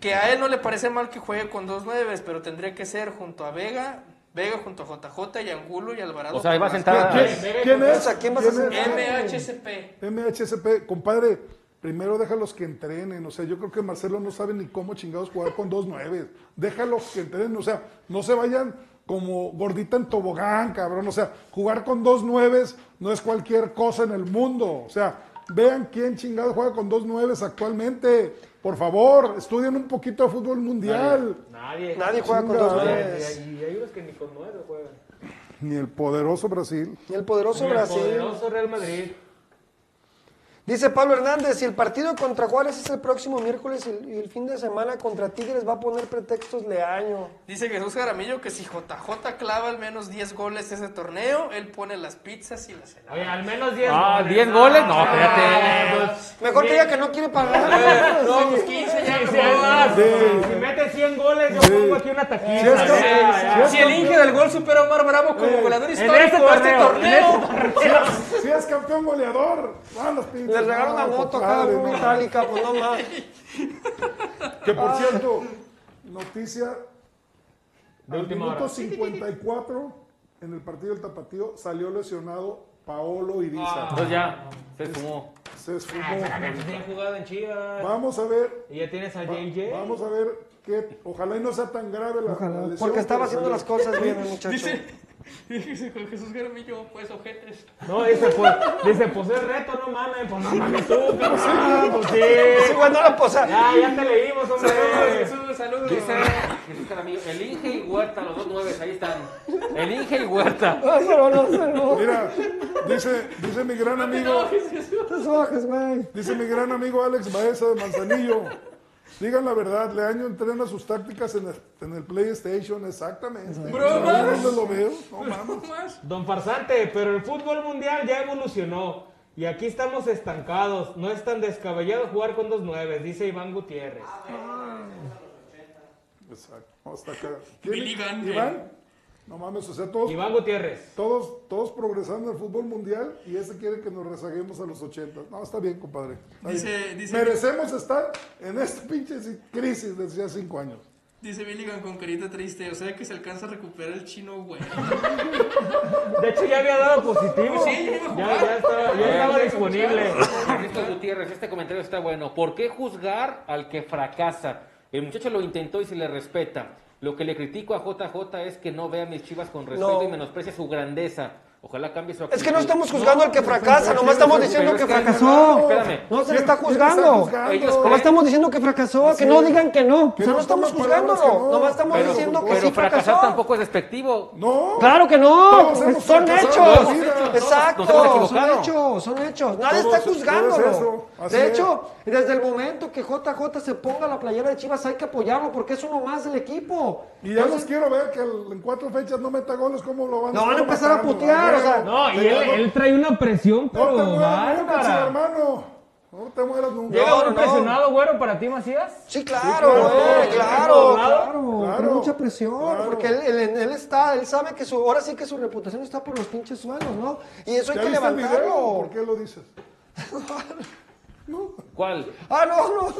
Speaker 4: que a él no le parece mal que juegue con dos nueves, pero tendría que ser junto a Vega, Vega junto a JJ y Angulo y Alvarado.
Speaker 3: O sea, ahí va a
Speaker 4: con las-
Speaker 3: sentar a-
Speaker 2: ¿Quién, quién es?
Speaker 1: ¿A quién vas a sentar?
Speaker 4: MHCP.
Speaker 2: MHSP, compadre, primero déjalos que entrenen. O sea, yo creo que Marcelo no sabe ni cómo chingados jugar con dos nueves. Déjalos que entrenen. O sea, no se vayan como gordita en tobogán, cabrón. O sea, jugar con dos nueves no es cualquier cosa en el mundo. O sea, vean quién chingados juega con dos nueves actualmente. Por favor, estudien un poquito de fútbol mundial.
Speaker 5: Nadie.
Speaker 1: Nadie juega con
Speaker 2: Chinga.
Speaker 1: dos
Speaker 5: Nadie.
Speaker 1: nueves.
Speaker 5: Y hay unos que ni con nueve juegan.
Speaker 2: Ni el poderoso Brasil.
Speaker 1: Y el poderoso
Speaker 5: El
Speaker 1: Brasil.
Speaker 5: poderoso Real Madrid.
Speaker 1: Dice Pablo Hernández, si el partido contra Juárez es el próximo miércoles y el, y el fin de semana contra Tigres va a poner pretextos de año.
Speaker 4: Dice Jesús Jaramillo que si JJ clava al menos 10 goles ese torneo, él pone las pizzas y las heladas.
Speaker 5: Oye, al menos 10
Speaker 3: Ah, 10 goles. No,
Speaker 5: Ah,
Speaker 3: espérate.
Speaker 5: pues,
Speaker 1: Mejor que
Speaker 5: bien.
Speaker 1: diga que no quiere pagar.
Speaker 4: No, pues 15 ya,
Speaker 5: Sí,
Speaker 4: por
Speaker 5: sí,
Speaker 4: favor.
Speaker 5: además,
Speaker 2: Sí.
Speaker 5: Si mete 100 goles, yo
Speaker 2: Sí.
Speaker 5: pongo aquí una taquilla.
Speaker 2: Si es que-
Speaker 5: Ya, ya,
Speaker 2: si
Speaker 5: ya.
Speaker 2: es
Speaker 4: Si el Inge del gol supera a Omar Bravo como goleador
Speaker 5: En
Speaker 4: histórico
Speaker 5: este
Speaker 4: de este
Speaker 5: torneo,
Speaker 4: torneo.
Speaker 2: Si es, si es campeón goleador, van los pinches.
Speaker 1: Le regalaron una
Speaker 2: No,
Speaker 1: moto a cada
Speaker 2: compadre,
Speaker 1: uno
Speaker 2: no.
Speaker 1: metálica, pues no más.
Speaker 2: Que por
Speaker 1: Ah.
Speaker 2: cierto, noticia
Speaker 5: De
Speaker 2: al
Speaker 5: última
Speaker 2: minuto
Speaker 5: hora.
Speaker 2: 54 en el partido del Tapatío salió lesionado Paolo
Speaker 5: Ah.
Speaker 2: Iriza.
Speaker 3: Entonces ya, se sumó.
Speaker 2: Se esfumó.
Speaker 5: Ya ha jugado en Chivas.
Speaker 2: Vamos a ver,
Speaker 5: Y ya tienes a
Speaker 2: va-
Speaker 5: JJ.
Speaker 2: vamos a ver que ojalá y no sea tan grave la, la lesión.
Speaker 1: Porque estaba haciendo las cosas bien, el muchacho.
Speaker 4: Dice, dice Jesús Jaramillo, pues ojetes.
Speaker 5: No, dice, pues, dice, pues es reto, no mames. Pues no mames tú, cabrón. Pues
Speaker 1: Sí,
Speaker 5: sí.
Speaker 1: güey, no la posa.
Speaker 5: Ya, ya te leímos, hombre.
Speaker 4: Saludos, Jesús, saludos.
Speaker 3: Dice Jesús Jaramillo, el Inge y Huerta, los dos nueves, ahí están. El Inge y Huerta.
Speaker 1: Lázaro, Lázaro,
Speaker 2: Mira, dice, dice mi gran amigo,
Speaker 1: no te bajes, güey.
Speaker 2: dice mi gran amigo Alex Baeza de Manzanillo. Digan la verdad, Leaño entrena sus tácticas en el, en el PlayStation, exactamente.
Speaker 4: Bromas.
Speaker 2: ¿Dónde lo veo? No mames.
Speaker 5: Don Farsante, pero el fútbol mundial ya evolucionó. Y aquí estamos estancados. No es tan descabellado jugar con dos nueves, dice Iván Gutiérrez.
Speaker 2: Exacto. No, está acá.
Speaker 4: Billy Gunn,
Speaker 2: Iván. No mames, o sea, todos,
Speaker 5: Iván Gutiérrez.
Speaker 2: todos, todos progresando en el fútbol mundial y ese quiere que nos rezaguemos a los 80. No, está bien, compadre. está
Speaker 4: Dice-
Speaker 2: bien.
Speaker 4: dice-
Speaker 2: Merecemos estar en esta pinche si- crisis desde hace cinco años.
Speaker 4: Dice Milligan con carita triste, o sea que se alcanza a recuperar el chino, güey.
Speaker 5: De hecho, ya había dado positivo.
Speaker 4: Sí, ya iba a
Speaker 5: ya, ya estaba, ya estaba disponible.
Speaker 3: Francisco Gutiérrez, este comentario está bueno. ¿Por qué juzgar al que fracasa? El muchacho lo intentó y se le respeta. Lo que le critico a JJ es que no vea a mis chivas con respeto
Speaker 1: No.
Speaker 3: y menosprecia su grandeza. Ojalá cambie su actitud.
Speaker 1: Es que no estamos juzgando al que fracasa, nomás estamos diciendo que
Speaker 3: Pero es que-
Speaker 1: fracasó.
Speaker 3: Espérame.
Speaker 1: No se le
Speaker 2: ¿Quién-
Speaker 1: está
Speaker 2: quién
Speaker 1: juzgando.
Speaker 2: juzgando?
Speaker 3: Ellos
Speaker 1: Nomás estamos diciendo que fracasó, que no digan que no. O sea,
Speaker 2: no
Speaker 1: no estamos
Speaker 2: estamos palabras que
Speaker 1: juzgándolo.
Speaker 2: no.
Speaker 1: Nomás estamos
Speaker 2: Pero-
Speaker 1: diciendo que
Speaker 3: Pero
Speaker 1: sí
Speaker 3: fracasar
Speaker 1: fracasó.
Speaker 3: tampoco es despectivo.
Speaker 2: No.
Speaker 1: Claro que no,
Speaker 2: Todos hemos
Speaker 1: son
Speaker 2: fracasado en la
Speaker 1: hechos.
Speaker 2: vida.
Speaker 1: Exacto,
Speaker 3: nos hemos
Speaker 1: son
Speaker 3: equivocado.
Speaker 1: hechos, son hechos. Nadie
Speaker 2: Todo
Speaker 1: está
Speaker 2: es- todo es
Speaker 1: juzgándolo.
Speaker 2: eso, así
Speaker 1: de
Speaker 2: es.
Speaker 1: hecho, desde el momento que JJ se ponga la playera de Chivas, hay que apoyarlo porque es uno más del equipo.
Speaker 2: Y ya
Speaker 1: Entonces,
Speaker 2: los quiero ver que el- en cuatro fechas no meta goles, ¿cómo lo van
Speaker 1: Lo van a
Speaker 2: estar
Speaker 1: empezar a
Speaker 2: matando?
Speaker 1: putear, o sea,
Speaker 5: No, y
Speaker 2: Te
Speaker 5: él,
Speaker 2: digo,
Speaker 5: él trae una presión,
Speaker 2: No te
Speaker 5: pero
Speaker 2: mueras nunca, sí,
Speaker 5: bárbara.
Speaker 2: hermano. No te mueras nunca.
Speaker 5: ¿Llega
Speaker 1: No,
Speaker 5: un
Speaker 1: no.
Speaker 5: presionado, güero, para ti, Macías?
Speaker 1: Sí,
Speaker 2: claro,
Speaker 1: claro, güey, claro,
Speaker 2: sí,
Speaker 1: claro,
Speaker 5: claro,
Speaker 2: claro.
Speaker 1: trae mucha presión,
Speaker 2: Claro.
Speaker 1: porque él, él- él está, él sabe que su, ahora sí que su reputación está por los pinches suelos, ¿no? Y eso hay
Speaker 2: ¿Ya
Speaker 1: que
Speaker 2: viste el video?
Speaker 1: levantarlo.
Speaker 2: ¿Por qué lo dices?
Speaker 3: ¿Cuál?
Speaker 1: Ah, no, no.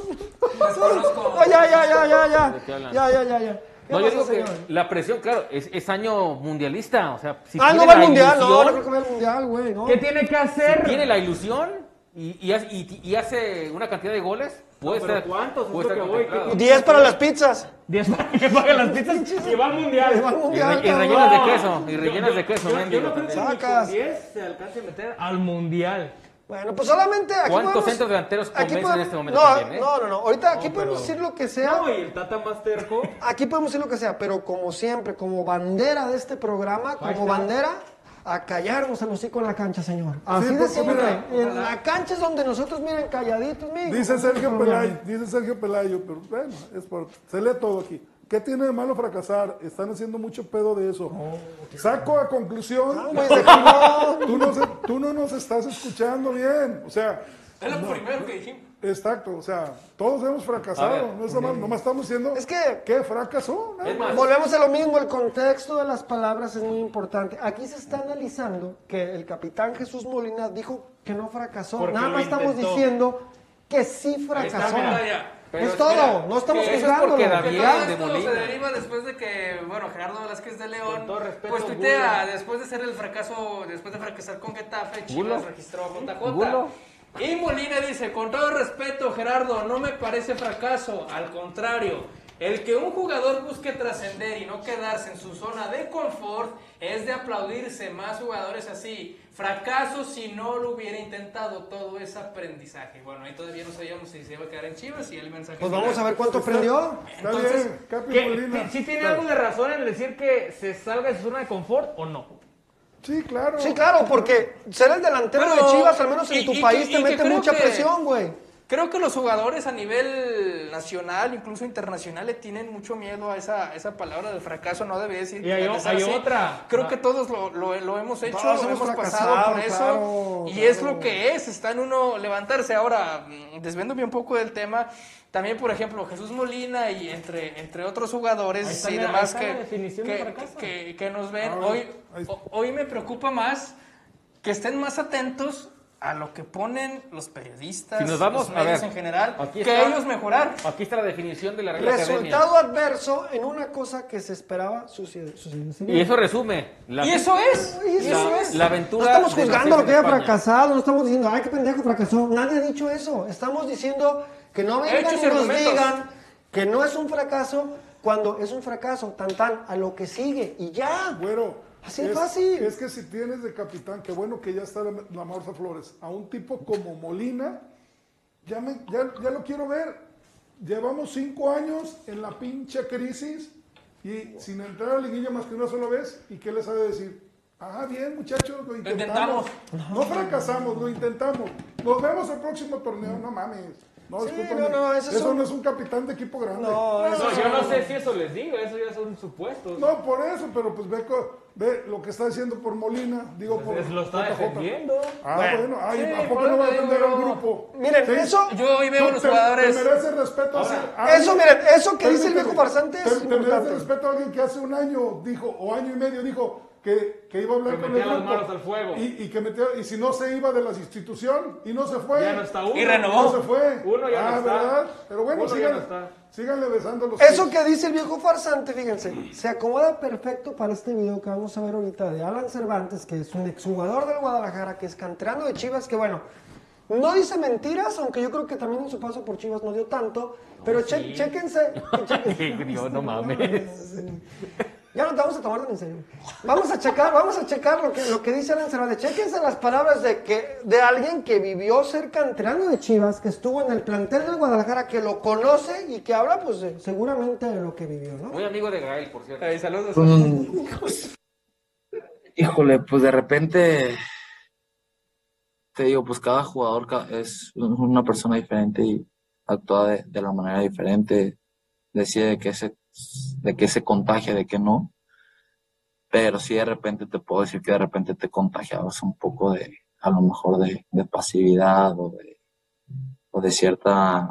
Speaker 1: Ah, ya, ya, ya, ya,
Speaker 3: ¿De qué
Speaker 1: ya,
Speaker 3: hablan?
Speaker 1: ya, ya, ya, ya. ¿Qué
Speaker 3: No, yo
Speaker 1: pasó,
Speaker 3: digo que
Speaker 1: señor?
Speaker 3: la presión, claro, es, es año mundialista. O sea, si
Speaker 1: ah, no va
Speaker 3: tiene la
Speaker 1: al mundial, no, no
Speaker 3: ilusión-
Speaker 1: creo que va al mundial, güey, no.
Speaker 5: ¿Qué tiene que
Speaker 3: si
Speaker 5: hacer?
Speaker 3: tiene la ilusión y, y hace, y- y hace una cantidad de goles, puede
Speaker 5: pero
Speaker 3: ser.
Speaker 5: ¿cuántos? Es
Speaker 3: puede
Speaker 5: lo
Speaker 3: ser
Speaker 5: que voy,
Speaker 3: contemplado.
Speaker 5: ¿qué-
Speaker 1: 10 para las pizzas.
Speaker 5: 10 para que pague las pizzas y va al mundial.
Speaker 1: Va al
Speaker 3: Y,
Speaker 1: mundial,
Speaker 3: re- y
Speaker 1: cabrón.
Speaker 3: rellenas de queso, y rellenas de queso,
Speaker 5: Yo- Yo,
Speaker 3: mendigo
Speaker 5: no creo que
Speaker 3: también.
Speaker 5: ni con
Speaker 1: Sacas.
Speaker 5: 10 se alcance a meter al mundial.
Speaker 1: Bueno, pues solamente aquí
Speaker 3: ¿Cuántos
Speaker 1: podemos-
Speaker 3: centros delanteros
Speaker 1: aquí
Speaker 3: convencen en
Speaker 1: podemos-
Speaker 3: este momento
Speaker 1: no,
Speaker 3: también, eh?
Speaker 1: No, no, no, ahorita aquí
Speaker 5: No,
Speaker 1: podemos
Speaker 5: pero-
Speaker 1: decir lo que sea.
Speaker 5: No, y el Tata más terco.
Speaker 1: Aquí podemos decir lo que sea, pero como siempre, como bandera de este programa,
Speaker 5: Ahí
Speaker 1: como
Speaker 5: está.
Speaker 1: bandera, a callarnos el hocico en la cancha, señor.
Speaker 2: Sí,
Speaker 1: Así de
Speaker 2: porque
Speaker 1: siempre.
Speaker 2: mira,
Speaker 1: en la cancha es donde nosotros, miren, calladitos, miren.
Speaker 2: Dice
Speaker 1: como
Speaker 2: Sergio
Speaker 1: colombianos.
Speaker 2: Pelayo, dice Sergio Pelayo, pero bueno, es por, se lee todo aquí. ¿Qué tiene de malo fracasar? Están haciendo mucho pedo de eso. Saco a conclusión,
Speaker 1: No, güey, se acabó.
Speaker 2: tú, no, se- tú no nos estás escuchando bien. O sea,
Speaker 4: Es lo primero que dijimos.
Speaker 2: exacto, o sea, todos hemos
Speaker 3: A ver,
Speaker 2: fracasado. No está mal, nomás estamos diciendo
Speaker 1: Es que-
Speaker 2: ¿qué fracasó? Nada
Speaker 3: Es
Speaker 2: más.
Speaker 3: más,
Speaker 1: Volvemos a lo mismo, el contexto de las palabras es muy importante. Aquí se está analizando que el capitán Jesús Molina dijo que no fracasó.
Speaker 5: Porque
Speaker 1: Nada
Speaker 5: lo
Speaker 1: más estamos
Speaker 5: intentó.
Speaker 1: diciendo que sí fracasó.
Speaker 3: Pero
Speaker 1: es
Speaker 3: espera,
Speaker 1: todo, no estamos
Speaker 3: que eso es porque
Speaker 1: juzgándolo.
Speaker 3: David
Speaker 1: Ya,
Speaker 4: Todo
Speaker 3: de
Speaker 4: esto
Speaker 3: Molina.
Speaker 4: se deriva después de que, bueno, Gerardo Velázquez de León,
Speaker 5: todo respeto,
Speaker 4: pues tuitea,
Speaker 5: Gulo.
Speaker 4: después de ser el fracaso, después de fracasar con Getafe, Chivas
Speaker 3: Gulo.
Speaker 4: registró a JJ.
Speaker 3: Gulo.
Speaker 4: Y Molina dice, con todo respeto, Gerardo, no me parece fracaso, al contrario. El que un jugador busque trascender y no quedarse en su zona de confort es de aplaudirse más jugadores así. Fracaso si no lo hubiera intentado, todo es aprendizaje. Bueno, ahí todavía no sabíamos si se iba a quedar en Chivas y el mensaje...
Speaker 1: Pues vamos a ver cuánto aprendió.
Speaker 2: Está
Speaker 4: Entonces,
Speaker 2: bien, Capi
Speaker 5: ¿Qué,
Speaker 2: Molina.
Speaker 5: ¿Sí tiene algo de razón en decir que se salga de su zona de confort o no?
Speaker 2: Sí, claro.
Speaker 1: Sí, claro, porque ser el delantero
Speaker 4: Pero-
Speaker 1: de Chivas, al menos
Speaker 4: y-
Speaker 1: en
Speaker 4: y
Speaker 1: tu
Speaker 4: que-
Speaker 1: país,
Speaker 4: y
Speaker 1: te
Speaker 4: que
Speaker 1: mete
Speaker 4: creo
Speaker 1: mucha
Speaker 4: que-
Speaker 1: presión, güey.
Speaker 4: Creo que los jugadores a nivel nacional, incluso internacional, le tienen mucho miedo a esa, a esa palabra del fracaso. No debería decir.
Speaker 5: Y hay o-
Speaker 4: fracasar
Speaker 5: hay
Speaker 4: así.
Speaker 5: otra.
Speaker 4: Creo
Speaker 5: Ah.
Speaker 4: que todos lo, lo- lo hemos hecho,
Speaker 1: Todos
Speaker 4: lo
Speaker 1: hemos
Speaker 4: hemos
Speaker 1: fracasado,
Speaker 4: pasado por eso.
Speaker 1: claro,
Speaker 4: y
Speaker 1: claro.
Speaker 4: es lo que es, está en uno levantarse. Ahora, mm, desviándome un poco del tema, también, por ejemplo, Jesús Molina y entre, entre otros jugadores
Speaker 5: Ahí está,
Speaker 4: y
Speaker 5: mira, ahí
Speaker 4: demás
Speaker 5: está la
Speaker 4: que,
Speaker 5: definición de
Speaker 4: que,
Speaker 5: fracaso.
Speaker 4: que- que nos ven.
Speaker 2: Ahora,
Speaker 4: hoy,
Speaker 2: ahí está.
Speaker 4: ho- hoy me preocupa más que estén más atentos a lo que ponen los periodistas,
Speaker 3: Si nos vamos,
Speaker 4: los
Speaker 3: a
Speaker 4: medios
Speaker 3: ver,
Speaker 4: en general,
Speaker 3: aquí
Speaker 4: que
Speaker 3: está.
Speaker 4: ellos mejorar.
Speaker 3: Aquí está la definición de la regla academia.
Speaker 1: Resultado adverso en una cosa que se esperaba sucede- sucedió.
Speaker 3: Y eso resume. La,
Speaker 4: Y eso es.
Speaker 1: Y eso
Speaker 3: la-
Speaker 1: es.
Speaker 3: la aventura
Speaker 1: No estamos
Speaker 3: de los
Speaker 1: juzgando lo
Speaker 3: hijos
Speaker 1: que
Speaker 3: de
Speaker 1: haya
Speaker 3: España.
Speaker 1: fracasado, no estamos diciendo, ay, qué pendejo fracasó. Nadie ha dicho eso. Estamos diciendo que no vengan
Speaker 4: Hechos
Speaker 1: y
Speaker 4: y
Speaker 1: nos
Speaker 4: argumentos.
Speaker 1: digan que no es un fracaso cuando es un fracaso, tan tan, a lo que sigue y ya.
Speaker 2: Güero.
Speaker 1: Así de fácil.
Speaker 2: Es que si tienes de capitán, que bueno que ya está la, la Marza Flores, a un tipo como Molina, ya, me- ya, ya lo quiero ver. Llevamos cinco años en la pinche crisis y sin entrar a liguilla más que una sola vez. ¿Y qué les ha de decir? Ah, bien, muchachos, lo intentamos. No fracasamos, lo intentamos. Nos vemos el próximo torneo, no mames. No,
Speaker 1: Sí,
Speaker 2: discúlpame,
Speaker 1: no, no, eso
Speaker 2: eso,
Speaker 1: es un-
Speaker 2: no es un capitán de equipo grande.
Speaker 1: No, eso
Speaker 5: No,
Speaker 1: es-
Speaker 5: yo no sé si eso les digo, eso ya son supuestos.
Speaker 2: No, por eso, pero pues ve, co- ve lo que está haciendo por Molina, digo por
Speaker 5: Pues lo está
Speaker 2: JJ.
Speaker 5: defendiendo.
Speaker 2: Ah, bueno, ay,
Speaker 4: Sí,
Speaker 2: ¿a poco
Speaker 4: por
Speaker 2: no va a
Speaker 4: eso
Speaker 2: defender
Speaker 4: digo
Speaker 2: al
Speaker 4: yo.
Speaker 2: grupo?
Speaker 1: Miren,
Speaker 2: Sí.
Speaker 1: eso,
Speaker 4: Yo hoy veo a
Speaker 2: Tú
Speaker 4: los
Speaker 2: te-
Speaker 4: jugadores.
Speaker 2: Te merece respeto. hace alguien-
Speaker 1: eso, miren, eso que dice el
Speaker 2: Permíteme,
Speaker 1: viejo farsante es
Speaker 2: te- Te merece
Speaker 1: importante.
Speaker 2: respeto a alguien que hace un año dijo, o año y medio dijo, que, que iba a hablar
Speaker 5: Que
Speaker 2: con el
Speaker 5: metía las
Speaker 2: grupo.
Speaker 5: manos al fuego.
Speaker 2: Y, y que metió, y si no se iba de la institución, y no se fue.
Speaker 5: Ya no está uno.
Speaker 4: Y renovó.
Speaker 2: No se fue.
Speaker 5: Uno ya no
Speaker 2: Ah,
Speaker 5: está.
Speaker 2: ¿verdad? Pero bueno,
Speaker 5: Uno ya
Speaker 2: síganle,
Speaker 5: no está.
Speaker 2: síganle besando los
Speaker 1: Eso
Speaker 2: pies.
Speaker 1: que dice el viejo farsante, fíjense, se acomoda perfecto para este video que vamos a ver ahorita de Alan Cervantes, que es un exjugador del Guadalajara, que es canterano de Chivas, que bueno, no dice mentiras, aunque yo creo que también en su paso por Chivas no dio tanto, pero che- chéquense. chéquense-
Speaker 3: Yo, no mames.
Speaker 1: Ya no te vamos a tomar tan en serio. Vamos a checar, vamos a checar lo que, lo que dice Alan Cervantes. Chéquense las palabras de, que, de alguien que vivió ser canterano de Chivas, que estuvo en el plantel del Guadalajara, que lo conoce y que habla, pues, de- seguramente de lo que vivió, ¿no?
Speaker 3: Muy amigo de Gael, por
Speaker 6: Pues,
Speaker 3: cierto.
Speaker 4: saludos.
Speaker 6: Híjole, pues de repente te digo, pues cada jugador ca- es un- una persona diferente y actúa de, de la manera diferente, decide de qué se, de qué se contagia, de qué no. Pero sí de repente te puedo decir que de repente te contagiabas un poco de, a lo mejor de, de pasividad o de, o de cierta,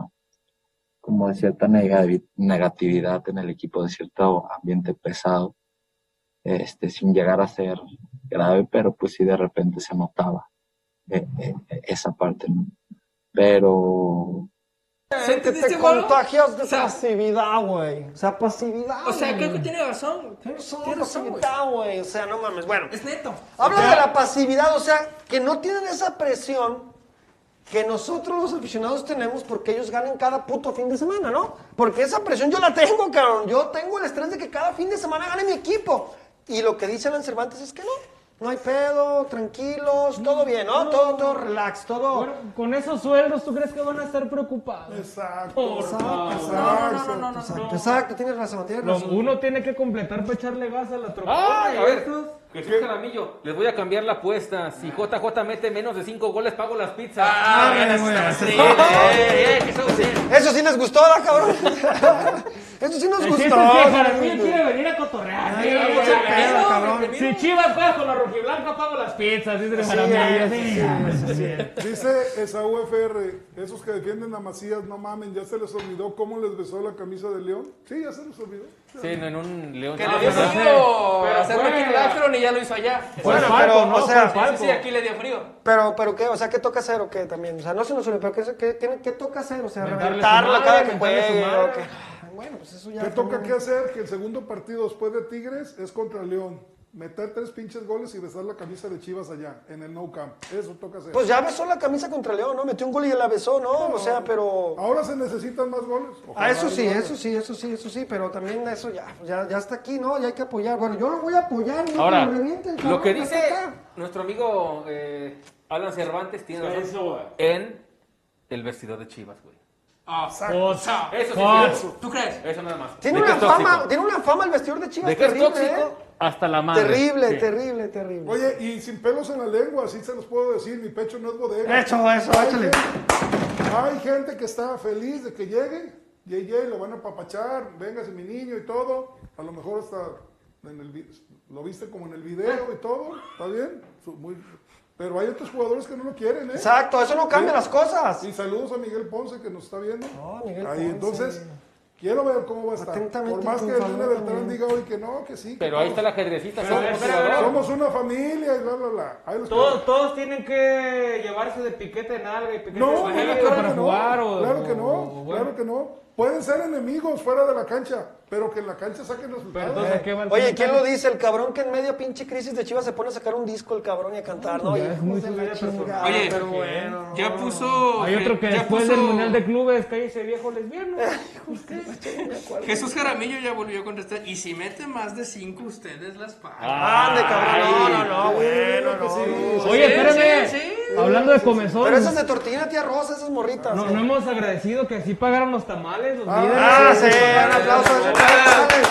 Speaker 6: como de cierta negavi- negatividad en el equipo, de cierto ambiente pesado, este, sin llegar a ser grave, pero pues sí de repente se notaba eh, eh, eh, esa parte, ¿no? Pero
Speaker 4: ¿Eh?
Speaker 1: Sí, que te contagias de pasividad, güey. O sea, pasividad.
Speaker 4: O sea, creo que
Speaker 1: güey.
Speaker 4: tiene razón.
Speaker 1: Tiene pasividad, güey. O sea, no mames. Bueno.
Speaker 4: Es neto.
Speaker 1: Habla de la pasividad, o sea, que no tienen esa presión que nosotros los aficionados tenemos porque ellos ganan cada puto fin de semana, ¿no? Porque esa presión yo la tengo, cabrón. Yo tengo el estrés de que cada fin de semana gane mi equipo. Y lo que dice Alan Cervantes es que no. No hay pedo, tranquilos, todo bien, ¿no? Todo, todo relax, todo.
Speaker 5: Con esos sueldos, ¿tú crees que van a estar preocupados?
Speaker 2: Exacto.
Speaker 1: exacto, exacto, exacto, exacto, tienes razón, tienes
Speaker 5: No,
Speaker 1: razón.
Speaker 5: uno tiene que completar para echarle gas a la tropa.
Speaker 3: ¡Ay! A ver, Jesús Jaramillo, les voy a cambiar la apuesta. Si JJ mete menos de 5 goles, pago las pizzas. Eh,
Speaker 1: Ah, bueno, bueno, eso sí.
Speaker 5: ah.
Speaker 1: Eso sí les gustó, ¿verdad, cabrón? Eso sí nos
Speaker 5: El
Speaker 1: gustó.
Speaker 5: chiste es que Jaramillo quiere venir a cotorrear.
Speaker 1: Ay,
Speaker 5: Sí,
Speaker 1: no,
Speaker 5: güey,
Speaker 1: mucho
Speaker 5: güey,
Speaker 1: pedo,
Speaker 5: güey.
Speaker 1: cabrón.
Speaker 5: Si Chivas juega con la rojiblanca, pago las pizzas. Dice
Speaker 2: Así
Speaker 5: Jaramillo.
Speaker 2: es,
Speaker 5: sí.
Speaker 2: así es, Dice esa UFR, esos que defienden a Macías, no mamen, ya se les olvidó cómo les besó la camisa de León. Sí, ya se les olvidó.
Speaker 3: Sí, no, en un León.
Speaker 4: Que
Speaker 3: Ah,
Speaker 4: le dio
Speaker 3: pero-
Speaker 4: frío
Speaker 3: pero
Speaker 4: hacerlo aquí en el
Speaker 3: fuera.
Speaker 4: Akron y ya lo hizo allá.
Speaker 1: Bueno,
Speaker 4: Exacto.
Speaker 1: pero, o sea,
Speaker 4: sí, sí, sí, aquí le dio frío.
Speaker 1: Pero, pero qué, o sea, ¿qué toca hacer o qué también? O sea, no se nos olvide, pero ¿qué, qué, qué, qué toca hacer? O sea,
Speaker 2: Mentarle
Speaker 1: reventarla
Speaker 2: su madre,
Speaker 1: cada que
Speaker 2: mentarle su
Speaker 1: juegue.
Speaker 2: madre.
Speaker 1: o qué. Bueno, pues eso ya.
Speaker 2: ¿Qué
Speaker 1: también-
Speaker 2: toca que hacer? Que el segundo partido después de Tigres es contra León. Meter tres pinches goles y besar la camisa de Chivas allá, en el No Camp. Eso toca hacer.
Speaker 1: Pues ya besó la camisa contra León, ¿no? Metió un gol y la besó, ¿no? O sea, pero.
Speaker 2: Ahora se necesitan más goles.
Speaker 1: Ah, eso sí,
Speaker 2: Ojalá.
Speaker 1: eso sí, eso sí, eso sí, pero también eso ya, ya, ya está aquí, ¿no? Ya hay que apoyar. Bueno, yo lo voy a apoyar, ¿no?
Speaker 3: Ahora,
Speaker 1: me reviente el
Speaker 3: lo
Speaker 1: cabrón,
Speaker 3: que
Speaker 1: ya
Speaker 3: dice
Speaker 1: está acá.
Speaker 3: nuestro amigo eh, Alan Cervantes tiene razón
Speaker 5: Eso, güey.
Speaker 3: en el vestidor de Chivas, güey.
Speaker 4: Ah,
Speaker 5: pues,
Speaker 3: Eso sí es cierto.
Speaker 4: ¿Tú crees?
Speaker 3: Eso nada más.
Speaker 1: Tiene
Speaker 3: De que
Speaker 1: una,
Speaker 3: es tóxico.
Speaker 1: fama, tiene una fama el vestidor de Chivas
Speaker 3: De que es
Speaker 1: terrible,
Speaker 3: tóxico
Speaker 1: ¿eh?
Speaker 3: hasta la madre.
Speaker 1: Terrible,
Speaker 3: Sí.
Speaker 1: terrible, terrible.
Speaker 2: Oye, y sin pelos en la lengua, así se los puedo decir, mi pecho no es bodega.
Speaker 1: Eso, eso,
Speaker 2: Hay
Speaker 1: échale.
Speaker 2: gente- Hay gente que está feliz de que llegue, JJ, lo van a papachar, véngase mi niño y todo. A lo mejor hasta en el vi- lo viste como en el video y todo, ¿está bien? Su- muy- Pero hay otros jugadores que no lo quieren, ¿eh?
Speaker 1: Exacto, eso no cambia
Speaker 2: Sí.
Speaker 1: las cosas.
Speaker 2: Y saludos a Miguel Ponce que nos está viendo.
Speaker 1: Miguel Ponce.
Speaker 2: Ahí, entonces, quiero ver cómo va a estar. Por más
Speaker 1: tu
Speaker 2: que Elena
Speaker 1: favor,
Speaker 2: Beltrán
Speaker 1: Miguel.
Speaker 2: diga hoy que no, que sí. que
Speaker 3: Pero ahí
Speaker 2: todos-
Speaker 3: está la ajedrecista.
Speaker 2: Somos,
Speaker 3: somos-
Speaker 2: somos una familia y bla, bla, bla. Ahí los
Speaker 5: Todos-
Speaker 2: quiero.
Speaker 5: todos tienen que llevarse de piquete en algo y piquete
Speaker 2: No,
Speaker 5: en
Speaker 2: claro,
Speaker 5: algo
Speaker 2: claro
Speaker 5: para
Speaker 2: que no,
Speaker 5: jugar. o-
Speaker 2: claro que no,
Speaker 5: o- bueno.
Speaker 2: claro que no. Pueden ser enemigos fuera de la cancha, pero que en la cancha saquen resultados.
Speaker 5: entonces, ¿qué va el
Speaker 1: Oye,
Speaker 5: comentario?
Speaker 1: ¿quién lo dice? El cabrón que en media pinche crisis de Chivas se pone a sacar un disco el cabrón y a cantar, ¿no?
Speaker 5: Ya
Speaker 1: Hijos
Speaker 5: es muy
Speaker 1: de
Speaker 5: su
Speaker 1: la
Speaker 5: vida personal.
Speaker 1: chingada,
Speaker 4: Oye,
Speaker 1: pero bueno.
Speaker 4: ya puso.
Speaker 5: Hay otro que
Speaker 4: ya
Speaker 5: después
Speaker 4: puso-
Speaker 5: del Mundial de Clubes cae ese viejo lesbiano.
Speaker 4: Jesús Jaramillo ya volvió a contestar. Y si mete más de 5, ustedes las pagan.
Speaker 5: Ah.
Speaker 1: Ande, cabrón, no, no, no, bueno, no.
Speaker 5: Oye, espérame.
Speaker 4: sí, sí.
Speaker 5: Hablando de comezón.
Speaker 1: Pero esas de tortilla, tía Rosa, esas morritas.
Speaker 5: No, no hemos agradecido que así pagaron los tamales, los líderes.
Speaker 1: Ah, sí, un aplauso. de Alex.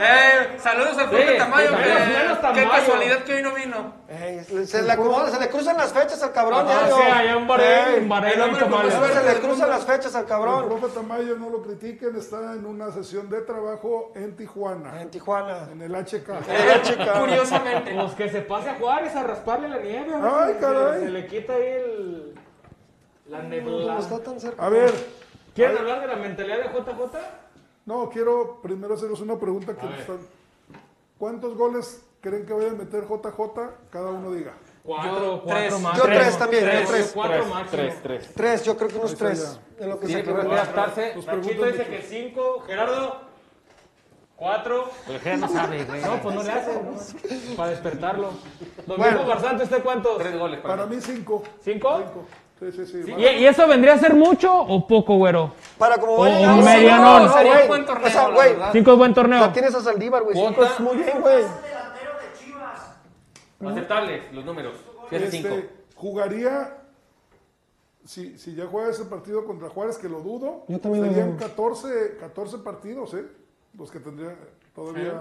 Speaker 4: Eh, saludos al profe
Speaker 5: Sí,
Speaker 4: Tamayo.
Speaker 5: sí,
Speaker 4: que-
Speaker 5: saludos, saludos,
Speaker 4: Qué
Speaker 5: Tamayo.
Speaker 4: casualidad que hoy no vino.
Speaker 1: Ey, se, le acomoda, se le cruzan las fechas al cabrón.
Speaker 5: Ah,
Speaker 1: diario.
Speaker 5: sí, allá en Bahrein,
Speaker 1: Ey,
Speaker 5: en Bahrein
Speaker 1: el
Speaker 5: hay
Speaker 1: hombre con
Speaker 5: tamales.
Speaker 1: más suerte, Se le cruzan las fechas al
Speaker 2: El
Speaker 1: cabrón.
Speaker 2: profe Tamayo no lo critiquen, está en una sesión de trabajo en Tijuana,
Speaker 1: En Tijuana.
Speaker 2: en el HK.
Speaker 1: Eh, chica.
Speaker 4: Curiosamente.
Speaker 5: Pues que se pase a Juárez a rasparle la nieve. a ver
Speaker 2: Ay,
Speaker 5: si
Speaker 2: caray.
Speaker 5: Se, se le quita ahí el. La
Speaker 1: Como
Speaker 5: neblada.
Speaker 1: está tan cerca.
Speaker 2: A ver,
Speaker 5: ¿Quieren hablar de la mentalidad de JJ?
Speaker 2: no, quiero primero haceros una pregunta que nos están- ¿Cuántos goles creen que vaya a meter JJ? Cada uno diga.
Speaker 4: tres.
Speaker 5: Cuatro, cuatro más.
Speaker 1: Yo tres también, yo tres.
Speaker 5: Cuatro máximo.
Speaker 3: Tres, tres.
Speaker 1: Tres, yo creo que unos
Speaker 2: Ahí está
Speaker 1: tres. En lo que se
Speaker 3: Tiene que
Speaker 1: acabó.
Speaker 3: adaptarse.
Speaker 5: Nachito dice que cinco. Gerardo, cuatro.
Speaker 3: El Jera no sabe, güey.
Speaker 5: No, pues no le hacen, ¿no? Para despertarlo. Domingo
Speaker 1: Bueno.
Speaker 5: Garzante, ¿usted cuántos?
Speaker 3: Tres goles para
Speaker 2: Para
Speaker 3: mí.
Speaker 2: mí cinco.
Speaker 5: ¿Cinco?
Speaker 2: Cinco. Sí, sí, sí.
Speaker 5: ¿Y, y eso vendría a ser mucho o poco, güero?
Speaker 1: Para como
Speaker 5: O
Speaker 1: va
Speaker 5: un
Speaker 1: llegando,
Speaker 5: medianón.
Speaker 1: no,
Speaker 4: Sería
Speaker 1: güey.
Speaker 4: un buen torneo,
Speaker 1: O sea,
Speaker 4: la
Speaker 1: güey.
Speaker 4: verdad.
Speaker 5: Cinco es buen
Speaker 1: Ya
Speaker 5: torneo.
Speaker 1: tienes a Saldívar, güey. Cinco
Speaker 3: Cuota.
Speaker 1: es muy bien, güey.
Speaker 5: Pues
Speaker 3: Aceptables los números. Si es
Speaker 2: Este,
Speaker 3: cinco.
Speaker 2: jugaría, si, si ya juega ese partido contra Juárez, que lo dudo,
Speaker 1: Yo también lo
Speaker 2: serían
Speaker 1: dudo.
Speaker 2: 14, 14 partidos, ¿eh? Los que tendría todavía...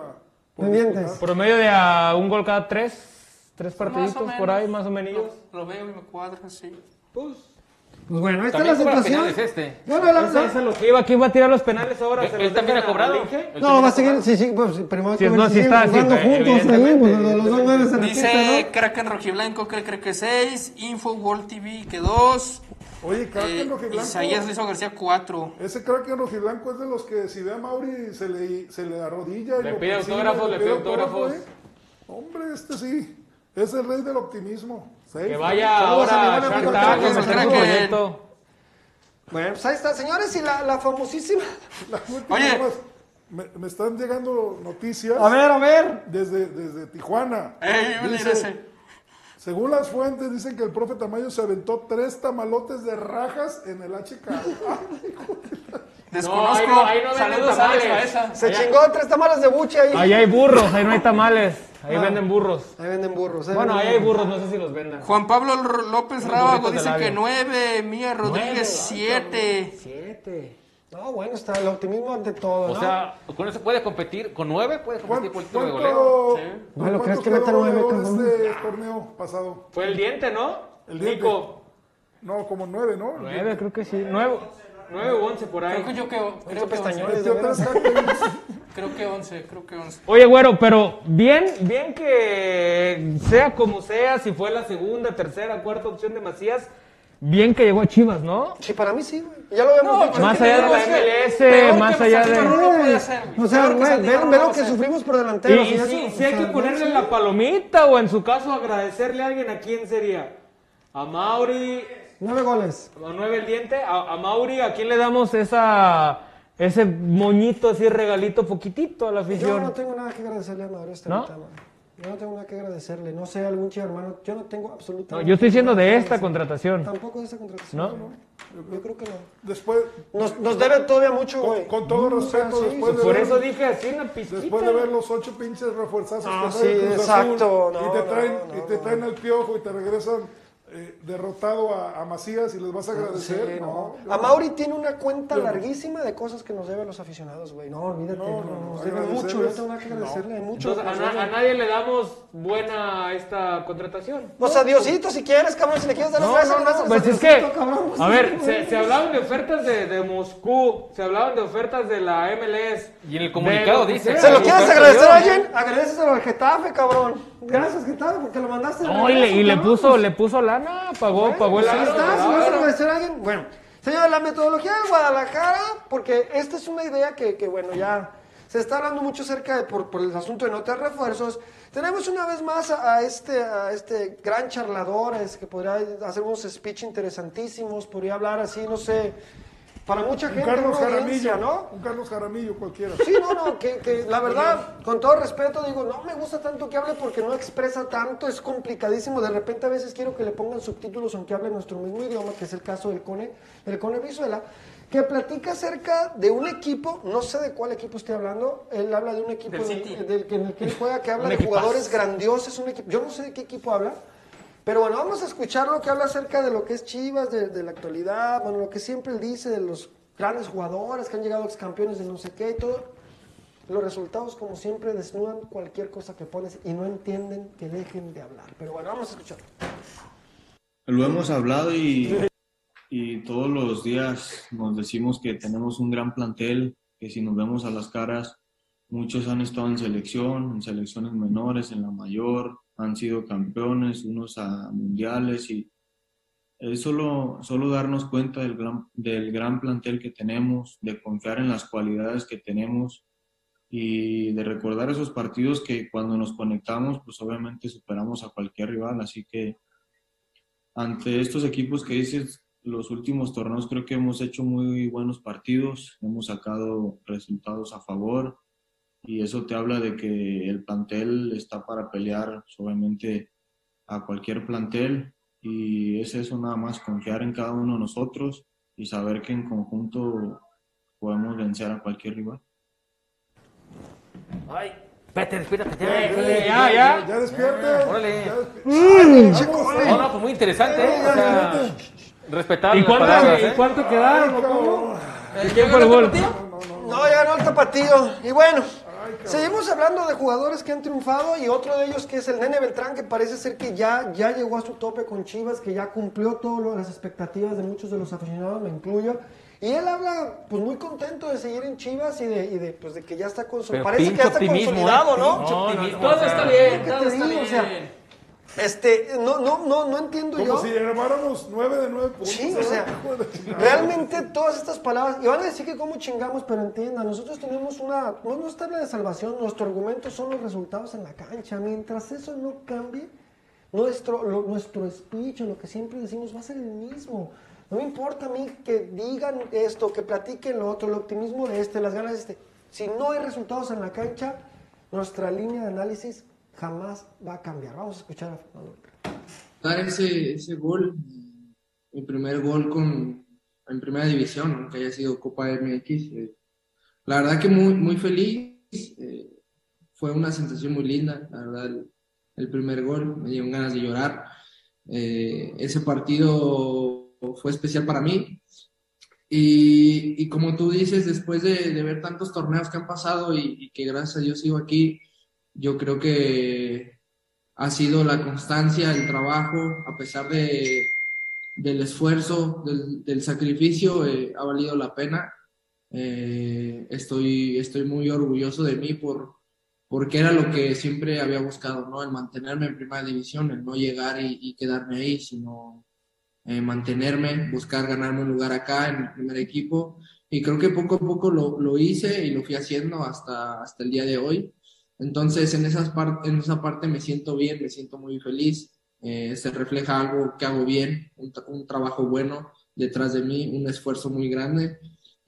Speaker 2: por
Speaker 1: Pendientes.
Speaker 2: disputar.
Speaker 5: Promedio de a un gol cada tres. Tres partiditos
Speaker 4: Más o
Speaker 5: por ahí,
Speaker 4: menos.
Speaker 5: más o menos.
Speaker 4: Lo, lo veo y me cuadra, sí.
Speaker 5: Pues.
Speaker 1: Pues bueno,
Speaker 5: esta
Speaker 1: es la También situación. juega penales este. Bueno, la-
Speaker 5: Ese- ese es lo que iba, que iba a tirar los penales ahora.
Speaker 1: Él-
Speaker 5: se
Speaker 1: él
Speaker 5: los
Speaker 1: también
Speaker 5: dejan
Speaker 1: ha
Speaker 5: a
Speaker 1: cobrado.
Speaker 5: Linge.
Speaker 1: Él No, va a seguir, sí, sí, pues, primero hay
Speaker 5: Sí,
Speaker 1: que ver
Speaker 5: no,
Speaker 1: si
Speaker 5: sí
Speaker 1: siguen
Speaker 5: está, sí,
Speaker 1: jugando
Speaker 5: está,
Speaker 1: juntos ahí, pues, los, los dos nueve se repiten,
Speaker 4: Dice Kraken Rojiblanco que creo que 6, Info World TV que 2.
Speaker 2: Oye, Kraken Rojiblanco.
Speaker 4: Isaías Luis García 4.
Speaker 2: Ese crack en rojiblanco es de los que si ve a Mauri se le, se le arrodilla. y
Speaker 3: Le
Speaker 2: lo
Speaker 3: pide
Speaker 2: persigue,
Speaker 3: autógrafos, le pide
Speaker 2: autógrafo,
Speaker 3: autógrafos.
Speaker 2: ¿eh? Hombre, este sí. Es el rey del optimismo. Seis.
Speaker 3: Que vaya
Speaker 2: Saludos
Speaker 3: ahora
Speaker 2: a mi
Speaker 3: a
Speaker 2: buen amigo
Speaker 3: Shark Tank,
Speaker 2: Kraken.
Speaker 3: que presente un proyecto.
Speaker 1: ¿no? Bueno, pues ahí está, señores, y la, la famosísima.
Speaker 2: La última nomás. Me, me están llegando noticias.
Speaker 1: A ver, a ver.
Speaker 2: Desde, desde Tijuana.
Speaker 4: Ey, yo me diré ese.
Speaker 2: Según las fuentes, dicen que el profe Tamayo se aventó tres tamalotes de rajas en el Ah, HK.
Speaker 4: Desconozco. ahí no- ahí no venden Saludos a Alex tamales. Baeza.
Speaker 1: Se chingó tres tamales de buche ahí.
Speaker 5: Ahí hay burros, ahí no hay tamales. Ahí venden burros.
Speaker 1: Ahí venden burros.
Speaker 5: Ah.
Speaker 1: eh.
Speaker 5: Bueno, ahí hay burros, no sé si los vendan.
Speaker 4: Juan Pablo R- López
Speaker 5: Unos
Speaker 4: Rábago
Speaker 5: burritos de
Speaker 4: dice que
Speaker 5: labio.
Speaker 4: 9, Mía
Speaker 1: Nueve, ay,
Speaker 4: Rodríguez 7.
Speaker 1: 7. No, bueno, está el optimismo ante todo,
Speaker 3: O
Speaker 1: ¿no?
Speaker 3: sea, con eso puede competir, con nueve puede competir por el título de
Speaker 2: ¿Cuánto,
Speaker 3: goleo.
Speaker 1: Bueno, ¿crees
Speaker 2: ¿cuánto
Speaker 1: que meta
Speaker 2: quedó
Speaker 1: nueve,
Speaker 2: goleador
Speaker 1: cabrón?
Speaker 2: este torneo pasado?
Speaker 5: Fue el diente, ¿no?
Speaker 2: El diente. No, como nueve, ¿no?
Speaker 5: Nueve, creo que sí. Nueve, nueve o once por ahí.
Speaker 4: Creo que yo que. Creo que 11.
Speaker 2: Metió tres
Speaker 4: Creo que 11, creo que 11.
Speaker 5: Oye, güero, pero bien, bien que sea como sea, si fue la segunda, tercera, cuarta opción de Macías, bien que llegó a Chivas, ¿no?
Speaker 1: Sí, para mí sí, güey. Ya lo habíamos dicho.
Speaker 5: más allá de la MLS, más allá de...
Speaker 1: O sea, güey, ve, ve lo que sufrimos por delantero.
Speaker 5: Y si, si hay que ponerle la palomita o en su caso agradecerle a alguien, ¿a quién sería? A Mauri,
Speaker 1: Nueve goles.
Speaker 5: a Nueve el Diente, a, a Mauri, ¿a quién le damos esa, ese moñito así regalito poquitito a la
Speaker 1: Yo
Speaker 5: afición?
Speaker 1: no tengo nada que agradecerle a Madrid esta
Speaker 5: ¿No?
Speaker 1: ahorita, güey. Yo no tengo nada que agradecerle. No sé, algún chido hermano. Yo no tengo
Speaker 5: No,
Speaker 1: absolutamente.
Speaker 5: yo estoy diciendo de
Speaker 1: nada que
Speaker 5: esta
Speaker 1: agradecerle.
Speaker 5: contratación.
Speaker 1: Tampoco de esa contratación.
Speaker 5: ¿No?
Speaker 1: Yo creo que no.
Speaker 2: Después.
Speaker 1: Nos, nos debe todavía mucho,
Speaker 2: Con,
Speaker 1: güey.
Speaker 2: con todo
Speaker 1: Mm, o sea,
Speaker 2: respeto,
Speaker 1: sí.
Speaker 2: después de
Speaker 5: Por
Speaker 2: ver-
Speaker 5: eso dije así una pizquita.
Speaker 2: Después de ver los ocho pinches refuerzazos
Speaker 1: Ah,
Speaker 2: que trae
Speaker 1: sí,
Speaker 2: Cruz
Speaker 1: exacto,
Speaker 2: Azul,
Speaker 1: no,
Speaker 2: y te traen,
Speaker 1: no, no,
Speaker 2: y te traen al piojo y te regresan eh, derrotado a, a Macías y les vas a agradecer.
Speaker 1: Ah, Sí,
Speaker 2: no,
Speaker 1: no.
Speaker 2: yo
Speaker 1: A
Speaker 2: no.
Speaker 1: Mauri tiene una cuenta
Speaker 2: Yo no.
Speaker 1: larguísima de cosas que nos debe a los aficionados, güey. No, olvídate.
Speaker 2: No,
Speaker 1: No,
Speaker 2: no, no,
Speaker 1: nos debe mucho.
Speaker 2: agradecerles,
Speaker 1: No tengo nada que agradecerle de mucho.
Speaker 5: Entonces, a, na- a nadie le damos buena esta contratación.
Speaker 1: O sea, Diosito, si quieres, cabrón, si le quieres dar
Speaker 5: No,
Speaker 1: un beso,
Speaker 5: no, no,
Speaker 1: dáselo a
Speaker 5: pues es que,
Speaker 1: Diosito, cabrón.
Speaker 5: a ver, se, se hablaban de ofertas de, de Moscú, se hablaban de ofertas de la MLS.
Speaker 3: Y en el comunicado
Speaker 5: de lo que
Speaker 3: dice.
Speaker 5: sea.
Speaker 1: ¿Se lo quieres
Speaker 3: Oferta
Speaker 1: agradecer
Speaker 3: de
Speaker 1: a
Speaker 3: oro.
Speaker 1: alguien? Agradeceselo al Getafe, cabrón. Gracias, Getafe, porque lo mandaste. de
Speaker 5: No, y le,
Speaker 1: regreso,
Speaker 5: y le
Speaker 1: cabrón.
Speaker 5: puso, le puso lana, pagó, pagó el
Speaker 1: Pues ahí
Speaker 5: lana.
Speaker 1: está, si vas a agradecer a alguien. Bueno, señores, la metodología de Guadalajara, porque esta es una idea que, que, bueno, ya se está hablando mucho acerca de por, por el asunto de no tener refuerzos. Tenemos una vez más a, a este, a este gran charlador, es que podría hacer unos speech interesantísimos, podría hablar así, no sé, para mucha
Speaker 2: Un
Speaker 1: gente,
Speaker 2: Carlos
Speaker 1: una audiencia,
Speaker 2: Jaramillo,
Speaker 1: ¿no?
Speaker 2: Un Carlos Jaramillo cualquiera.
Speaker 1: Sí, no, no, que, que la verdad, con todo respeto, digo, no me gusta tanto que hable porque no expresa tanto, es complicadísimo. De repente a veces quiero que le pongan subtítulos aunque hable nuestro mismo idioma, que es el caso del Cone, del Cone Brizuela, que platica acerca de un equipo, no sé de cuál equipo estoy hablando, él habla de un equipo
Speaker 4: Del
Speaker 1: en-
Speaker 4: City.
Speaker 1: del que- en el que él juega, que habla
Speaker 5: Un
Speaker 1: de
Speaker 5: equipazo.
Speaker 1: jugadores grandiosos, un equipo, yo no sé de qué equipo habla. Pero bueno, vamos a escuchar lo que habla acerca de lo que es Chivas, de, de la actualidad, bueno, lo que siempre él dice de los grandes jugadores que han llegado ex campeones de no sé qué y todo. Los resultados, como siempre, desnudan cualquier cosa que pones y no entienden que dejen de hablar. Pero bueno, vamos a escuchar.
Speaker 7: Lo hemos hablado y, y todos los días nos decimos que tenemos un gran plantel, que si nos vemos a las caras, muchos han estado en selección, en selecciones menores, en la mayor, han sido campeones, unos a mundiales y es solo, solo darnos cuenta del gran, del gran plantel que tenemos, de confiar en las cualidades que tenemos y de recordar esos partidos que cuando nos conectamos, pues obviamente superamos a cualquier rival, así que ante estos equipos que dices, los últimos torneos creo que hemos hecho muy buenos partidos, hemos sacado resultados a favor y eso te habla de que el plantel está para pelear, pues, obviamente, a cualquier plantel y es eso nada más, confiar en cada uno de nosotros y saber que en conjunto podemos vencer a cualquier rival.
Speaker 3: Ay, espérate, despídate.
Speaker 2: Órale,
Speaker 3: Ya, ya.
Speaker 2: Eh, Ya despierte.
Speaker 3: Órale.
Speaker 2: Ya
Speaker 3: No, no, pues muy interesante. ¿eh? O sea, respetable
Speaker 5: ¿Y
Speaker 3: las
Speaker 5: cuánto,
Speaker 3: palabras,
Speaker 5: y
Speaker 3: ¿eh?
Speaker 5: cuánto quedaron? o cómo? ¿Quién fue el gol?
Speaker 1: No, ya ganó el tapatío. Y bueno, Seguimos hablando de jugadores que han triunfado y otro de ellos que es el Nene Beltrán, que parece ser que ya, ya llegó a su tope con Chivas, que ya cumplió todas las expectativas de muchos de los aficionados, me incluyo. Y él habla pues muy contento de seguir en Chivas y de, y de, pues, de que ya está con
Speaker 3: Pero
Speaker 1: parece que ya
Speaker 3: pinche
Speaker 1: está
Speaker 3: optimismo,
Speaker 1: consolidado,
Speaker 3: ¿eh?
Speaker 1: ¿no?
Speaker 3: Pinche No, no, optimismo. no,
Speaker 1: Todo
Speaker 3: o sea,
Speaker 1: está bien,
Speaker 3: lo que
Speaker 1: todo
Speaker 3: te
Speaker 1: está
Speaker 3: digo,
Speaker 1: bien.
Speaker 3: o sea,
Speaker 1: este, no, no, no, no entiendo
Speaker 2: Como
Speaker 1: yo.
Speaker 2: si armáramos nueve de nueve puntos.
Speaker 1: Sí, o
Speaker 2: ¿eh?
Speaker 1: sea,
Speaker 2: Hijo de chingada.
Speaker 1: Realmente todas estas palabras, y van a decir que cómo chingamos, pero entiendan, nosotros tenemos una, no, no es tabla de salvación, nuestro argumento son los resultados en la cancha. Mientras eso no cambie, nuestro, lo- nuestro speech, lo que siempre decimos, va a ser el mismo. No me importa a mí que digan esto, que platiquen lo otro, el optimismo de este, las ganas de este. Si no hay resultados en la cancha, nuestra línea de análisis jamás va a cambiar. Vamos a escuchar a Fernando.
Speaker 8: dar ese, ese gol, el primer gol con, en primera división, aunque haya sido Copa MX. eh, la verdad que muy, muy feliz, eh, fue una sensación muy linda, la verdad, el, el primer gol, me dieron ganas de llorar. Eh, ese partido fue especial para mí. Y, y como tú dices, después de, de ver tantos torneos que han pasado y, y que gracias a Dios sigo aquí, yo creo que ha sido la constancia, el trabajo, a pesar de, del esfuerzo, del, del sacrificio, eh, ha valido la pena. Eh, estoy, estoy muy orgulloso de mí por, porque era lo que siempre había buscado, ¿no? El mantenerme en primera división, el no llegar y, y quedarme ahí, sino eh, mantenerme, buscar ganarme un lugar acá en el primer equipo. Y creo que poco a poco lo, lo hice y lo fui haciendo hasta, hasta el día de hoy. Entonces, en, esas par- en esa parte me siento bien, me siento muy feliz. Eh, se refleja algo que hago bien, un, tra- un trabajo bueno detrás de mí, un esfuerzo muy grande.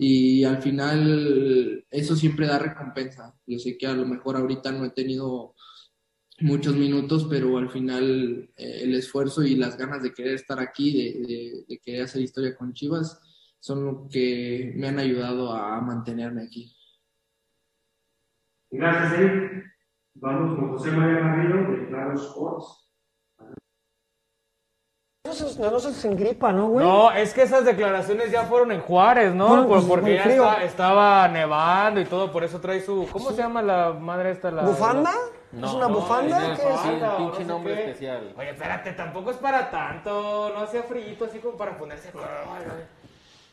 Speaker 8: Y al final, eso siempre da recompensa. Yo sé que a lo mejor ahorita no he tenido muchos minutos, pero al final eh, el esfuerzo y las ganas de querer estar aquí, de, de- de querer hacer historia con Chivas, son lo que me han ayudado a mantenerme aquí.
Speaker 9: Gracias, Eric. Vamos con José María Garrido de Claro Sports.
Speaker 1: No nos, no nos engripa, ¿no, güey?
Speaker 5: No, es que esas declaraciones ya fueron en Juárez, ¿no?
Speaker 1: Fueron,
Speaker 5: Por-
Speaker 1: pues,
Speaker 5: porque
Speaker 1: muy
Speaker 5: ya
Speaker 1: frío.
Speaker 5: está- estaba nevando y todo, por eso trae su. ¿Cómo se llama la madre esta? La,
Speaker 1: ¿Bufanda?
Speaker 5: la-
Speaker 1: ¿Es una bufanda?
Speaker 5: no,
Speaker 1: ¿Qué es?
Speaker 5: bufanda
Speaker 1: Sí,
Speaker 5: o
Speaker 1: pinche
Speaker 5: sé
Speaker 1: nombre
Speaker 5: qué.
Speaker 3: especial.
Speaker 5: Oye, espérate, tampoco es para tanto. No hacía frillito así como para ponerse.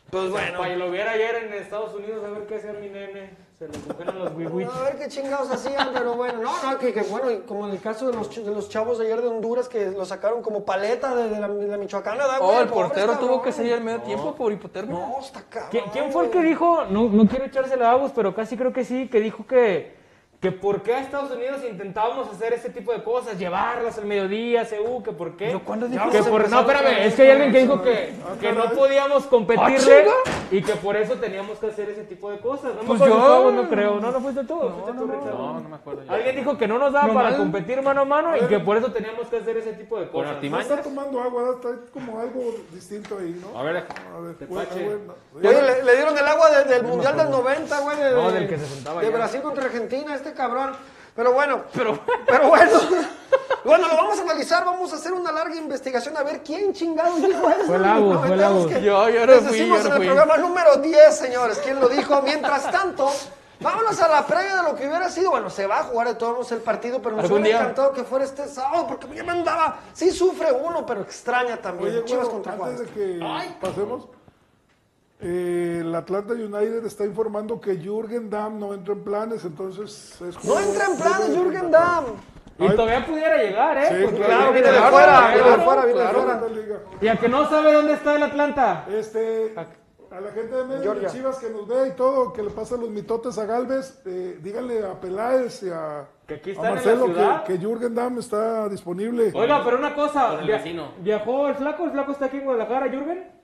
Speaker 5: Pues bueno. Para que lo viera ayer en Estados Unidos, a ver qué hacía mi nene. Se le congelan los wiwich.
Speaker 1: A ver qué chingados hacían, pero bueno, no, no, que, que bueno, y como en el caso de los, ch- de los chavos de ayer de Honduras que lo sacaron como paleta de, de la, de la Michoacana, ¿da, güey?
Speaker 4: Oh, el
Speaker 1: Pobres,
Speaker 4: portero
Speaker 1: cabrón.
Speaker 4: tuvo que salir al medio tiempo por hipotermia. No,
Speaker 1: está
Speaker 5: ¿Qui- ¿Quién fue el que dijo? No, no quiero echársela a Agus, pero casi creo que sí, que dijo que, que por qué a Estados Unidos intentábamos hacer ese tipo de cosas, llevarlas al mediodía, CU, que por qué.
Speaker 1: dijo
Speaker 5: Que
Speaker 1: eso?
Speaker 5: por-
Speaker 1: Empezando
Speaker 5: no,
Speaker 1: otra
Speaker 5: espérame,
Speaker 1: vez
Speaker 5: es que hay
Speaker 1: con
Speaker 5: alguien que
Speaker 1: eso,
Speaker 5: dijo que,
Speaker 1: ¿no? Ah,
Speaker 5: que no
Speaker 1: caray.
Speaker 5: podíamos competirle
Speaker 1: ¿Ah,
Speaker 5: y que por eso teníamos que hacer ese tipo de cosas. No me
Speaker 3: Pues
Speaker 5: acuerdo
Speaker 3: yo.
Speaker 5: si fue Agus, no creo, no, no fuiste tú. fuiste tú, Ricardo.
Speaker 3: No, no me acuerdo yo.
Speaker 5: Alguien dijo que no nos daba
Speaker 3: No,
Speaker 5: para
Speaker 3: mal.
Speaker 5: competir mano a mano y que por eso teníamos que hacer ese tipo de cosas.
Speaker 2: No está tomando agua, está como algo distinto ahí, ¿no?
Speaker 5: A ver,
Speaker 2: A ver,
Speaker 5: Tepache.
Speaker 2: güey, no.
Speaker 1: Oye, le, le dieron el agua de- del Mundial del 90, güey, de,
Speaker 5: No,
Speaker 1: de-
Speaker 5: del que se sentaba
Speaker 1: de
Speaker 5: allá.
Speaker 1: Brasil contra Argentina, este cabrón. Pero bueno, pero, pero bueno, bueno, lo vamos a analizar, vamos a hacer una larga investigación a ver quién chingados dijo eso.
Speaker 5: Fue el Agus,
Speaker 1: No,
Speaker 5: fue el
Speaker 1: entonces
Speaker 5: Agus.
Speaker 1: que
Speaker 5: Yo- yo no
Speaker 1: les
Speaker 5: fui,
Speaker 1: decimos
Speaker 5: yo no
Speaker 1: en el
Speaker 5: fui.
Speaker 1: programa número 10, señores, quién lo dijo. Mientras tanto, vámonos a la previa de lo que hubiera sido. Bueno, se va a jugar de todos modos el partido, pero nos
Speaker 3: Algún
Speaker 1: hubiera
Speaker 3: día.
Speaker 1: encantado que fuera este sábado, porque ya me andaba, sí sufre uno, pero extraña también.
Speaker 2: Oye,
Speaker 1: Chivas
Speaker 2: güero,
Speaker 1: contra Juárez.
Speaker 2: antes de que pasemos, eh, el Atlanta United está informando que Jürgen Damm no entra en planes, entonces es
Speaker 1: No
Speaker 2: juego-
Speaker 1: entra en planes Jürgen Damm.
Speaker 5: Y todavía pudiera llegar, ¿eh?
Speaker 2: pues, Sí,
Speaker 5: Porque
Speaker 2: claro,
Speaker 5: viene
Speaker 2: claro, claro,
Speaker 5: claro,
Speaker 2: claro,
Speaker 5: claro.
Speaker 2: claro, liga.
Speaker 5: Y a que no sabe dónde está el Atlanta.
Speaker 2: Este, a la gente de México,
Speaker 5: Georgia.
Speaker 2: de Chivas que nos ve y todo, que le pasa los mitotes a Galvez, eh, díganle a Peláez y a,
Speaker 5: aquí
Speaker 2: a
Speaker 5: están en la
Speaker 2: Ah, Marcelo
Speaker 5: ciudad.
Speaker 2: que, que Jürgen Damm está disponible.
Speaker 5: Oiga, pero una cosa,
Speaker 2: Con el
Speaker 5: via-
Speaker 2: vecino.
Speaker 5: ¿viajó el flaco? ¿El flaco está aquí en Guadalajara, Jürgen?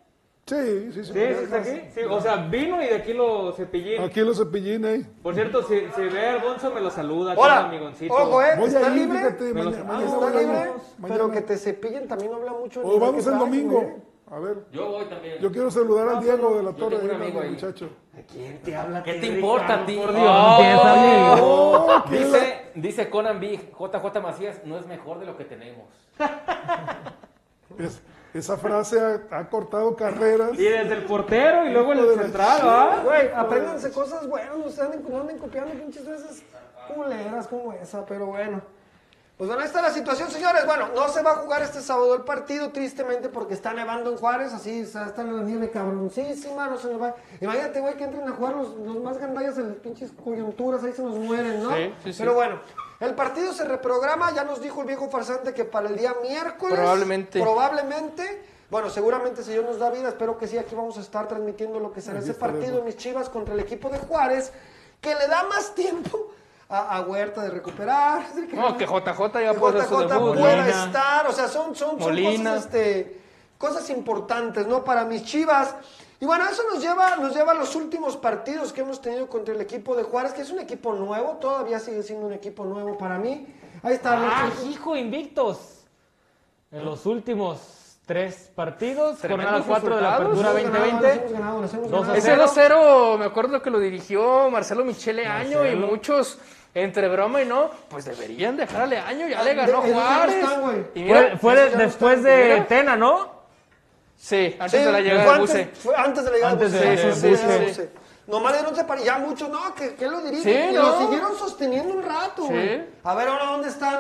Speaker 2: Sí, sí,
Speaker 5: sí. está aquí? Sí, o sea, vino y de aquí lo cepillín.
Speaker 2: Aquí los cepillín, eh.
Speaker 5: Por cierto, si, si ve a Alfonso me lo saluda,
Speaker 1: Hola.
Speaker 5: mi amigoncito.
Speaker 1: Ojo, eh,
Speaker 5: Voy
Speaker 1: está
Speaker 5: a ir,
Speaker 1: libre.
Speaker 5: fíjate,
Speaker 1: Me lo-
Speaker 5: mañana- mañana
Speaker 1: está
Speaker 5: voy a ir.
Speaker 1: libre,
Speaker 2: Mañana.
Speaker 1: pero que te cepillen también habla mucho.
Speaker 2: O
Speaker 1: nivel
Speaker 2: vamos
Speaker 1: que
Speaker 2: el
Speaker 1: traes, güey.
Speaker 2: domingo. A ver.
Speaker 3: Yo voy también.
Speaker 2: Yo quiero saludar al Diego de la
Speaker 3: yo
Speaker 2: Torre,
Speaker 3: tengo un
Speaker 2: ahí,
Speaker 3: amigo
Speaker 2: al
Speaker 3: ahí.
Speaker 2: muchacho.
Speaker 5: ¿Quién te habla?
Speaker 3: ¿Qué te importa a ti?
Speaker 5: Por Dios, empieza, amigo.
Speaker 2: Oh, qué
Speaker 3: dice, dice Conan Big, JJ Macías, no es mejor de lo que tenemos.
Speaker 2: Es- esa frase ha, ha cortado carreras.
Speaker 5: Y desde el portero y luego el
Speaker 2: Hijo de la
Speaker 5: central,
Speaker 2: chingada.
Speaker 5: ¿ah?
Speaker 1: Güey, apréndanse cosas buenas, no se anden, no anden copiando pinches veces. culeras como esa, pero bueno. Pues bueno, esta es la situación, señores. Bueno, no se va a jugar este sábado el partido, tristemente, porque está nevando en Juárez, así, o sea, está en la nieve cabroncísima, no se nos va. Imagínate, güey, que entren a jugar los, los más gandallas en las pinches coyunturas, ahí se nos mueren, ¿no?
Speaker 4: Sí, sí, sí.
Speaker 1: Pero bueno, el partido se reprograma, ya nos dijo el viejo farsante que para el día miércoles.
Speaker 4: Probablemente.
Speaker 1: Probablemente. Bueno, seguramente si Dios nos da vida, espero que sí, aquí vamos a estar transmitiendo lo que será
Speaker 4: Ahí
Speaker 1: ese
Speaker 4: estaremos.
Speaker 1: partido mis Chivas contra el equipo de Juárez, que le da más tiempo a, a Huerta de recuperar.
Speaker 4: No, que JJ ya puede hacer su
Speaker 1: JJ
Speaker 4: debut.
Speaker 1: pueda
Speaker 4: Molina.
Speaker 1: estar, o sea, son, son, son
Speaker 4: Molina.
Speaker 1: cosas, este, cosas importantes, ¿no? Para mis Chivas. Y bueno, eso nos lleva, nos lleva a los últimos partidos que hemos tenido contra el equipo de Juárez, que es un equipo nuevo, todavía sigue siendo un equipo nuevo para mí. Ahí está.
Speaker 5: Ah,
Speaker 1: Nacho.
Speaker 5: hijo, invictos. En los últimos tres partidos,
Speaker 4: Tremendos
Speaker 5: jornada 4 de la
Speaker 4: resultados.
Speaker 5: apertura
Speaker 4: Hemos ganado,
Speaker 5: 2020.
Speaker 1: hemos ganado, nos hemos
Speaker 5: Dos a
Speaker 4: Ese
Speaker 5: cero.
Speaker 4: 2-0, me acuerdo que lo dirigió Marcelo Michele Año y
Speaker 5: Marcelo.
Speaker 4: muchos, entre broma y no, pues deberían dejarle Año, ya
Speaker 5: Ah,
Speaker 4: le ganó
Speaker 1: Esos ya no
Speaker 4: Juárez.
Speaker 1: están, güey.
Speaker 4: Y
Speaker 5: Fue-
Speaker 4: mira,
Speaker 5: fue
Speaker 4: esos ya no
Speaker 5: después
Speaker 4: están.
Speaker 5: de
Speaker 4: Mira.
Speaker 5: Tena, ¿no?
Speaker 4: Sí, antes
Speaker 1: Sí,
Speaker 4: de la
Speaker 1: fue
Speaker 4: llegada de
Speaker 1: antes-
Speaker 4: Buse.
Speaker 1: Fue antes de la llegada
Speaker 4: Antes
Speaker 1: de
Speaker 4: de-
Speaker 1: Buse.
Speaker 4: de
Speaker 1: sí, sí,
Speaker 4: Buse.
Speaker 1: sí, Buse. Nomás ya no te parí, ya mucho, no, que, que lo dirigen.
Speaker 4: Sí,
Speaker 1: y
Speaker 4: ¿no?
Speaker 1: lo siguieron sosteniendo un rato,
Speaker 4: Sí.
Speaker 1: güey. A ver ahora dónde están.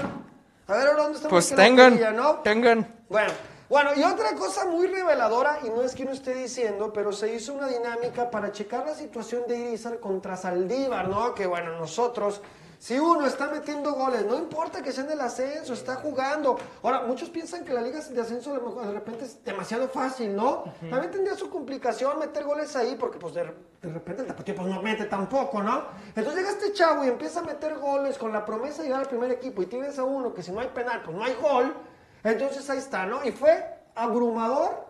Speaker 1: A ver ahora dónde están.
Speaker 4: Pues
Speaker 1: porque la
Speaker 4: tengan,
Speaker 1: quería, ¿no?
Speaker 4: tengan.
Speaker 1: Bueno, bueno, y otra cosa muy reveladora, y no es que no esté diciendo, pero se hizo una dinámica para checar la situación de Irizar contra Saldívar, ¿no? Que bueno, nosotros, si uno está metiendo goles, no importa que sea en el ascenso, está jugando. Ahora, muchos piensan que la liga de ascenso a lo mejor de repente es demasiado fácil, ¿no? También tendría su complicación meter goles ahí, porque pues de, de repente el tapatío pues, no mete tampoco, ¿no? Entonces llega este chavo y empieza a meter goles con la promesa de llegar al primer equipo, y tienes a uno que si no hay penal, pues no hay gol. Entonces ahí está, ¿no? Y fue abrumador,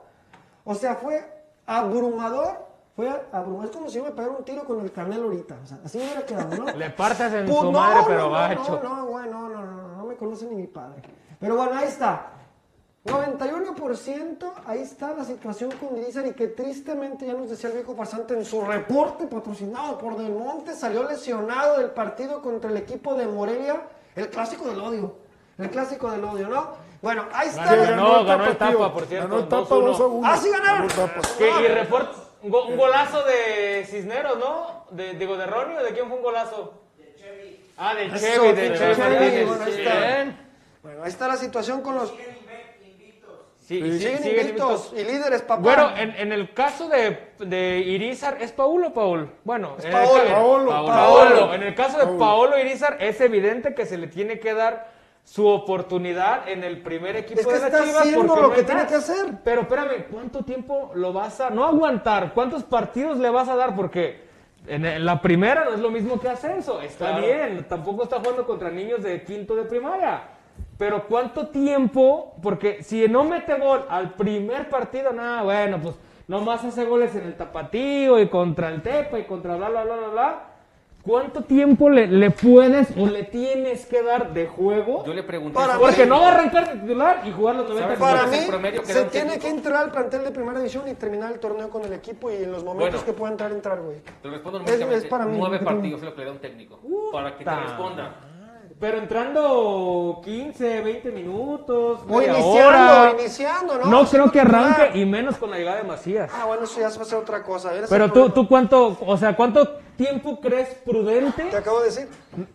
Speaker 1: o sea, fue abrumador, fue abrumador. Es como si yo me pegara un tiro con el canelo ahorita, o sea, así me hubiera quedado, ¿no?
Speaker 5: Le partes en
Speaker 1: Pues,
Speaker 5: su
Speaker 1: no,
Speaker 5: madre,
Speaker 1: no,
Speaker 5: pero
Speaker 1: no,
Speaker 5: gacho.
Speaker 1: No, no, güey, no, no, no, no, no me conoce ni mi padre. Pero bueno, ahí está. 91%, ahí está la situación con Irizar y que tristemente ya nos decía el viejo farsante en su reporte patrocinado por Del Monte, salió lesionado del partido contra el equipo de Morelia, el clásico del odio, el clásico del odio, ¿no? Bueno, ahí está.
Speaker 5: Ganó,
Speaker 1: la-
Speaker 5: ganó, ganó etapa, por cierto.
Speaker 2: Ganó etapa
Speaker 5: 2-1.
Speaker 2: 2 a 1.
Speaker 1: Ah, sí ganaron.
Speaker 5: Que- y report, un, go- un golazo de Cisneros, ¿no? De, digo, de Ronnie o de quién fue un golazo? Ah, del
Speaker 1: Eso,
Speaker 5: Chevy, del
Speaker 1: pinche
Speaker 5: Chevy.
Speaker 1: Chevy,
Speaker 5: Fernández.
Speaker 1: bueno, ahí está. Bueno, ahí está la situación con los...
Speaker 5: Sí,
Speaker 1: Sí,
Speaker 5: sí,
Speaker 1: siguen
Speaker 5: siguen
Speaker 1: invictos
Speaker 5: invictos.
Speaker 1: y líderes, papá.
Speaker 5: Bueno, en, en el caso de, de Irizar, ¿es Paulo o Paul? Bueno,
Speaker 1: Es
Speaker 5: en el
Speaker 1: Paolo,
Speaker 5: ca-
Speaker 1: Paolo,
Speaker 5: Paolo,
Speaker 1: Paolo.
Speaker 5: Paolo. En el caso de Paolo Irizar, es evidente que se le tiene que dar su oportunidad en el primer equipo
Speaker 1: Es que
Speaker 5: de la
Speaker 1: está
Speaker 5: Chivas.
Speaker 1: haciendo
Speaker 5: porque
Speaker 1: lo
Speaker 5: no
Speaker 1: que
Speaker 5: hay
Speaker 1: tiene
Speaker 5: más.
Speaker 1: que hacer.
Speaker 5: Pero espérame, ¿cuánto tiempo lo vas a no aguantar? ¿Cuántos partidos le vas a dar? Porque en, en la primera no es lo mismo que ascenso. Está
Speaker 4: Claro.
Speaker 5: bien, tampoco está jugando contra niños de quinto de primaria. Pero ¿cuánto tiempo? Porque si no mete gol al primer partido, nada, bueno, pues nomás hace goles en el tapatío y contra el Tepa y contra bla, bla, bla, bla, bla. ¿Cuánto tiempo le, le puedes o le tienes que dar de juego? Yo
Speaker 3: le pregunté.
Speaker 1: Para
Speaker 5: Porque
Speaker 1: mí-
Speaker 5: no va a arrancar de titular y jugar los 90
Speaker 1: Para,
Speaker 5: minutos.
Speaker 1: mí, se tiene que entrar al plantel de primera división y terminar el torneo con el equipo y en los momentos
Speaker 3: Bueno.
Speaker 1: que pueda entrar, entrar, güey.
Speaker 3: Te lo respondo
Speaker 1: Es-
Speaker 3: únicamente.
Speaker 1: es para mí,
Speaker 3: Nueve
Speaker 1: que tengo-
Speaker 3: partidos es lo que le da un técnico. para que te
Speaker 5: ta-
Speaker 3: responda.
Speaker 5: Pero entrando 15, 20 minutos.
Speaker 1: O
Speaker 5: media
Speaker 1: iniciando,
Speaker 5: hora.
Speaker 1: o iniciando, ¿no?
Speaker 5: No
Speaker 1: Sí,
Speaker 5: creo que
Speaker 1: titular.
Speaker 5: arranque y menos con la llegada de Macías.
Speaker 1: Ah, bueno, eso ya va a ser otra cosa. a ver, ese
Speaker 5: Pero tú,
Speaker 1: problema.
Speaker 5: tú cuánto, o sea, cuánto tiempo crees prudente.
Speaker 1: Te acabo de decir,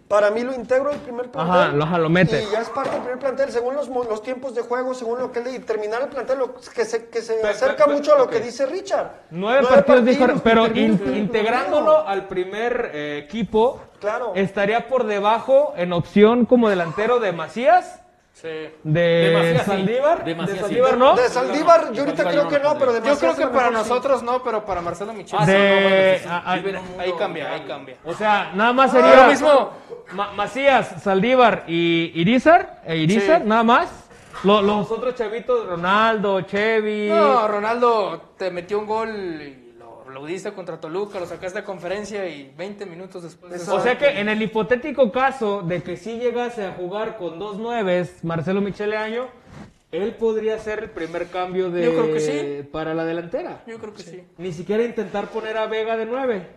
Speaker 1: para mí lo integro al primer plantel.
Speaker 5: Ajá, lo- ajá, lo metes.
Speaker 1: Y ya es parte del primer plantel, según los, mo- los tiempos de juego, según lo que le... Y terminar el plantel, lo, que se, que se acerca mucho a lo que dice Richard.
Speaker 5: Nueve partidos, dijo,
Speaker 1: termina
Speaker 5: pero
Speaker 1: el
Speaker 5: in-
Speaker 1: primer torneo.
Speaker 5: integrándolo al primer eh, equipo,
Speaker 1: Claro.
Speaker 5: estaría por debajo en opción como delantero de Macías,
Speaker 4: Sí.
Speaker 5: de,
Speaker 4: Macías, sí.
Speaker 5: Saldívar,
Speaker 4: De Macías,
Speaker 5: de
Speaker 4: sí.
Speaker 5: Saldívar, ¿no?
Speaker 1: De Saldívar, yo ahorita
Speaker 4: Saldívar
Speaker 1: creo
Speaker 4: yo
Speaker 1: que
Speaker 4: no
Speaker 1: no, pero de
Speaker 4: Yo
Speaker 1: Macías
Speaker 4: creo
Speaker 1: a
Speaker 4: que
Speaker 1: lo
Speaker 4: para
Speaker 1: mejor sí.
Speaker 4: nosotros no, pero para Marcelo Michele.
Speaker 5: Ah, sí, no, bueno, sí, sí.
Speaker 4: ahí,
Speaker 5: Vive en
Speaker 4: cambia, ahí cambia.
Speaker 5: O sea, nada más
Speaker 4: No,
Speaker 5: sería
Speaker 4: lo mismo.
Speaker 5: Ma- Macías, Saldívar y Irizar, e Irizar,
Speaker 4: Sí.
Speaker 5: nada más. Lo- los otros chavitos, Ronaldo, Chevy.
Speaker 4: No, Ronaldo te metió un gol y lo aplaudiste contra Toluca, lo sacaste a conferencia y 20 minutos después. de
Speaker 5: O
Speaker 4: eso-
Speaker 5: sea que en el hipotético caso de que si llegase a jugar con dos nueves, Marcelo Michele Año, él podría ser el primer cambio de
Speaker 4: Yo creo que sí.
Speaker 5: para la delantera.
Speaker 4: Yo creo que sí.
Speaker 5: Ni siquiera intentar poner a Vega de nueve.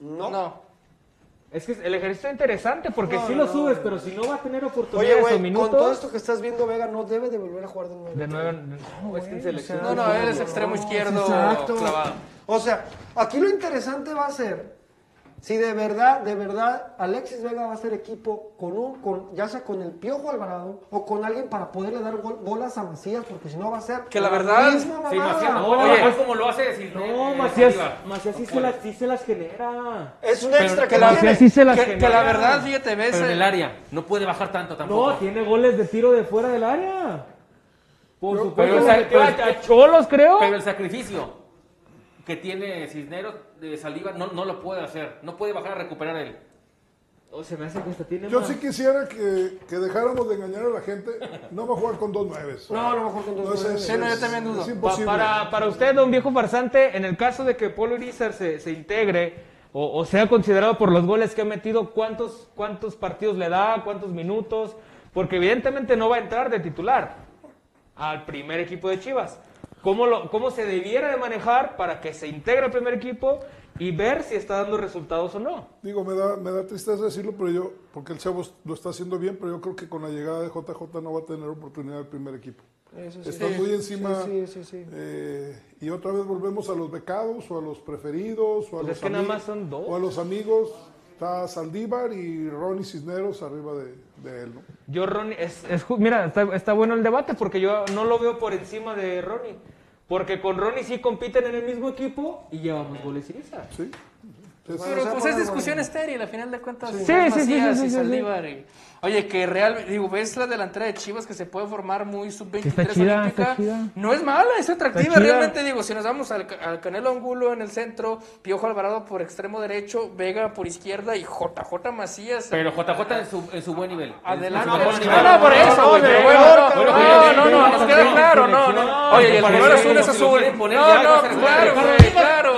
Speaker 1: No.
Speaker 5: Es que el ejercicio es interesante porque
Speaker 1: No,
Speaker 5: si
Speaker 1: no,
Speaker 5: lo subes, pero si no va a tener
Speaker 1: Oye,
Speaker 5: oportunidades o
Speaker 1: güey,
Speaker 5: minutos.
Speaker 1: con todo esto que estás viendo, Vega no debe de volver a jugar de nuevo.
Speaker 5: De nueve, no, es que en selección.
Speaker 4: No, no, él es extremo izquierdo
Speaker 1: Exacto.
Speaker 4: clavado.
Speaker 1: O sea, aquí lo interesante va a ser Si de verdad, de verdad, Alexis Vega va a ser equipo con un, con, ya sea con el Piojo Alvarado o con alguien para poderle dar gol- bolas a Macías, porque si no va a ser.
Speaker 3: Que la verdad,
Speaker 1: misma
Speaker 3: sí,
Speaker 1: mamada.
Speaker 3: Macías, no,
Speaker 1: Oye,
Speaker 3: Macías como lo hace decir.
Speaker 5: No, Macías, Macías sí, se las, sí se las genera.
Speaker 1: Es un
Speaker 5: Pero Macías sí se las genera.
Speaker 4: fíjate,
Speaker 5: ves,
Speaker 3: Pero en
Speaker 5: eh,
Speaker 3: el área, no puede bajar tanto tampoco.
Speaker 5: No, tiene goles de tiro de fuera del área. Por
Speaker 3: Pero-
Speaker 5: supuesto,
Speaker 3: pero
Speaker 5: le
Speaker 3: sa-
Speaker 5: metió a-
Speaker 3: pero-
Speaker 5: a Cholos, creo.
Speaker 3: Pero el sacrificio que tiene Cisneros de Saliva no, no lo puede hacer. No puede bajar a recuperar él.
Speaker 5: O se me hace que hasta tiene
Speaker 2: Yo sí quisiera que, que dejáramos de engañar a la gente. No va a jugar con dos nueves.
Speaker 1: No, no va a jugar con dos
Speaker 2: es-
Speaker 1: nueves.
Speaker 2: es- Es imposible.
Speaker 5: Para, para usted, don viejo farsante, en el caso de que Polo Irizar se, se integre o, o sea considerado por los goles que ha metido, ¿cuántos, ¿cuántos partidos le da? ¿Cuántos minutos? Porque evidentemente no va a entrar de titular al primer equipo de Chivas. ¿Cómo, lo, ¿Cómo se debiera de manejar para que se integre al primer equipo y ver si está dando resultados o no?
Speaker 2: Digo, me da, me da tristeza decirlo, pero yo, porque el Chavo lo está haciendo bien, pero yo creo que con la llegada de JJ no va a tener oportunidad el primer equipo.
Speaker 1: Eso sí.
Speaker 2: Está
Speaker 1: Sí,
Speaker 2: muy encima.
Speaker 1: sí, sí, sí, sí.
Speaker 2: eh, y otra vez volvemos a los becados, o a los preferidos, o a
Speaker 5: Pues
Speaker 2: los
Speaker 5: es que nada
Speaker 2: ami-
Speaker 5: más son dos.
Speaker 2: O a los amigos. Está Saldívar y Ronnie Cisneros arriba de, de él, ¿no?
Speaker 5: Yo, Ronnie, es, es ju- mira, está, está bueno el debate porque yo no lo veo por encima de Ronnie. Porque con Ronnie sí compiten en el mismo equipo y llevamos goles Irizar.
Speaker 2: Sí.
Speaker 4: Pero pues es discusión estéril, al final de cuentas. Sí,
Speaker 5: Sí. Sí,
Speaker 4: sí,
Speaker 5: sí, sí, sí,
Speaker 4: y
Speaker 5: sí, sí.
Speaker 4: Saldívar y- Oye, que real, digo, ves la delantera de Chivas que se puede formar muy sub-23
Speaker 5: está chida,
Speaker 4: olímpica?
Speaker 5: está chida.
Speaker 4: No es mala, es atractiva.
Speaker 5: Está chida.
Speaker 4: Realmente, digo, si nos vamos al, al Canelo Angulo en el centro, Piojo Alvarado por extremo derecho, Vega por izquierda y JJ Macías.
Speaker 3: Pero JJ en su, en su buen nivel.
Speaker 4: Adelante.
Speaker 3: En su mejor
Speaker 4: No,
Speaker 3: nivel.
Speaker 4: no, por eso, güey, pero bueno,
Speaker 3: Bueno,
Speaker 4: no, no,
Speaker 3: pero-
Speaker 4: no, no, nos queda claro, no, no. Oye, y el color azul es
Speaker 3: Si lo
Speaker 4: azul.
Speaker 3: quieren poner
Speaker 4: No,
Speaker 3: ya,
Speaker 4: no,
Speaker 3: pues,
Speaker 4: claro,
Speaker 3: claro.
Speaker 4: güey, claro.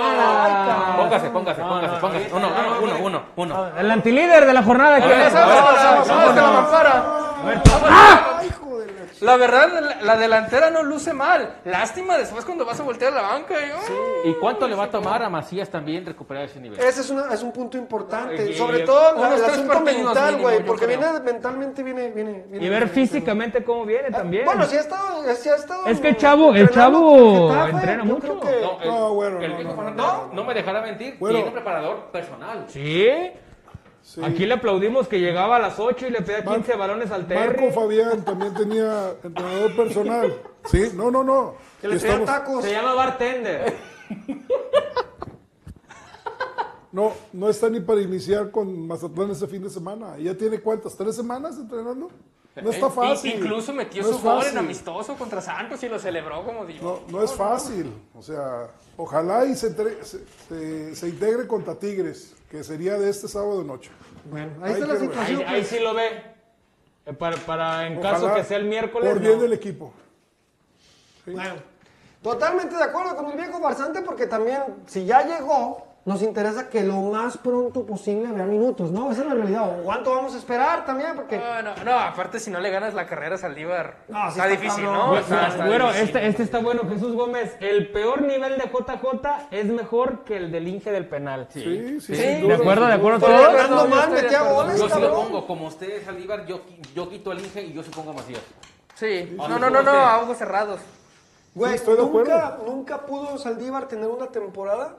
Speaker 3: Póngase, póngase, póngase, póngase. Uno, uno, uno, uno, uno.
Speaker 2: Ah.
Speaker 5: El antilíder de la jornada.
Speaker 3: A ver,
Speaker 5: ¿qué?
Speaker 3: vamos,
Speaker 5: A ver,
Speaker 3: vamos,
Speaker 5: vamos,
Speaker 3: vamos,
Speaker 5: vamos.
Speaker 3: vamos.
Speaker 4: ¡Ah! La verdad, la, la delantera no luce mal. Lástima después cuando vas a voltear a la banca. y, oh,
Speaker 3: ¿Y cuánto le va a tomar a Macías también recuperar ese
Speaker 2: Eh,
Speaker 3: nivel?
Speaker 1: Ese es, una- es un punto importante,
Speaker 3: Oye,
Speaker 1: sobre todo la-
Speaker 3: unos
Speaker 1: el
Speaker 3: tres
Speaker 1: asunto
Speaker 3: partidos
Speaker 1: mental,
Speaker 3: mínimo,
Speaker 1: güey,
Speaker 3: yo
Speaker 1: porque
Speaker 3: creo.
Speaker 1: viene mentalmente viene viene, viene
Speaker 5: Y ver físicamente cómo viene
Speaker 2: Ah,
Speaker 5: también.
Speaker 1: Bueno, sí ha estado, sí ha estado
Speaker 5: Es que el chavo- el
Speaker 1: entrenando
Speaker 5: chavo
Speaker 1: con Getafe,
Speaker 5: entrena
Speaker 1: yo creo
Speaker 5: mucho.
Speaker 1: que-
Speaker 3: No, el-
Speaker 2: No, bueno,
Speaker 3: el
Speaker 2: no,
Speaker 3: Piojo
Speaker 2: no,
Speaker 3: Alvarado
Speaker 2: no,
Speaker 3: no me dejará mentir.
Speaker 2: Bueno.
Speaker 3: Tiene un preparador personal.
Speaker 5: Sí. Aquí le aplaudimos que llegaba a las 8 y le pedía 15 balones al Terry.
Speaker 2: Marco Fabián también tenía entrenador personal. Sí, no, no, no.
Speaker 5: Que le
Speaker 2: Y
Speaker 5: pedía
Speaker 2: estamos-
Speaker 5: tacos. Se llama bartender.
Speaker 2: No, no está ni para iniciar con Mazatlán este fin de semana. ¿Y ¿Ya tiene cuántas? ¿Tres semanas entrenando? No está
Speaker 4: eh,
Speaker 2: fácil.
Speaker 4: in- Incluso metió
Speaker 2: No
Speaker 4: su
Speaker 2: es
Speaker 4: gol en
Speaker 2: fácil.
Speaker 4: amistoso contra Santos y lo celebró como Dios.
Speaker 2: No, no es fácil. O sea, ojalá y se, entre- se- se- se integre contra Tigres, que sería de este sábado noche.
Speaker 1: Bueno,
Speaker 5: Ahí, ahí,
Speaker 1: pues.
Speaker 5: sí lo ve. Eh, Para, para en caso que sea el miércoles.
Speaker 2: Por bien
Speaker 5: no.
Speaker 2: del equipo.
Speaker 1: Bueno, totalmente de acuerdo con el viejo farsante porque también si ya llegó nos interesa que lo más pronto posible vea minutos, ¿no? Esa es la realidad. ¿O ¿Cuánto vamos a esperar también? Porque
Speaker 4: No, no, no, aparte si no le ganas la carrera a Saldívar,
Speaker 1: No, sí
Speaker 4: está,
Speaker 1: está
Speaker 4: difícil,
Speaker 1: cabrón.
Speaker 4: ¿no?
Speaker 5: Bueno,
Speaker 4: Está- está
Speaker 5: bueno,
Speaker 4: difícil.
Speaker 5: este, este está bueno, Jesús Gómez. El peor nivel de JJ es mejor que el del Inge del penal.
Speaker 2: Sí, sí,
Speaker 5: ¿De
Speaker 2: sin duda,
Speaker 5: acuerdo? ¿De
Speaker 2: sin duda.
Speaker 5: acuerdo
Speaker 2: Estoy de
Speaker 5: todos?
Speaker 2: acuerdo, yo estoy de acuerdo.
Speaker 3: Yo sí lo pongo, como ustedes al Ibar, yo, qui- yo quito al Inge y yo sí pongo a Macías.
Speaker 4: Sí,
Speaker 3: Ah,
Speaker 4: no, no, no, no,
Speaker 3: ¿cómo
Speaker 4: a ojos cerrados.
Speaker 1: Güey,
Speaker 2: Sí, estoy de
Speaker 1: nunca,
Speaker 2: acuerdo.
Speaker 1: nunca pudo Saldívar tener una temporada,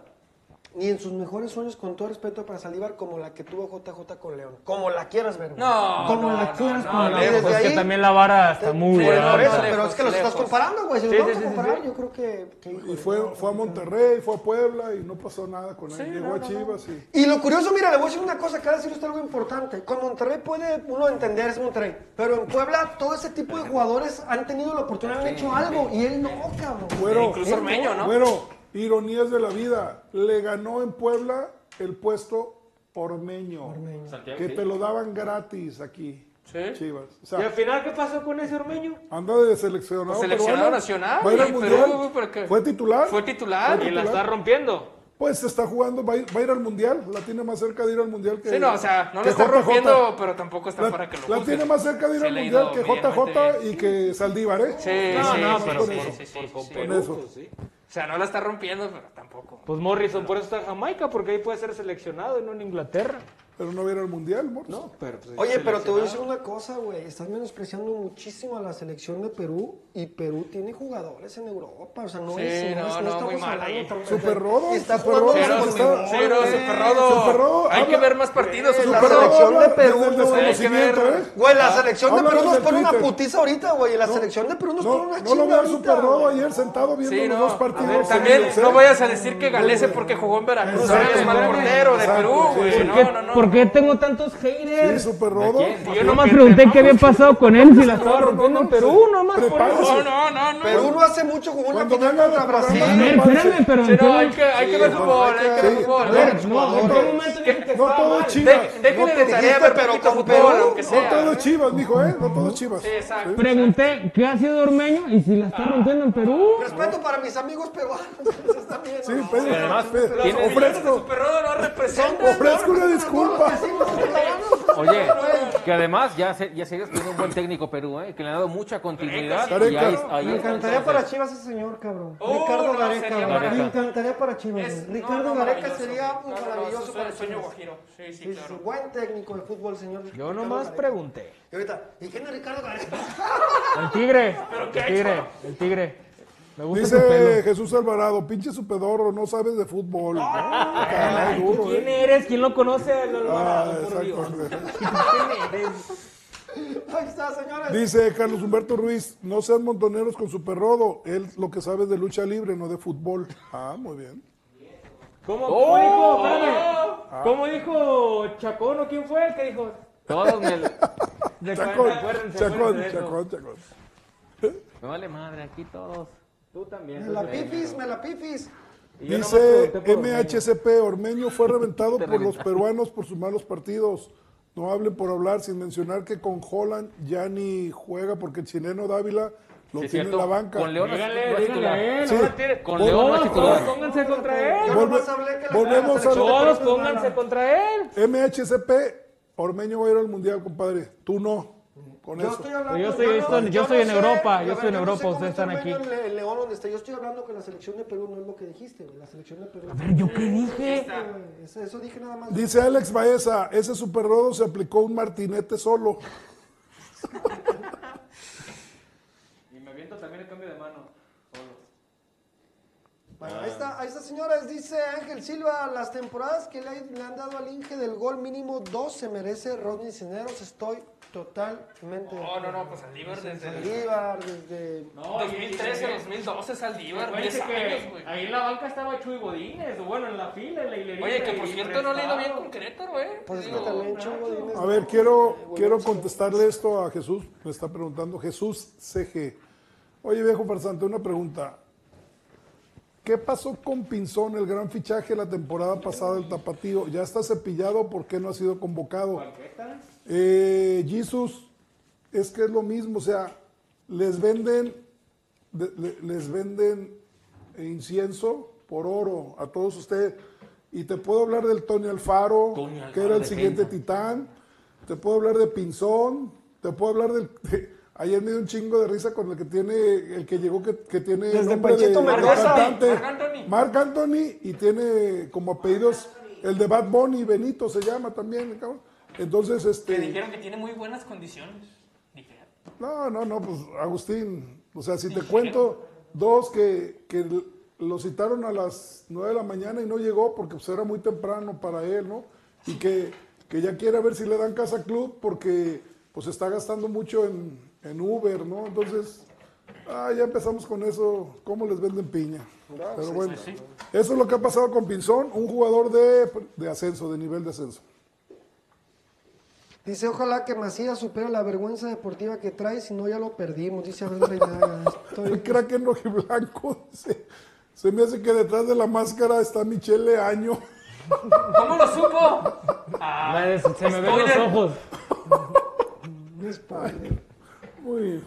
Speaker 1: ni en sus mejores sueños, con todo respeto para Saldívar, como la que tuvo JJ con León. Como la quieras ver. güey.
Speaker 4: No,
Speaker 1: como
Speaker 4: no,
Speaker 1: la
Speaker 4: no,
Speaker 1: quieras
Speaker 4: no,
Speaker 1: con
Speaker 4: no,
Speaker 1: León.
Speaker 4: lejos,
Speaker 1: Desde
Speaker 5: pues es que
Speaker 1: ahí-
Speaker 5: también la vara está muy
Speaker 1: Sí,
Speaker 5: buena.
Speaker 1: por eso,
Speaker 4: no,
Speaker 1: pero
Speaker 4: lejos,
Speaker 1: es que los estás
Speaker 4: lejos.
Speaker 1: comparando, güey. Si los
Speaker 5: Sí,
Speaker 1: vamos
Speaker 5: sí,
Speaker 1: a
Speaker 5: sí,
Speaker 1: comparar,
Speaker 5: sí.
Speaker 1: yo creo que. que, híjole,
Speaker 2: Y fue,
Speaker 1: no.
Speaker 2: fue a Monterrey, fue a Puebla y no pasó nada con él. Llegó a Chivas y...
Speaker 1: Y lo curioso, mira, le voy a decir una cosa, acaba de decir usted algo importante. Con Monterrey puede uno entender, es Monterrey. Pero en Puebla, todo ese tipo de jugadores han tenido la oportunidad, han hecho algo. Y él no, cabrón.
Speaker 2: Güero,
Speaker 4: Incluso Ormeño, ¿no?
Speaker 2: Güero, ironías de la vida. Le ganó en Puebla el puesto Ormeño.
Speaker 3: Santiago,
Speaker 2: Que
Speaker 3: sí.
Speaker 2: te lo daban gratis aquí.
Speaker 4: Sí.
Speaker 2: Chivas. O
Speaker 5: ¿Y al
Speaker 2: sea,
Speaker 5: final qué pasó con ese Ormeño?
Speaker 2: anda de seleccionado.
Speaker 4: Pues seleccionado
Speaker 2: peruano.
Speaker 4: nacional,
Speaker 2: Va a ir al
Speaker 4: y
Speaker 2: mundial.
Speaker 4: Perú, porque-
Speaker 2: ¿Fue titular?
Speaker 4: Fue titular.
Speaker 2: Fue
Speaker 5: Y la
Speaker 2: titular.
Speaker 5: está rompiendo.
Speaker 2: Pues está jugando, va a, ir, va a ir al mundial. La tiene más cerca de ir al mundial que.
Speaker 4: Sí, no, o sea, no
Speaker 2: que
Speaker 4: lo está
Speaker 2: JJ.
Speaker 4: rompiendo, pero tampoco está
Speaker 2: La,
Speaker 4: para que lo
Speaker 2: la
Speaker 4: juzguen.
Speaker 2: tiene más cerca de ir
Speaker 4: Se
Speaker 2: al
Speaker 4: le ha
Speaker 2: mundial
Speaker 4: ido
Speaker 2: que
Speaker 4: medianamente
Speaker 2: JJ y que Saldívar, ¿eh?
Speaker 4: Sí,
Speaker 5: No,
Speaker 4: sí,
Speaker 5: no,
Speaker 4: sí,
Speaker 5: pero
Speaker 4: sí,
Speaker 5: por-
Speaker 4: sí, sí, sí, sí.
Speaker 2: Con eso.
Speaker 4: O sea, no la está rompiendo, pero tampoco.
Speaker 5: Pues Morrison, por eso está en Jamaica, porque ahí puede ser seleccionado y no en Inglaterra.
Speaker 2: Pero no vieron el mundial, Morris.
Speaker 10: No, pero.
Speaker 1: Oye, pero pues, te voy a decir una cosa, güey. Estás menospreciando muchísimo a la selección de Perú y Perú tiene jugadores en Europa. O sea, no
Speaker 4: Sí,
Speaker 1: es.
Speaker 4: no, no, muy mal ahí.
Speaker 2: Super Rodo.
Speaker 1: Está
Speaker 2: Super
Speaker 1: jugando
Speaker 2: Rodo.
Speaker 1: Pero
Speaker 2: ¿cómo está?
Speaker 4: Pero Super Rodo,
Speaker 2: Super Rodo,
Speaker 4: hay que
Speaker 2: habla-
Speaker 4: ver más partidos.
Speaker 1: La
Speaker 4: Super Rodo.
Speaker 1: selección de
Speaker 4: habla
Speaker 1: Perú,
Speaker 4: desde el
Speaker 1: no, güey.
Speaker 4: desconocimiento, ¿eh?
Speaker 1: Güey, la
Speaker 4: Ah,
Speaker 1: selección de
Speaker 4: háblanos
Speaker 1: Perú nos
Speaker 4: del
Speaker 1: pone una
Speaker 4: Twitter.
Speaker 1: putiza ahorita, güey. y La selección de Perú nos pone una
Speaker 2: No lo veo
Speaker 1: chinga
Speaker 2: al Super
Speaker 1: ahorita.
Speaker 2: Rodo ayer sentado viendo
Speaker 4: Sí,
Speaker 2: los
Speaker 4: no.
Speaker 2: dos
Speaker 4: A
Speaker 2: partidos.
Speaker 4: ver, también
Speaker 2: seguidos, ¿eh?
Speaker 4: no vayas a decir que Galese porque jugó en Veracruz es mal portero de Perú, güey.
Speaker 5: ¿Por qué-
Speaker 4: No, no, no.
Speaker 5: ¿Por qué tengo tantos haters?
Speaker 4: quién?
Speaker 5: Yo nomás pregunté qué había pasado con él si la estaba rompiendo en Perú, nomás por
Speaker 1: Prepárese.
Speaker 5: eso.
Speaker 4: No, no, no.
Speaker 1: Perú no hace mucho jugó una final contra Brasil.
Speaker 5: A ver, espérame, pero
Speaker 4: Sí, no, hay
Speaker 5: entonces-
Speaker 4: que, hay que ver fútbol, hay que ver fútbol.
Speaker 5: A ver, no, ¿en qué momento dije que estaba mal?
Speaker 4: De- Déjenle de tarea ver poquito fútbol, aunque sea.
Speaker 2: No todos chivas, mijo, ¿eh? No todos chivas.
Speaker 4: Exacto.
Speaker 5: Pregunté qué ha sido Ormeño y si la está rompiendo en Perú.
Speaker 1: Respeto para mis amigos peruanos. Eso está bien,
Speaker 2: Sí,
Speaker 1: ¿no?
Speaker 2: pero-
Speaker 3: Además,
Speaker 2: pero-
Speaker 3: tiene-
Speaker 2: ofrezco, ofrezco una disculpa.
Speaker 3: Oye, que además ya se, ya se tiene un buen técnico Perú, ¿eh? que le ha dado mucha continuidad. y ahí- ahí
Speaker 1: Me
Speaker 3: está,
Speaker 1: encantaría
Speaker 3: entonces.
Speaker 1: para Chivas ese señor, cabrón. Ricardo
Speaker 4: Oh, no,
Speaker 1: Gareca,
Speaker 4: sería
Speaker 1: güey. Me
Speaker 3: maravilloso.
Speaker 1: encantaría para Chivas. güey. Ricardo
Speaker 4: no,
Speaker 1: Gareca
Speaker 4: maravilloso,
Speaker 1: sería
Speaker 4: güey. No, no,
Speaker 1: maravilloso
Speaker 4: no,
Speaker 1: para
Speaker 4: sueño
Speaker 1: Chivas.
Speaker 4: guajiro. Sí, sí, claro.
Speaker 1: Buen técnico de fútbol, señor.
Speaker 5: Yo
Speaker 1: Ricardo
Speaker 5: nomás
Speaker 1: Gareca.
Speaker 5: pregunté.
Speaker 1: Y ahorita, ¿y quién es Ricardo Gareca?
Speaker 5: El tigre,
Speaker 1: ¿Pero qué
Speaker 5: el
Speaker 1: ha
Speaker 5: tigre,
Speaker 1: hecho?
Speaker 5: el tigre. Me gusta su
Speaker 2: Dice
Speaker 5: pelo.
Speaker 2: Jesús Alvarado, pinche supedorro, no sabes de fútbol. Caray, duro,
Speaker 5: ¿Quién
Speaker 2: ¿eh?
Speaker 5: eres? ¿Quién lo conoce? Al Alvarado,
Speaker 2: Ah,
Speaker 5: por Dios. ¿Quién eres?
Speaker 1: Ahí está, señores.
Speaker 2: Dice Carlos Humberto Ruiz, no sean montoneros con Superrodo, él lo que sabe es de lucha libre, no de fútbol. Ah, muy bien.
Speaker 5: ¿Cómo,
Speaker 2: Oh.
Speaker 5: cómo dijo? Espérame. ¿Cómo dijo Chacón o quién fue el que dijo?
Speaker 3: Todos me,
Speaker 5: De
Speaker 2: Chacón,
Speaker 5: acuérdense, acuérdense
Speaker 2: Chacón,
Speaker 5: de eso.
Speaker 2: Chacón, Chacón.
Speaker 3: me vale madre aquí todos.
Speaker 5: Tú también.
Speaker 1: Me la pifis, me la pifis.
Speaker 2: Dice MHCP, Ormeño fue reventado por los peruanos por sus malos partidos. No hablen por hablar, sin mencionar que con Holland ya ni juega porque el chileno Dávila lo
Speaker 3: Sí, es
Speaker 2: tiene en
Speaker 3: cierto.
Speaker 2: la banca.
Speaker 3: Con León no es-
Speaker 5: Díganle,
Speaker 3: no es
Speaker 5: díganle
Speaker 3: titular.
Speaker 5: a él,
Speaker 2: Sí.
Speaker 5: ahora tiene-
Speaker 3: Con
Speaker 5: Todos,
Speaker 3: León no es
Speaker 5: todos
Speaker 3: titular.
Speaker 5: pónganse contra él.
Speaker 2: Yo nomás hablé que la volvemos cara a-
Speaker 5: Todos pónganse contra él.
Speaker 2: MHCP, Ormeño va a ir al mundial, compadre. Tú no. Con
Speaker 1: Yo
Speaker 2: eso.
Speaker 1: estoy hablando.
Speaker 5: Yo estoy- yo estoy- yo estoy en
Speaker 1: sé,
Speaker 5: Europa,
Speaker 1: la
Speaker 5: yo estoy en
Speaker 1: verdad,
Speaker 5: Europa,
Speaker 1: sé cómo
Speaker 5: ustedes
Speaker 1: está
Speaker 5: están aquí.
Speaker 1: el Le- el León donde está. Yo estoy hablando que la selección de Perú no es lo que dijiste, güey. La selección de Perú. A
Speaker 5: ver, ¿yo qué dije?
Speaker 1: Eso, eso dije nada más.
Speaker 2: Dice Alex Baeza, ese superrodo se aplicó un martinete solo.
Speaker 3: Y me aviento también el cambio de mano. Solo.
Speaker 1: Bueno, ahí está, ahí está, señores. Dice Ángel Silva, las temporadas que le, hay- le han dado al Inge del gol mínimo dos se merece Rodney Cineros. Estoy totalmente.
Speaker 4: No, no, no, pues Saldívar desde el-
Speaker 1: Saldívar, desde.
Speaker 4: No, 2013, 2012, Saldívar, 10
Speaker 5: Acuérdense que
Speaker 4: años, güey.
Speaker 5: Ahí en la banca estaba Chuy Godínez, o bueno, en la fila, en la hilerita.
Speaker 4: Oye, que por
Speaker 5: y
Speaker 4: cierto no le ha ido bien
Speaker 5: prestado.
Speaker 4: con Querétaro, ¿eh?
Speaker 1: Pues es que también Chongo Dines-
Speaker 2: A ver, quiero, quiero contestarle esto a Jesús. Me está preguntando Jesús CG. Oye, viejo farsante, una pregunta. ¿Qué pasó con Pinzón, el gran fichaje la temporada pasada del Tapatío? ¿Ya está cepillado? ¿Por qué no ha sido convocado? Eh, Jesus, es que es lo mismo. O sea, les venden, de- le- les venden incienso por oro a todos ustedes. Y te puedo hablar del Tony Alfaro,
Speaker 3: Tony Alfaro,
Speaker 2: que era el
Speaker 3: defensa.
Speaker 2: siguiente titán. Te puedo hablar de Pinzón. Te puedo hablar del. de- ayer me dio un chingo de risa con el que tiene. El que llegó que, que tiene.
Speaker 1: Desde
Speaker 2: nombre
Speaker 1: Panchito
Speaker 2: de- de
Speaker 1: Mendoza.
Speaker 2: cantante.
Speaker 4: Marc Anthony.
Speaker 2: Marc Anthony y tiene como apellidos. El de Bad Bunny, Benito se llama también. cabrón. Entonces, este.
Speaker 4: Me dijeron que tiene muy buenas condiciones. Dijeron.
Speaker 2: No, no, no, pues Agustín, o sea, si te cuento dos que, que l- lo citaron a las 9 de la mañana y no llegó porque pues, era muy temprano para él, ¿no? Y que, que ya quiere ver si le dan casa club porque pues está gastando mucho en, en Uber, ¿no? Entonces, ah, ya empezamos con eso, ¿cómo les venden piña? Pero bueno, eso es lo que ha pasado con Pinzón, un jugador de, de ascenso, de nivel de ascenso.
Speaker 1: Dice, ojalá que Macías supere la vergüenza deportiva que trae, si no ya lo perdimos, dice Abel Reinaga. Estoy-
Speaker 2: El crack en rojiblanco. Se, se me hace que detrás de la máscara está Michele Año.
Speaker 4: ¿Cómo lo supo? Ah,
Speaker 5: Madre, se- se me ven
Speaker 4: spoiler.
Speaker 5: los ojos.
Speaker 1: Un spoiler.
Speaker 2: Muy bien.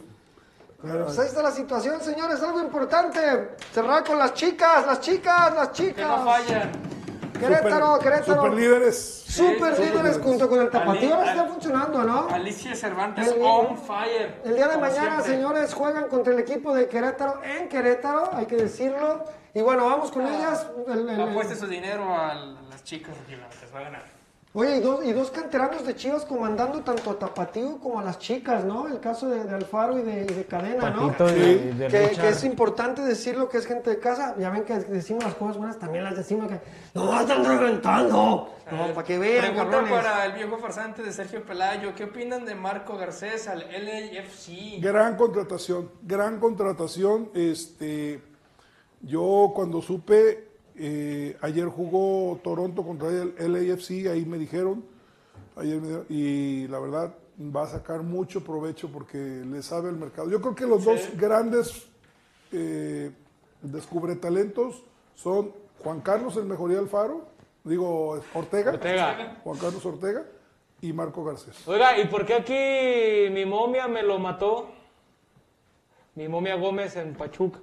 Speaker 2: Caray.
Speaker 1: Pues ahí está la situación, señores, algo importante. Cerrar con las chicas, las chicas, las chicas.
Speaker 4: Que no fallan.
Speaker 1: Querétaro, Querétaro.
Speaker 2: Super líderes.
Speaker 1: Super líderes junto con el tapatío,
Speaker 4: Ali-
Speaker 1: ahora está
Speaker 4: Ali-
Speaker 1: funcionando, ¿no?
Speaker 4: Alicia Cervantes
Speaker 1: El-
Speaker 4: on fire.
Speaker 1: El día de
Speaker 4: como
Speaker 1: mañana,
Speaker 4: siempre.
Speaker 1: señores, juegan contra el equipo de Querétaro en Querétaro, hay que decirlo.
Speaker 4: Ah.
Speaker 1: Y bueno, vamos con ellas. El- el- el-
Speaker 4: Apueste su dinero a las chicas rojiblancas, va a ganar.
Speaker 1: Oye, y dos, y dos canteranos de Chivas comandando tanto a Tapatío como a las chicas, ¿no? El caso de, de Alfaro y de, y de Cadena, ¿no?
Speaker 5: Patito y- y de
Speaker 1: que,
Speaker 5: Richard.
Speaker 1: que es importante decirlo que es gente de casa. Ya ven que decimos las cosas buenas, también las decimos que no están reventando. No, para que vean,
Speaker 4: Pregunta
Speaker 1: cabrones.
Speaker 4: para el viejo farsante de Sergio Pelayo. ¿Qué opinan de Marco Garcés al LAFC?
Speaker 2: Gran contratación, gran contratación. Este, yo cuando supe, eh, ayer jugó Toronto contra el LAFC, ahí me dijeron, ayer me dijeron, y la verdad va a sacar mucho provecho porque le sabe el mercado. Yo creo que los dos grandes eh, descubretalentos son Juan Carlos el Mejoría Alfaro, digo Ortega,
Speaker 5: Ortega.
Speaker 2: Juan Carlos Ortega y Marco Garcés.
Speaker 5: Oiga, ¿y por qué aquí mi momia me lo mató? Mi momia Gómez en Pachuca.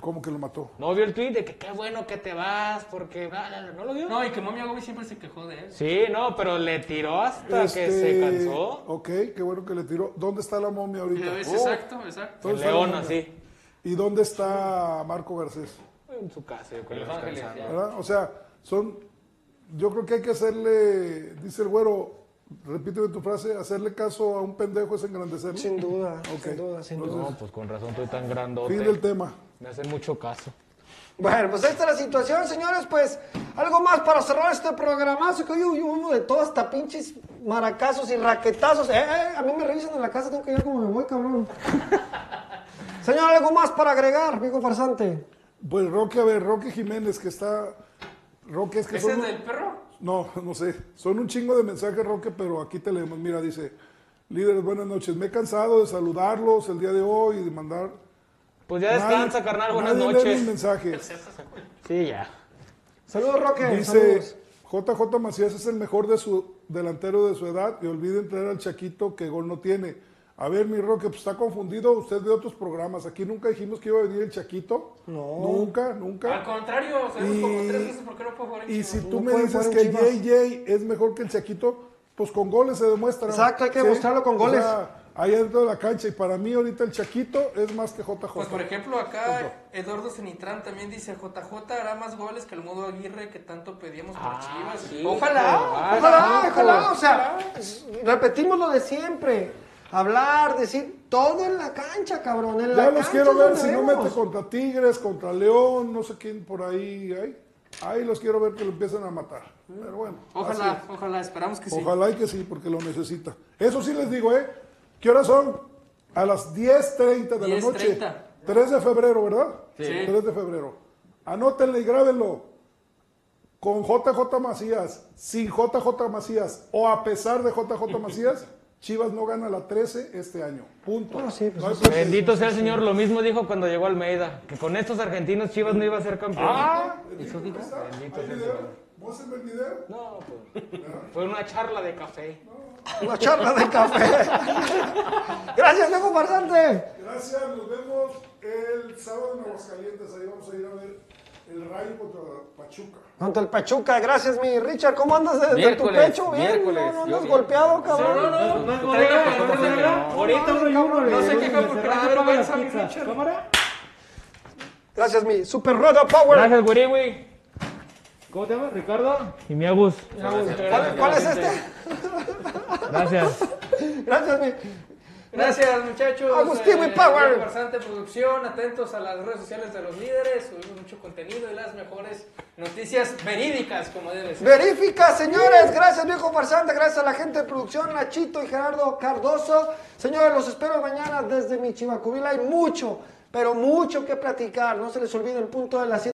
Speaker 2: ¿Cómo que lo mató?
Speaker 5: ¿No vio el tweet de que qué bueno que te vas? Porque bla, bla, bla"? no lo vio.
Speaker 4: No, y que Momia Gómez siempre se quejó de él.
Speaker 5: Sí, no, pero le tiró hasta que
Speaker 2: Este,
Speaker 5: se cansó.
Speaker 2: Ok, qué bueno que le tiró. ¿Dónde está la momia ahorita?
Speaker 4: Es
Speaker 2: Oh,
Speaker 4: exacto, exacto.
Speaker 2: ¿dónde está la
Speaker 5: León,
Speaker 2: momia?
Speaker 5: así.
Speaker 2: ¿Y dónde está Marco Garcés?
Speaker 5: En su casa, yo creo,
Speaker 3: Los Ángeles,
Speaker 5: descansando.
Speaker 2: ¿Verdad? O sea, son. Yo creo que hay que hacerle, dice el güero, repíteme tu frase, hacerle caso a un pendejo es engrandecerlo.
Speaker 1: Sin duda, sin duda, sin duda.
Speaker 5: No, pues con razón estoy tan grandote.
Speaker 2: Fin del tema.
Speaker 5: Me hacen mucho caso.
Speaker 1: Bueno, pues esta es la situación, señores. Pues algo más para cerrar este programazo que hoy hubo hubo de todo, hasta pinches maracazos y raquetazos. Eh, eh, a mí me revisan en la casa, tengo que ir como me voy, cabrón. Señor, algo más para agregar, amigo farsante.
Speaker 2: Pues Roque, a ver, Roque Jiménez, que está. Roque es que
Speaker 4: ¿Ese
Speaker 2: son
Speaker 4: es
Speaker 2: un-
Speaker 4: del perro?
Speaker 2: No, no sé. Son un chingo de mensajes, Roque, pero aquí te leemos. Mira, dice, líderes, buenas noches. Me he cansado de saludarlos el día de hoy y de mandar...
Speaker 5: Pues ya descansa, carnal, buenas
Speaker 2: nadie lee
Speaker 5: noches.
Speaker 2: mis mensajes.
Speaker 5: Sí, ya.
Speaker 1: Saludos, Roque.
Speaker 2: Dice, JJ Macías es el mejor de su delantero de su edad y olviden traer al Chaquito que gol no tiene. A ver, mi Roque, pues está confundido usted de otros programas. Aquí nunca dijimos que iba a venir el Chaquito. No. Nunca, nunca.
Speaker 4: Al contrario, sabemos
Speaker 2: Oh. Y-
Speaker 4: como tres veces por qué no puedo jugar en
Speaker 2: Y
Speaker 4: Chivas.
Speaker 2: si tú
Speaker 1: No
Speaker 2: me
Speaker 1: puede
Speaker 2: dices
Speaker 1: jugar
Speaker 2: que
Speaker 1: en
Speaker 2: JJ es mejor que el Chaquito, pues con goles se demuestra.
Speaker 1: Exacto, hay que demostrarlo con
Speaker 2: O
Speaker 1: goles.
Speaker 2: sea, ahí dentro de la cancha. Y para mí ahorita el Chaquito es más que JJ.
Speaker 4: Pues por ejemplo acá Eduardo Cenitrán también dice JJ hará más goles que el modo Aguirre que tanto pedíamos por Chivas. Ojalá,
Speaker 2: Ah,
Speaker 1: Ojalá, ojalá, o sea, s- repetimos lo de siempre. Hablar, decir todo en la cancha, cabrón. En
Speaker 2: ya
Speaker 1: la
Speaker 2: los
Speaker 1: cancha
Speaker 2: quiero
Speaker 1: es
Speaker 2: ver
Speaker 1: donde
Speaker 2: si no
Speaker 1: vemos.
Speaker 2: mete contra Tigres, contra León, no sé quién por ahí. Ahí, ahí los quiero ver que lo empiecen a matar. Pero bueno.
Speaker 4: Ojalá,
Speaker 2: así es.
Speaker 4: ojalá, esperamos que sí.
Speaker 2: Ojalá y que sí, porque lo necesita. Eso sí les digo, ¿eh? ¿Qué horas son? A las 10.30 de la noche.
Speaker 4: 10:30.
Speaker 2: 3 de febrero, ¿verdad?
Speaker 4: Sí.
Speaker 2: 3 de febrero. Anótenle y grábenlo. Con JJ Macías, sin JJ Macías o a pesar de JJ Macías, Chivas no gana la 13 este año. Punto. No hay pretexto.
Speaker 5: Bendito sea el Señor, lo mismo dijo cuando llegó Almeida, que con estos argentinos Chivas no iba a ser campeón.
Speaker 2: Ah,
Speaker 5: ¿Eso dijo? Bendito sea el pues, Señor.
Speaker 2: ¿Vos en el video?
Speaker 5: No, pues. Fue una charla de café.
Speaker 1: Una charla de café. Gracias, Diego Farsante.
Speaker 2: Gracias, nos vemos el sábado en Aguascalientes. Ahí vamos a ir a ver el Rayo contra Pachuca.
Speaker 1: Contra el Pachuca, gracias mi Richard, ¿cómo andas desde
Speaker 3: Miércoles,
Speaker 1: tu pecho? Bien,
Speaker 3: miércoles,
Speaker 1: no, no
Speaker 3: yo
Speaker 1: andas
Speaker 3: bien.
Speaker 1: golpeado, cabrón.
Speaker 3: No, no, no, no es bodega, no es bodega. Ahorita
Speaker 1: no, cabrón,
Speaker 4: No
Speaker 1: no
Speaker 4: se
Speaker 1: sé
Speaker 4: queja porque no quiero ver a mi Richard.
Speaker 1: Gracias mi Super Roda Power.
Speaker 5: Gracias, güey, güey. ¿Cómo te llamas, Ricardo? Y mi Agus.
Speaker 1: ¿Cuál, cuál es este?
Speaker 5: Gracias.
Speaker 1: Gracias mi.
Speaker 4: Gracias muchachos.
Speaker 1: Agustín
Speaker 4: Eh,
Speaker 1: y Power.
Speaker 4: Diego Farsante Producción, atentos a las redes sociales de los líderes, subimos mucho contenido y las mejores noticias verídicas como debe ser.
Speaker 1: Verifica,
Speaker 3: Uh.
Speaker 1: señores. Gracias, viejo farsante. Gracias a la gente de producción, Nachito y Gerardo Cardoso. Señores, los espero mañana desde mi Chivacubila. Hay mucho, pero mucho que platicar. No se les olvide el punto de las